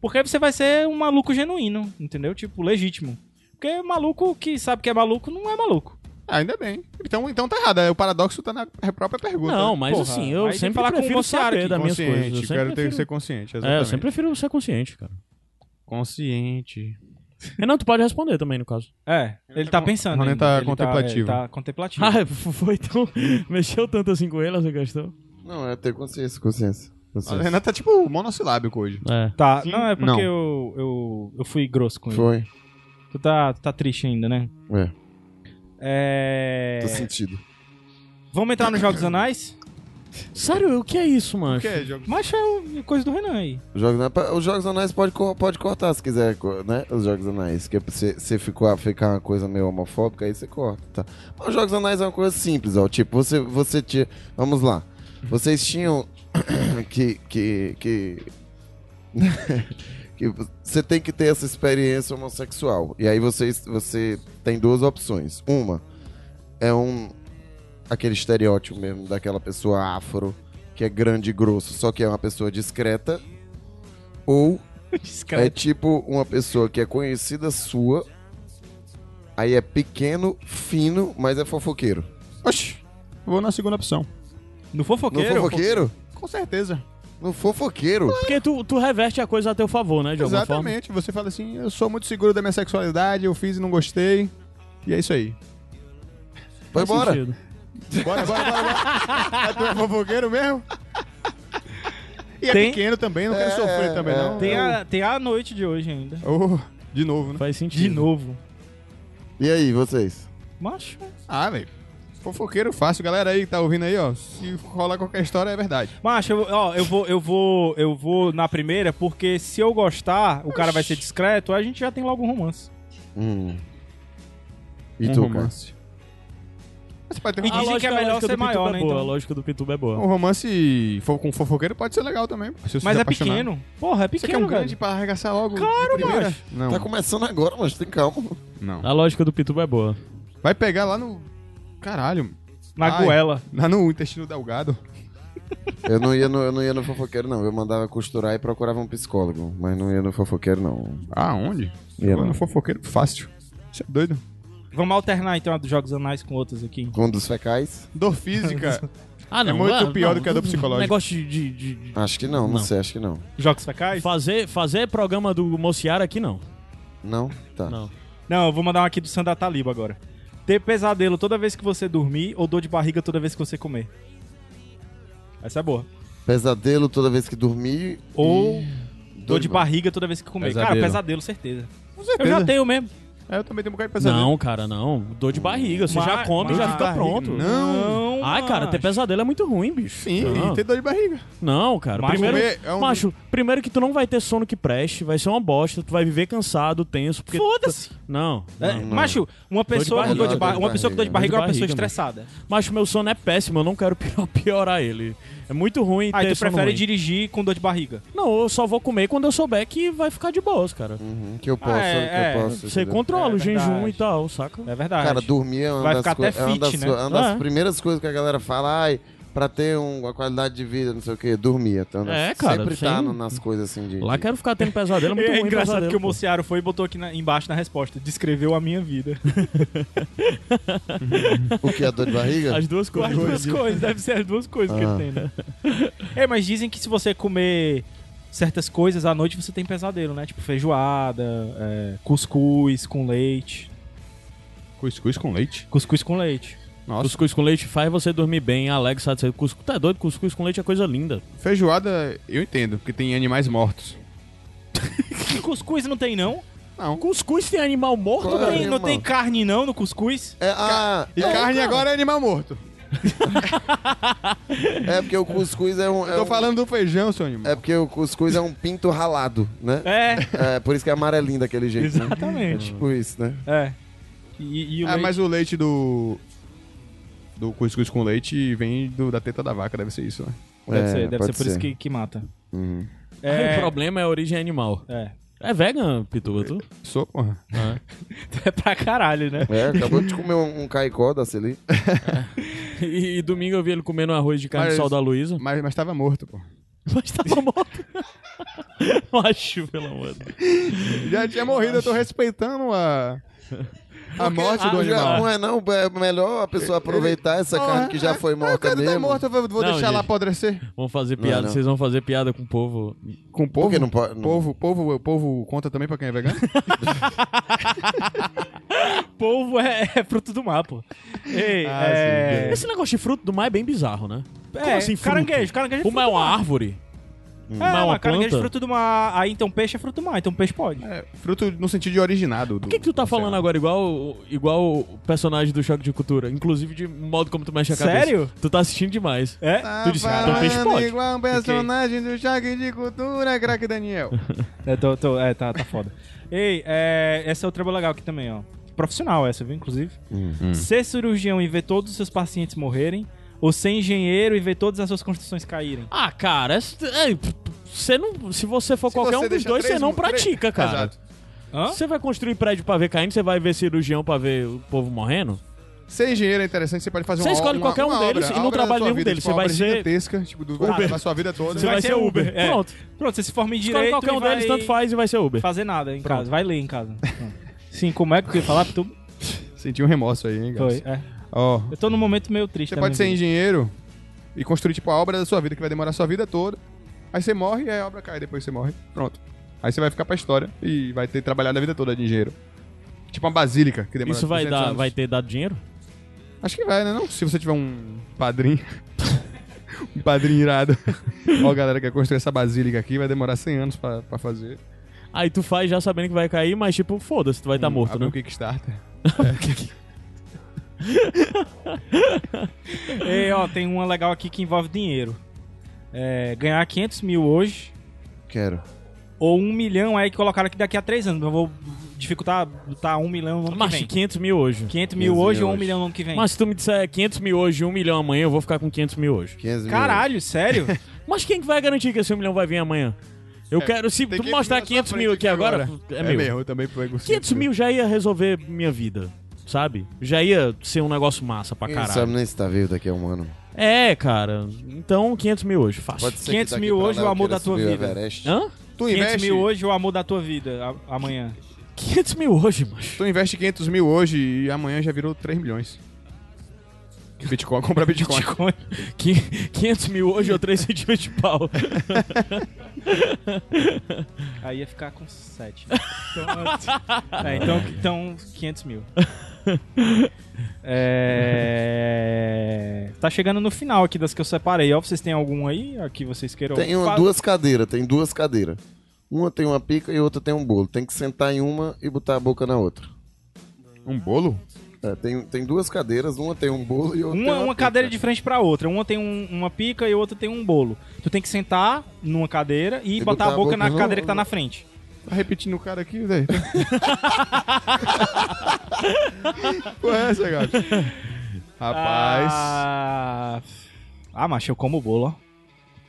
S2: Porque aí você vai ser um maluco genuíno, entendeu? Tipo, legítimo. Porque maluco que sabe que é maluco não é maluco.
S1: Ah, ainda bem. Então, então tá errado. O paradoxo tá na própria pergunta.
S4: Não, mas
S2: Porra,
S4: assim, eu
S2: aí tem
S4: sempre
S2: que falar com o
S4: prefiro
S2: Bolsonaro
S4: saber
S2: aqui,
S4: das minhas
S1: consciente.
S4: coisas. Eu sempre
S1: quero ter que
S4: prefiro-
S1: ser consciente,
S4: É,
S1: exatamente.
S4: eu sempre prefiro ser consciente, cara.
S1: Consciente.
S4: Renan, tu pode responder também, no caso.
S2: É, ele tá pensando.
S1: O Ronan
S2: ainda.
S1: tá
S2: ele
S1: contemplativo.
S2: Tá, ele tá contemplativo.
S4: Ah, foi tão... Mexeu tanto assim com ele, essa questão?
S3: Não, é ter consciência, consciência.
S1: O
S3: consciência.
S1: Renan tá tipo monossilábico hoje.
S4: É.
S2: tá, não, é porque
S1: não.
S2: Eu, eu, eu fui grosso com ele.
S3: Foi.
S2: Tu tá, tu tá triste ainda, né?
S3: É,
S2: É.
S3: tô sentido.
S2: Vamos entrar nos Jogos Anais?
S4: Sério, o que é isso,
S1: O
S4: mano?
S1: que é jogo?
S2: Mas é o- coisa do Renan aí.
S3: Jogos Anais- os Jogos Anais pode, co- pode cortar se quiser, co- né? Os Jogos Anais. Que você você ficou ficar uma coisa meio homofóbica, aí você corta, tá? Mas os Jogos Anais é uma coisa simples, ó. Tipo, você, você tinha. Vamos lá. Vocês tinham que. que. que. que você tem que ter essa experiência homossexual. E aí vocês, você tem duas opções. Uma é um. aquele estereótipo mesmo daquela pessoa afro, que é grande e grosso, só que é uma pessoa discreta. Ou é tipo uma pessoa que é conhecida sua, aí é pequeno, fino, mas é fofoqueiro.
S1: Oxi. Vou na segunda opção.
S2: No
S3: No
S2: fofoqueiro.
S3: fofoqueiro?
S1: Com certeza.
S3: No fofoqueiro.
S4: Porque tu, tu reverte a coisa a teu favor, né, de alguma forma?
S1: Exatamente. Você fala assim, eu sou muito seguro da minha sexualidade, eu fiz e não gostei. E é isso aí.
S3: Vai
S4: Faz
S3: embora.
S4: sentido.
S1: Bora, bora, bora, bora. Ah, tu é fofoqueiro mesmo? E é
S2: Tem-
S1: pequeno também, não quero
S3: É,
S1: sofrer também,
S3: é.
S1: não.
S2: Tem
S1: Eu-
S2: a, tem a noite de hoje ainda.
S1: Oh, de novo, né?
S4: Faz sentido.
S2: De novo.
S3: E aí, vocês?
S2: Macho.
S1: Ah, velho. Fofoqueiro fácil, galera aí que tá ouvindo aí, ó. Se rolar qualquer história, é verdade.
S2: Macho, eu, ó, eu vou, eu vou, eu vou na primeira, porque se eu gostar, o cara vai ser discreto, aí a gente já tem logo um romance.
S3: Hum. E
S1: Um
S3: tu, cara?
S1: romance. Mas pode ter um
S2: E
S4: A
S2: dizem
S1: romance.
S2: diz- que é
S4: lógica- a
S2: melhor
S4: lógica
S2: ser
S4: do Pituba
S2: maior,
S4: é
S2: né,
S4: boa,
S2: então.
S4: A lógica do Pituba é boa.
S1: Um romance fo- com fofoqueiro pode ser legal também. se você
S2: Mas
S1: se
S2: é
S1: apaixonar.
S2: pequeno. Porra, é
S1: Você quer
S2: pequeno,
S1: um
S2: velho.
S1: grande pra arregaçar logo? Claro, mano. Não,
S3: Tá começando agora, mas tem calma.
S1: não.
S4: A lógica do Pituba é boa.
S1: Vai pegar lá no... Caralho.
S2: Na
S1: Ai.
S2: goela.
S1: Lá no intestino delgado.
S3: Eu não ia no, eu não ia no fofoqueiro, não. Eu mandava costurar e procurava um psicólogo. Mas não ia no fofoqueiro, não.
S1: Ah, onde?
S3: Ia
S1: Lá
S3: não.
S1: no fofoqueiro, fácil. Você é doido?
S2: Vamos alternar então a dos Jogos Anais com outras aqui.
S3: Com um dos fecais.
S1: Dor física.
S4: Ah, não.
S1: É muito
S4: ah,
S1: pior
S4: não,
S1: do que a do psicológico.
S4: Negócio de- de- de- de
S3: Acho que não, não,
S4: Não.
S3: sei, acho que não.
S2: Jogos Facais?
S4: Fazer, fazer programa do Mociara aqui não.
S3: Não? Tá.
S4: Não.
S2: Não, eu vou mandar um aqui do Sandra Taliba agora. Ter pesadelo toda vez que você dormir ou dor de barriga toda vez que você comer. Essa é boa.
S3: Pesadelo toda vez que dormir.
S2: Ou dor
S3: dor
S2: de
S3: de barriga.
S2: barriga toda vez que comer. Cara,
S1: Pesadelo.
S2: pesadelo, certeza.
S4: Eu já tenho mesmo.
S1: É, eu também tenho um bocado de pesadelo.
S4: Não, cara, não. Dor de barriga. Você
S2: Mas-
S4: já come e já
S2: mas-
S4: fica pronto.
S2: tá Não.
S4: Ai, cara, ter
S2: macho.
S4: pesadelo é muito ruim, bicho.
S1: Sim,
S4: não.
S1: e tem dor de barriga.
S4: Não, cara.
S2: Macho,
S4: primeiro,
S1: comer é um-
S4: macho, primeiro que tu não vai ter sono que preste, vai ser uma bosta, tu vai viver cansado, tenso, porque
S2: Foda-se.
S4: não.
S2: É,
S4: não.
S2: Macho, uma pessoa com
S4: barriga,
S2: dor de
S4: dor
S2: barriga,
S3: de
S2: uma pessoa com dor de barriga
S4: barriga.
S2: é uma pessoa
S4: Dor de barriga,
S2: estressada.
S4: Macho, meu sono é péssimo, eu não quero pior- piorar ele. É muito ruim
S2: Aí
S4: ter
S2: tu Ah,
S4: sono
S2: então prefere
S4: ruim.
S2: dirigir com dor de barriga.
S4: Não, eu só vou comer quando eu souber que vai ficar de boas, cara.
S3: Uhum, que eu posso,
S2: é,
S3: que
S2: é.
S3: eu posso.
S4: Você
S3: entendeu?
S4: controla
S2: É
S4: o jejum
S2: verdade.
S4: e tal, saca?
S2: É verdade.
S3: Cara, dormir é
S2: Vai
S3: uma
S2: ficar
S3: das,
S2: até
S3: coi- é uma
S2: fit,
S3: das,
S2: né?
S3: co- é uma das
S4: É.
S3: primeiras coisas que a galera fala, ai, pra ter um- uma qualidade de vida, não sei o quê, dormir. Então, né?
S4: É, cara,
S3: Sempre
S4: sem-
S3: tá no- nas coisas assim de.
S4: Lá
S3: de-
S4: quero ficar tendo pesadelo, é muito
S2: é
S4: ruim
S2: engraçado
S4: pesadelo,
S2: que o
S4: pô.
S2: Mociaro foi e botou aqui na- embaixo na resposta. Descreveu a minha vida.
S3: O que? A dor de barriga?
S4: As duas coisas.
S2: As duas coisas, deve ser as duas coisas que
S3: Ah.
S2: ele tem, né? É, mas dizem que se você comer certas coisas à noite, você tem pesadelo, né? Tipo feijoada, é, cuscuz com leite.
S1: Cuscuz com leite?
S2: Cuscuz com leite.
S1: Nossa.
S4: Cuscuz com leite faz você dormir bem, alegre, satisfeito. Cuscuz, tá doido? Cuscuz com leite é coisa linda.
S1: Feijoada, eu entendo, porque tem animais mortos.
S2: E cuscuz não tem, não?
S1: Não.
S4: Cuscuz tem animal morto,
S3: Claro.
S2: Não
S4: velho?
S2: tem, não
S3: irmão.
S2: tem carne, não, no cuscuz?
S3: É, ah,
S1: E carne agora é animal morto.
S3: é porque o cuscuz é um. É
S1: Eu tô
S3: um-
S1: falando do feijão, seu animal.
S3: É porque o cuscuz é um pinto ralado, né?
S2: É,
S3: É, por isso que é amarelinho daquele jeito, né? É
S2: exatamente.
S3: tipo isso, né?
S2: É. E, e o
S1: ah,
S2: leite-
S1: mas o leite do. Do cuscuz com leite vem do- da teta da vaca, deve ser isso, né?
S2: Deve
S3: É,
S2: ser, deve
S3: pode
S2: ser por isso que, que mata.
S3: Uhum.
S4: O
S2: É,
S4: problema é a origem animal.
S2: é.
S4: É vegan, Pituba, tu?
S1: Sou, porra.
S2: é pra caralho, né?
S3: É, acabou de comer um, um caicó da Celi.
S4: E, e domingo eu vi ele comendo arroz de carne
S1: Mas-
S4: de sol da Luísa.
S1: Mas, mas tava morto, pô.
S4: Mas tava morto. Macho, pelo amor. de Deus.
S1: Já tinha morrido, eu tô respeitando a. A morte do animal.
S3: Não é não, é melhor a pessoa aproveitar essa carne que já foi
S1: Ah, o
S3: morta
S1: cara tá
S3: mesmo.
S1: morto, eu vou vou
S4: Não,
S1: deixar lá
S4: gente.
S1: apodrecer.
S4: Vão fazer
S3: Não,
S4: piada,
S3: não.
S4: vocês vão fazer piada com o povo.
S1: Com o
S3: Por
S1: povo?
S3: que não pode? não-
S1: Povo, povo, povo conta também pra quem é vegano?
S2: Polvo é, é fruto do mar, pô. Ei,
S1: Ah,
S2: é...
S4: Esse negócio de fruto do mar é bem bizarro, né? Como
S2: é,
S4: assim, fruto?
S2: caranguejo, caranguejo. é
S4: Uma é
S2: fruto do
S4: uma
S2: mar.
S4: árvore.
S2: É,
S4: Uma é uma
S2: mas caranguejo é
S4: planta?
S2: fruto do mar. Aí então peixe é fruto do mar, então peixe pode.
S1: É, fruto no sentido de originado.
S4: Por que, que tu tá falando agora igual, igual o personagem do Choque de Cultura? Inclusive de modo como tu mexe a cabeça.
S2: Sério?
S4: Tu tá assistindo demais.
S2: É?
S1: Tá
S4: Tu disse,
S1: falando
S4: então peixe pode.
S1: igual um personagem do Choque de Cultura, craque Daniel.
S2: É, tô- tô- é, tá, tá foda. Ei, é, essa é outra boa legal aqui também, ó. Profissional essa, viu, inclusive.
S4: Uhum.
S2: Ser cirurgião e ver todos os seus pacientes morrerem, ou ser engenheiro e ver todas as suas construções caírem.
S4: Ah, cara, essa- é, p- p- você não, se você for
S1: Se
S4: qualquer
S1: você
S4: um dos
S1: deixa
S4: dois,
S1: três
S4: você não
S1: mu- três-
S4: pratica, cara.
S1: Exato.
S2: Hã?
S4: Você vai construir prédio pra ver caindo, você vai ver cirurgião pra ver o povo morrendo?
S1: Ser engenheiro é interessante, você pode fazer
S4: Você
S1: uma
S4: escolhe
S1: uma-
S4: qualquer um
S1: uma obra,
S4: deles e não
S1: a obra da
S4: trabalha
S1: sua
S4: nenhum
S1: vida,
S4: deles,
S1: tipo,
S4: você
S1: uma
S4: vai
S1: obra
S4: ser-
S1: gigantesca, tipo, do,
S4: Uber.
S1: da sua vida toda.
S4: Você vai, ser Uber.
S2: é.
S4: Pronto.
S2: Pronto, você se forma em
S4: Escolhe
S2: direito
S4: qualquer
S2: e
S4: um
S2: vai
S4: deles, tanto faz e vai ser Uber.
S2: fazer nada em
S4: Pronto.
S2: casa. Vai ler em casa. Sim, como é que eu ia falar? Tu...
S1: Senti um remorso aí, hein,
S2: Foi,
S1: Gabs?
S2: é.
S1: Ó,
S2: Eu tô num momento meio triste.
S1: você
S2: da
S1: pode
S2: minha
S1: ser
S2: vida.
S1: engenheiro e construir, tipo, a obra da sua vida, que vai demorar a sua vida toda. Aí você morre e aí a obra cai, depois você morre. Pronto. Aí você vai ficar pra história e vai ter trabalhado a vida toda de engenheiro. Tipo uma basílica, que demora
S4: Isso vai
S1: 200
S4: dar,
S1: anos.
S4: vai ter dado dinheiro?
S1: Acho que vai, né? Não? Se você tiver um padrinho. um padrinho irado. Ó, galera, quer construir essa basílica aqui, vai demorar 100 anos pra, pra fazer.
S4: Aí tu faz já sabendo que vai cair, mas tipo, foda-se, tu vai estar morto,
S1: Abre
S4: né?
S1: um Kickstarter.
S2: Ei, ó, tem uma legal aqui que envolve dinheiro. É, ganhar 500 mil hoje
S3: Quero.
S2: ou 1 milhão aí que colocaram aqui daqui a 3 anos. Eu vou dificultar botar 1 milhão no ano que
S4: Mas
S2: vem.
S4: 500 mil hoje.
S2: 500 mil
S3: 500 mil
S2: hoje ou 1
S3: hoje.
S2: milhão no ano que vem.
S4: Mas se tu me disser 500 mil hoje e 1 milhão amanhã, eu vou ficar com 500 mil hoje.
S3: 500 mil.
S2: Caralho, sério?
S4: Mas quem que vai garantir que esse 1 milhão vai vir amanhã? Eu quero, se
S1: Tem
S4: tu
S1: que
S4: mostrar
S1: vir na sua
S4: 500 mil
S1: frente
S4: aqui agora, é, meu.
S1: eu também pego
S4: 500 mil já ia resolver minha vida, sabe? Já ia ser um negócio massa pra
S3: Quem
S4: caralho.
S3: sabe nem se tá vivo daqui a um ano.
S4: É, cara. Então, 500 mil hoje, fácil.
S3: Pode ser que
S2: 500
S3: daqui
S2: mil
S3: pra
S2: hoje
S3: lá
S2: o
S3: eu
S2: amor
S3: queira
S2: da tua
S3: subir o
S2: vida.
S3: Everest.
S4: Hã?
S1: Tu
S2: 500
S1: investe,
S2: mil hoje ou amor da tua vida a- amanhã.
S4: 500 mil hoje, macho.
S1: tu investe 500 mil hoje e amanhã já virou 3 milhões. Bitcoin, compra Bitcoin.
S4: Bitcoin. Quin- 500 mil hoje ou 3 centímetros de pau.
S2: Aí ia ficar com né? 7. Então, é, então, então 500 mil. É, Tá chegando no final aqui das que eu separei. Ó, vocês têm algum aí ó, que vocês queiram?
S3: Tem uma-
S2: Fa-
S3: duas cadeiras, tem duas cadeiras. Uma tem uma pica e outra tem um bolo. Tem que sentar em uma e botar a boca na outra.
S1: Um bolo?
S3: É, tem, tem duas cadeiras, uma tem um bolo e outra tem
S2: Uma, uma cadeira de frente pra outra. Uma tem um- uma pica e outra tem um bolo. Tu tem que sentar numa cadeira e, botar, a boca, na
S3: no-
S2: cadeira que tá na frente.
S1: Tá repetindo o cara aqui, velho. Ué, é essa, gato. Rapaz.
S2: Ah, ah macho, eu como o bolo,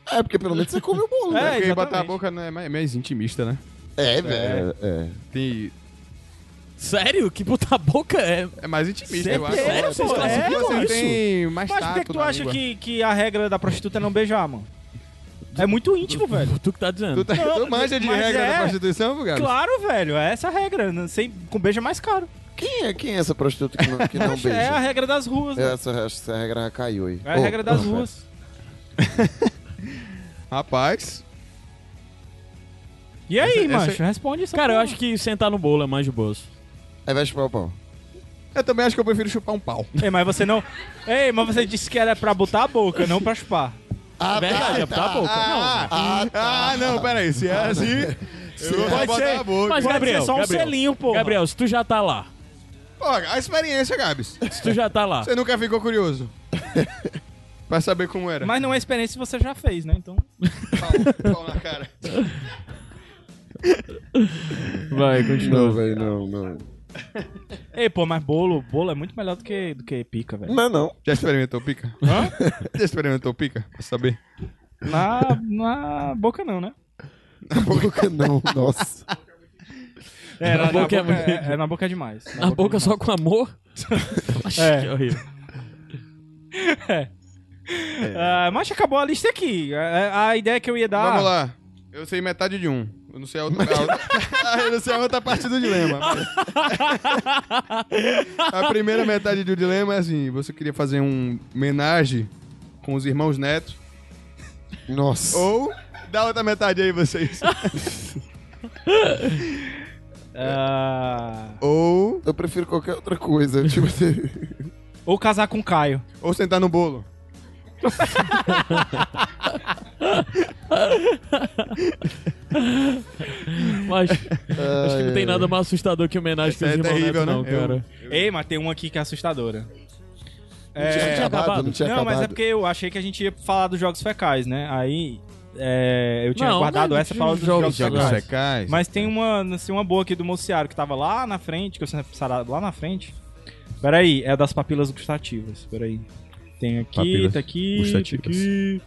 S2: ó.
S3: É, porque pelo menos você come o bolo.
S1: É,
S2: É,
S1: porque botar a
S2: exatamente.
S1: boca né, é mais- é mais intimista, né?
S3: É, velho. É.
S1: Tem,
S4: Sério? Que botar a boca é.
S1: é mais intimista,
S4: Sério,
S1: eu acho.
S4: sério,
S1: Você-
S4: pô?
S1: você
S4: É,
S1: você
S4: isso?
S1: tem mais
S2: Mas por que,
S1: tato
S2: que tu
S1: na
S2: acha
S1: língua.
S2: que, que a regra da prostituta é não beijar, mano? É muito íntimo, velho.
S4: Tu que tá dizendo.
S1: Tu, tá, tu manja de
S2: mas
S1: regra
S2: é.
S1: da prostituição, Gabi?
S2: Claro, velho, é essa a regra. não- Sem, com beijo é mais caro.
S3: Quem, é, quem é essa prostituta que não, que não
S2: É a
S3: beija?
S2: regra das ruas, né?
S3: Essa, essa regra já caiu aí.
S2: É a
S3: Ô,
S2: regra das
S3: ô,
S2: ruas.
S1: Rapaz,
S2: E aí,
S1: Essa-
S2: macho?
S1: essa-
S2: Responde isso.
S4: Cara, eu acho que sentar no bolo é mais de boas.
S3: Aí vai chupar o pau.
S1: eu também acho que eu prefiro chupar um pau.
S2: Ei, mas você não. Ei, mas você disse que era pra botar a boca, não pra chupar.
S3: Ah,
S4: Verdade, é botar a boca.
S1: tá, Ah, ah,
S2: tá.
S1: ah, não, peraí. Se é assim, eu vou
S4: Pode
S1: botar
S4: ser,
S1: a boca.
S4: mas-
S2: Pode
S4: Gabriel,
S2: ser só um
S4: Gabriel.
S2: selinho, pô.
S1: ah,
S4: Não. Gabriel, se tu já tá lá,
S1: Pô, a experiência, Gabs.
S4: se tu já tá lá.
S1: Você nunca ficou curioso? pra saber como era.
S2: Mas não é experiência que você já fez, né? Então.
S1: Pau, pau na cara.
S4: Vai,
S3: Não, velho, não, não.
S2: Ei, pô, mas bolo, bolo é muito melhor do que, do que pica, velho.
S3: Não, é não.
S1: Já experimentou pica? Já experimentou pica? Pra saber.
S2: Na, na boca não, né?
S3: Na boca não, nossa.
S2: É,
S4: na boca é muito-
S2: é, é, na boca é demais.
S4: A boca só com amor? Acho
S2: É.
S4: que é horrível.
S2: Ah, mas acabou a lista aqui. A, a ideia que eu ia dar.
S1: Vamos lá. Eu sei metade de um. Eu não sei a outra. a outra- eu não sei a outra parte do dilema. a primeira metade do dilema é assim: você queria fazer um homenagem com os irmãos netos.
S3: Nossa.
S1: Ou dá outra metade aí, vocês.
S2: Ah,
S1: ou,
S3: Eu prefiro qualquer outra coisa. Tipo,
S2: ou casar com o Caio.
S1: ou sentar no bolo.
S4: Mas acho que não tem nada mais assustador que homenagem que
S1: Essa
S4: os
S1: é
S4: irmãos
S1: terrível,
S4: Neto, não,
S1: né? Eu-
S4: cara.
S2: Ei, mas tem uma aqui que é assustadora.
S3: não tinha
S2: É,
S3: acabado, não tinha
S2: não,
S3: acabado.
S2: mas é porque eu achei que a gente ia falar dos jogos fecais, né? Aí é, eu tinha
S4: Não,
S2: guardado
S4: mas
S2: essa pra falar dos
S4: jogos-
S2: jogos,
S4: jogos
S1: é
S2: fecais.
S1: secais.
S2: Mas tem uma, assim, uma boa aqui do Mociaro que tava lá na frente, que eu sempre sarado lá na frente. Peraí, é das papilas gustativas. Peraí. Tem aqui,
S1: Papilas
S2: tá aqui.
S1: gustativas.
S2: Tá aqui.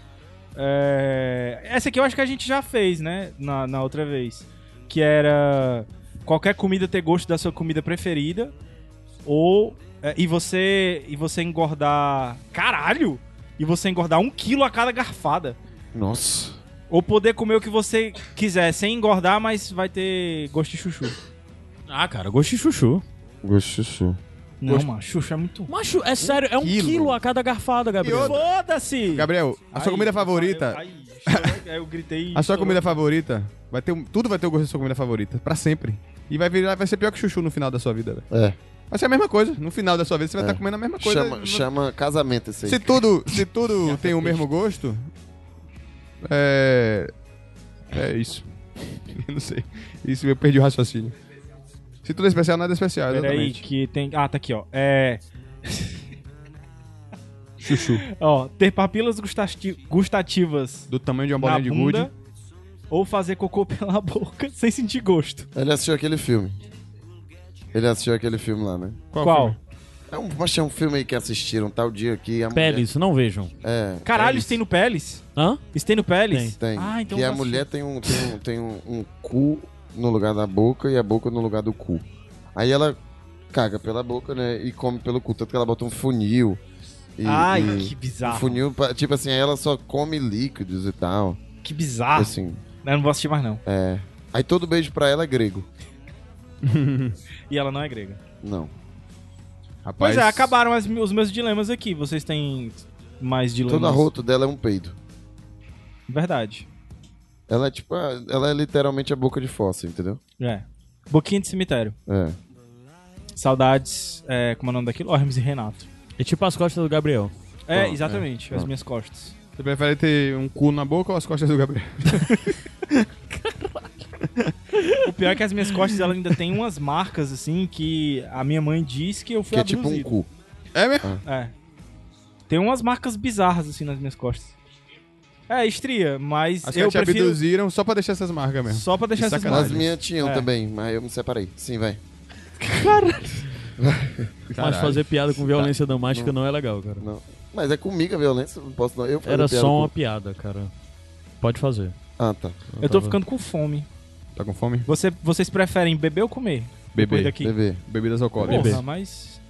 S2: É, Essa aqui eu acho que a gente já fez, né? Na, na outra vez. Que era qualquer comida ter gosto da sua comida preferida. Ou. é, e você. E você engordar. Caralho! E você engordar um quilo a cada garfada.
S3: Nossa.
S2: Ou poder comer o que você quiser, sem engordar, mas vai ter gosto de chuchu.
S4: Ah, cara, gosto de chuchu.
S3: Gosto
S2: Não, mano, chuchu é muito.
S4: Macho, é sério, é um quilo,
S1: quilo.
S4: a cada garfada, Gabriel.
S1: outra-
S2: Foda-se!
S1: Gabriel, a sua
S2: Ai,
S1: comida
S2: eu-
S1: favorita.
S2: Ai, chorei, aí eu gritei.
S1: A sua comida favorita vai ter um- tudo vai ter o gosto da sua comida favorita pra sempre. E vai virar vai ser pior que chuchu no final da sua vida. velho.
S3: É.
S1: Vai ser a mesma coisa. No final da sua vida você vai
S3: É.
S1: estar comendo a mesma coisa.
S3: Chama,
S1: No-
S3: chama casamento esse aí.
S1: Se tudo, se tudo tem o mesmo gosto, é é isso. Eu não sei. Isso eu perdi o raciocínio. Se tudo é especial, nada é especial,
S2: Peraí,
S1: exatamente.
S2: que tem. Ah, tá aqui, ó. É.
S1: Chuchu
S2: Ó, ter papilas gustati- gustativas
S1: do tamanho de uma
S2: na
S1: bolinha de gude.
S2: bunda. Ou fazer cocô pela boca sem sentir gosto.
S3: Ele assistiu aquele filme. Ele assistiu aquele filme lá, né?
S2: Qual?
S1: filme?
S3: É um, mas é um filme aí que assistiram tal dia aqui. A mulher-
S4: Peles, não vejam.
S3: É,
S2: Caralho, isso tem no Peles?
S4: Hã?
S2: Isso tem no Peles?
S3: tem.
S2: Ah, então
S3: que
S2: eu
S3: a
S2: já
S3: mulher tem, um, tem, um, tem um, um cu no lugar da boca e a boca no lugar do cu. Aí ela caga pela boca, né? E come pelo cu. Tanto que ela bota um funil. E,
S2: Ai,
S3: e
S2: que
S3: um
S2: bizarro.
S3: funil, pra- tipo assim, aí ela só come líquidos e tal.
S2: Que
S4: Ah.
S2: bizarro.
S3: Assim,
S2: Eu não vou assistir mais, não.
S3: é. Aí todo beijo pra ela é grego.
S2: E ela não é grega.
S3: Não.
S1: Rapaz,
S2: Pois é, acabaram as- os meus dilemas aqui. Vocês têm mais dilemas?
S3: Todo arroto dela é um peido.
S2: Verdade.
S3: Ela é tipo, a- ela é literalmente a boca de fossa, entendeu?
S2: É. Boquinha de cemitério.
S3: É.
S2: Saudades, é, como é o nome daquilo? Hermes e Renato.
S4: É tipo as costas do Gabriel.
S2: É,
S1: Pronto,
S2: exatamente. As minhas costas.
S1: Você prefere ter um cu na boca ou as costas do Gabriel?
S2: O pior é que as minhas costas ela ainda tem umas marcas, assim, que a minha mãe diz que eu fui
S3: Que é tipo
S2: abduzido.
S3: um cu.
S1: É mesmo?
S2: É. Tem umas marcas bizarras, assim, nas minhas costas. É, estria, mas
S1: As
S2: eu
S1: que te
S2: prefiro...
S1: abduziram só pra deixar essas marcas mesmo.
S2: Só pra deixar
S1: Que
S2: essas
S1: sacanagem.
S3: As
S2: marcas.
S3: minhas tinham
S2: É.
S3: um também, mas eu me separei. Sim, vai.
S1: Caralho. Tá.
S4: Mas fazer piada com violência dramática não é legal, cara.
S3: Não. Mas é comigo a violência, não posso não. Eu fazer
S4: Era
S3: piada
S4: só
S3: com-
S4: uma piada, cara. Pode fazer.
S3: Ah, tá.
S2: Eu tô ficando com fome.
S1: Tá com fome?
S2: Você, vocês preferem beber ou comer? Depois
S1: Bebê.
S2: daqui.
S3: Bebê.
S1: Bebidas alcoólicas.
S2: Porra,
S4: Beber.
S2: mas...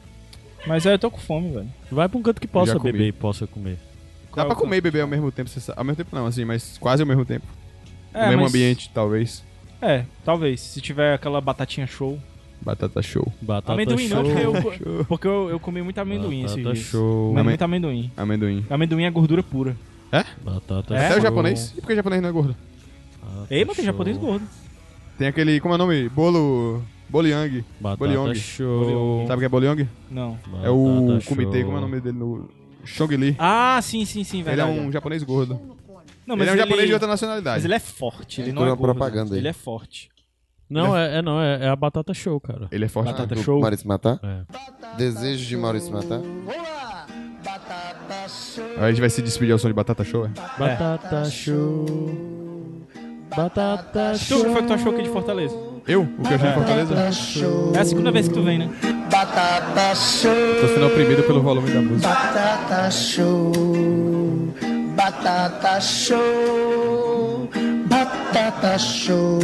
S2: Mas aí eu tô com fome, velho.
S4: Vai pra um canto que possa
S1: Já comi.
S4: beber e possa comer.
S1: Dá
S2: Qual é
S1: pra
S2: o
S1: comer e beber ao mesmo tempo, você sabe. Ao mesmo tempo não, assim, mas quase ao mesmo tempo.
S2: É,
S1: no mesmo
S2: mas-
S1: ambiente, talvez.
S2: É, talvez. Se tiver aquela batatinha show.
S1: Batata show.
S4: Batata
S2: amendoim
S4: show.
S2: não, porque eu, porque eu, eu comi muito amendoim esse
S4: Batata
S2: dia.
S4: show.
S2: Comi
S1: Amen-
S2: muito amendoim.
S1: Amendoim.
S2: Amendoim é gordura pura.
S4: Batata
S2: É?
S1: Até
S4: show.
S1: o japonês? E por que o japonês não é gordo?
S4: Batata
S2: Ei, mas tem
S4: show.
S2: japonês gordo.
S1: Tem aquele, como é o nome? Bolo... Boliang.
S4: Batata
S1: Boliong.
S4: show.
S1: Sabe o que é Boliang?
S2: Não.
S1: É o
S4: Batata
S1: comitê,
S4: Ah, tá, show.
S1: como é o nome dele? No... Shongli.
S2: Ah, sim, sim, sim,
S1: ele é
S2: verdade.
S1: um japonês gordo.
S2: Não,
S1: Ele é um japonês de outra nacionalidade.
S2: Mas ele é forte, ele
S3: Entrou
S2: não é
S3: na
S2: gordo.
S3: propaganda aí.
S2: Ele é forte.
S4: Não, é, é não, é, é a batata show, cara.
S1: Ele é forte.
S4: Batata
S3: Ah, do
S4: show.
S3: Maurício Matar?
S4: É.
S3: Desejo de Maurício Matar?
S1: Aí a gente vai se despedir ao som de batata show, é?
S4: Batata show. Batata
S2: Tu,
S4: show.
S2: o que foi que tu achou aqui de Fortaleza?
S1: Eu? O que eu achei em Fortaleza?
S2: É a segunda vez que tu vem, né?
S1: Tô sendo oprimido pelo volume da música.
S8: Batata show, batata show, batata show,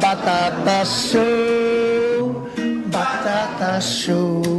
S8: batata show, batata show,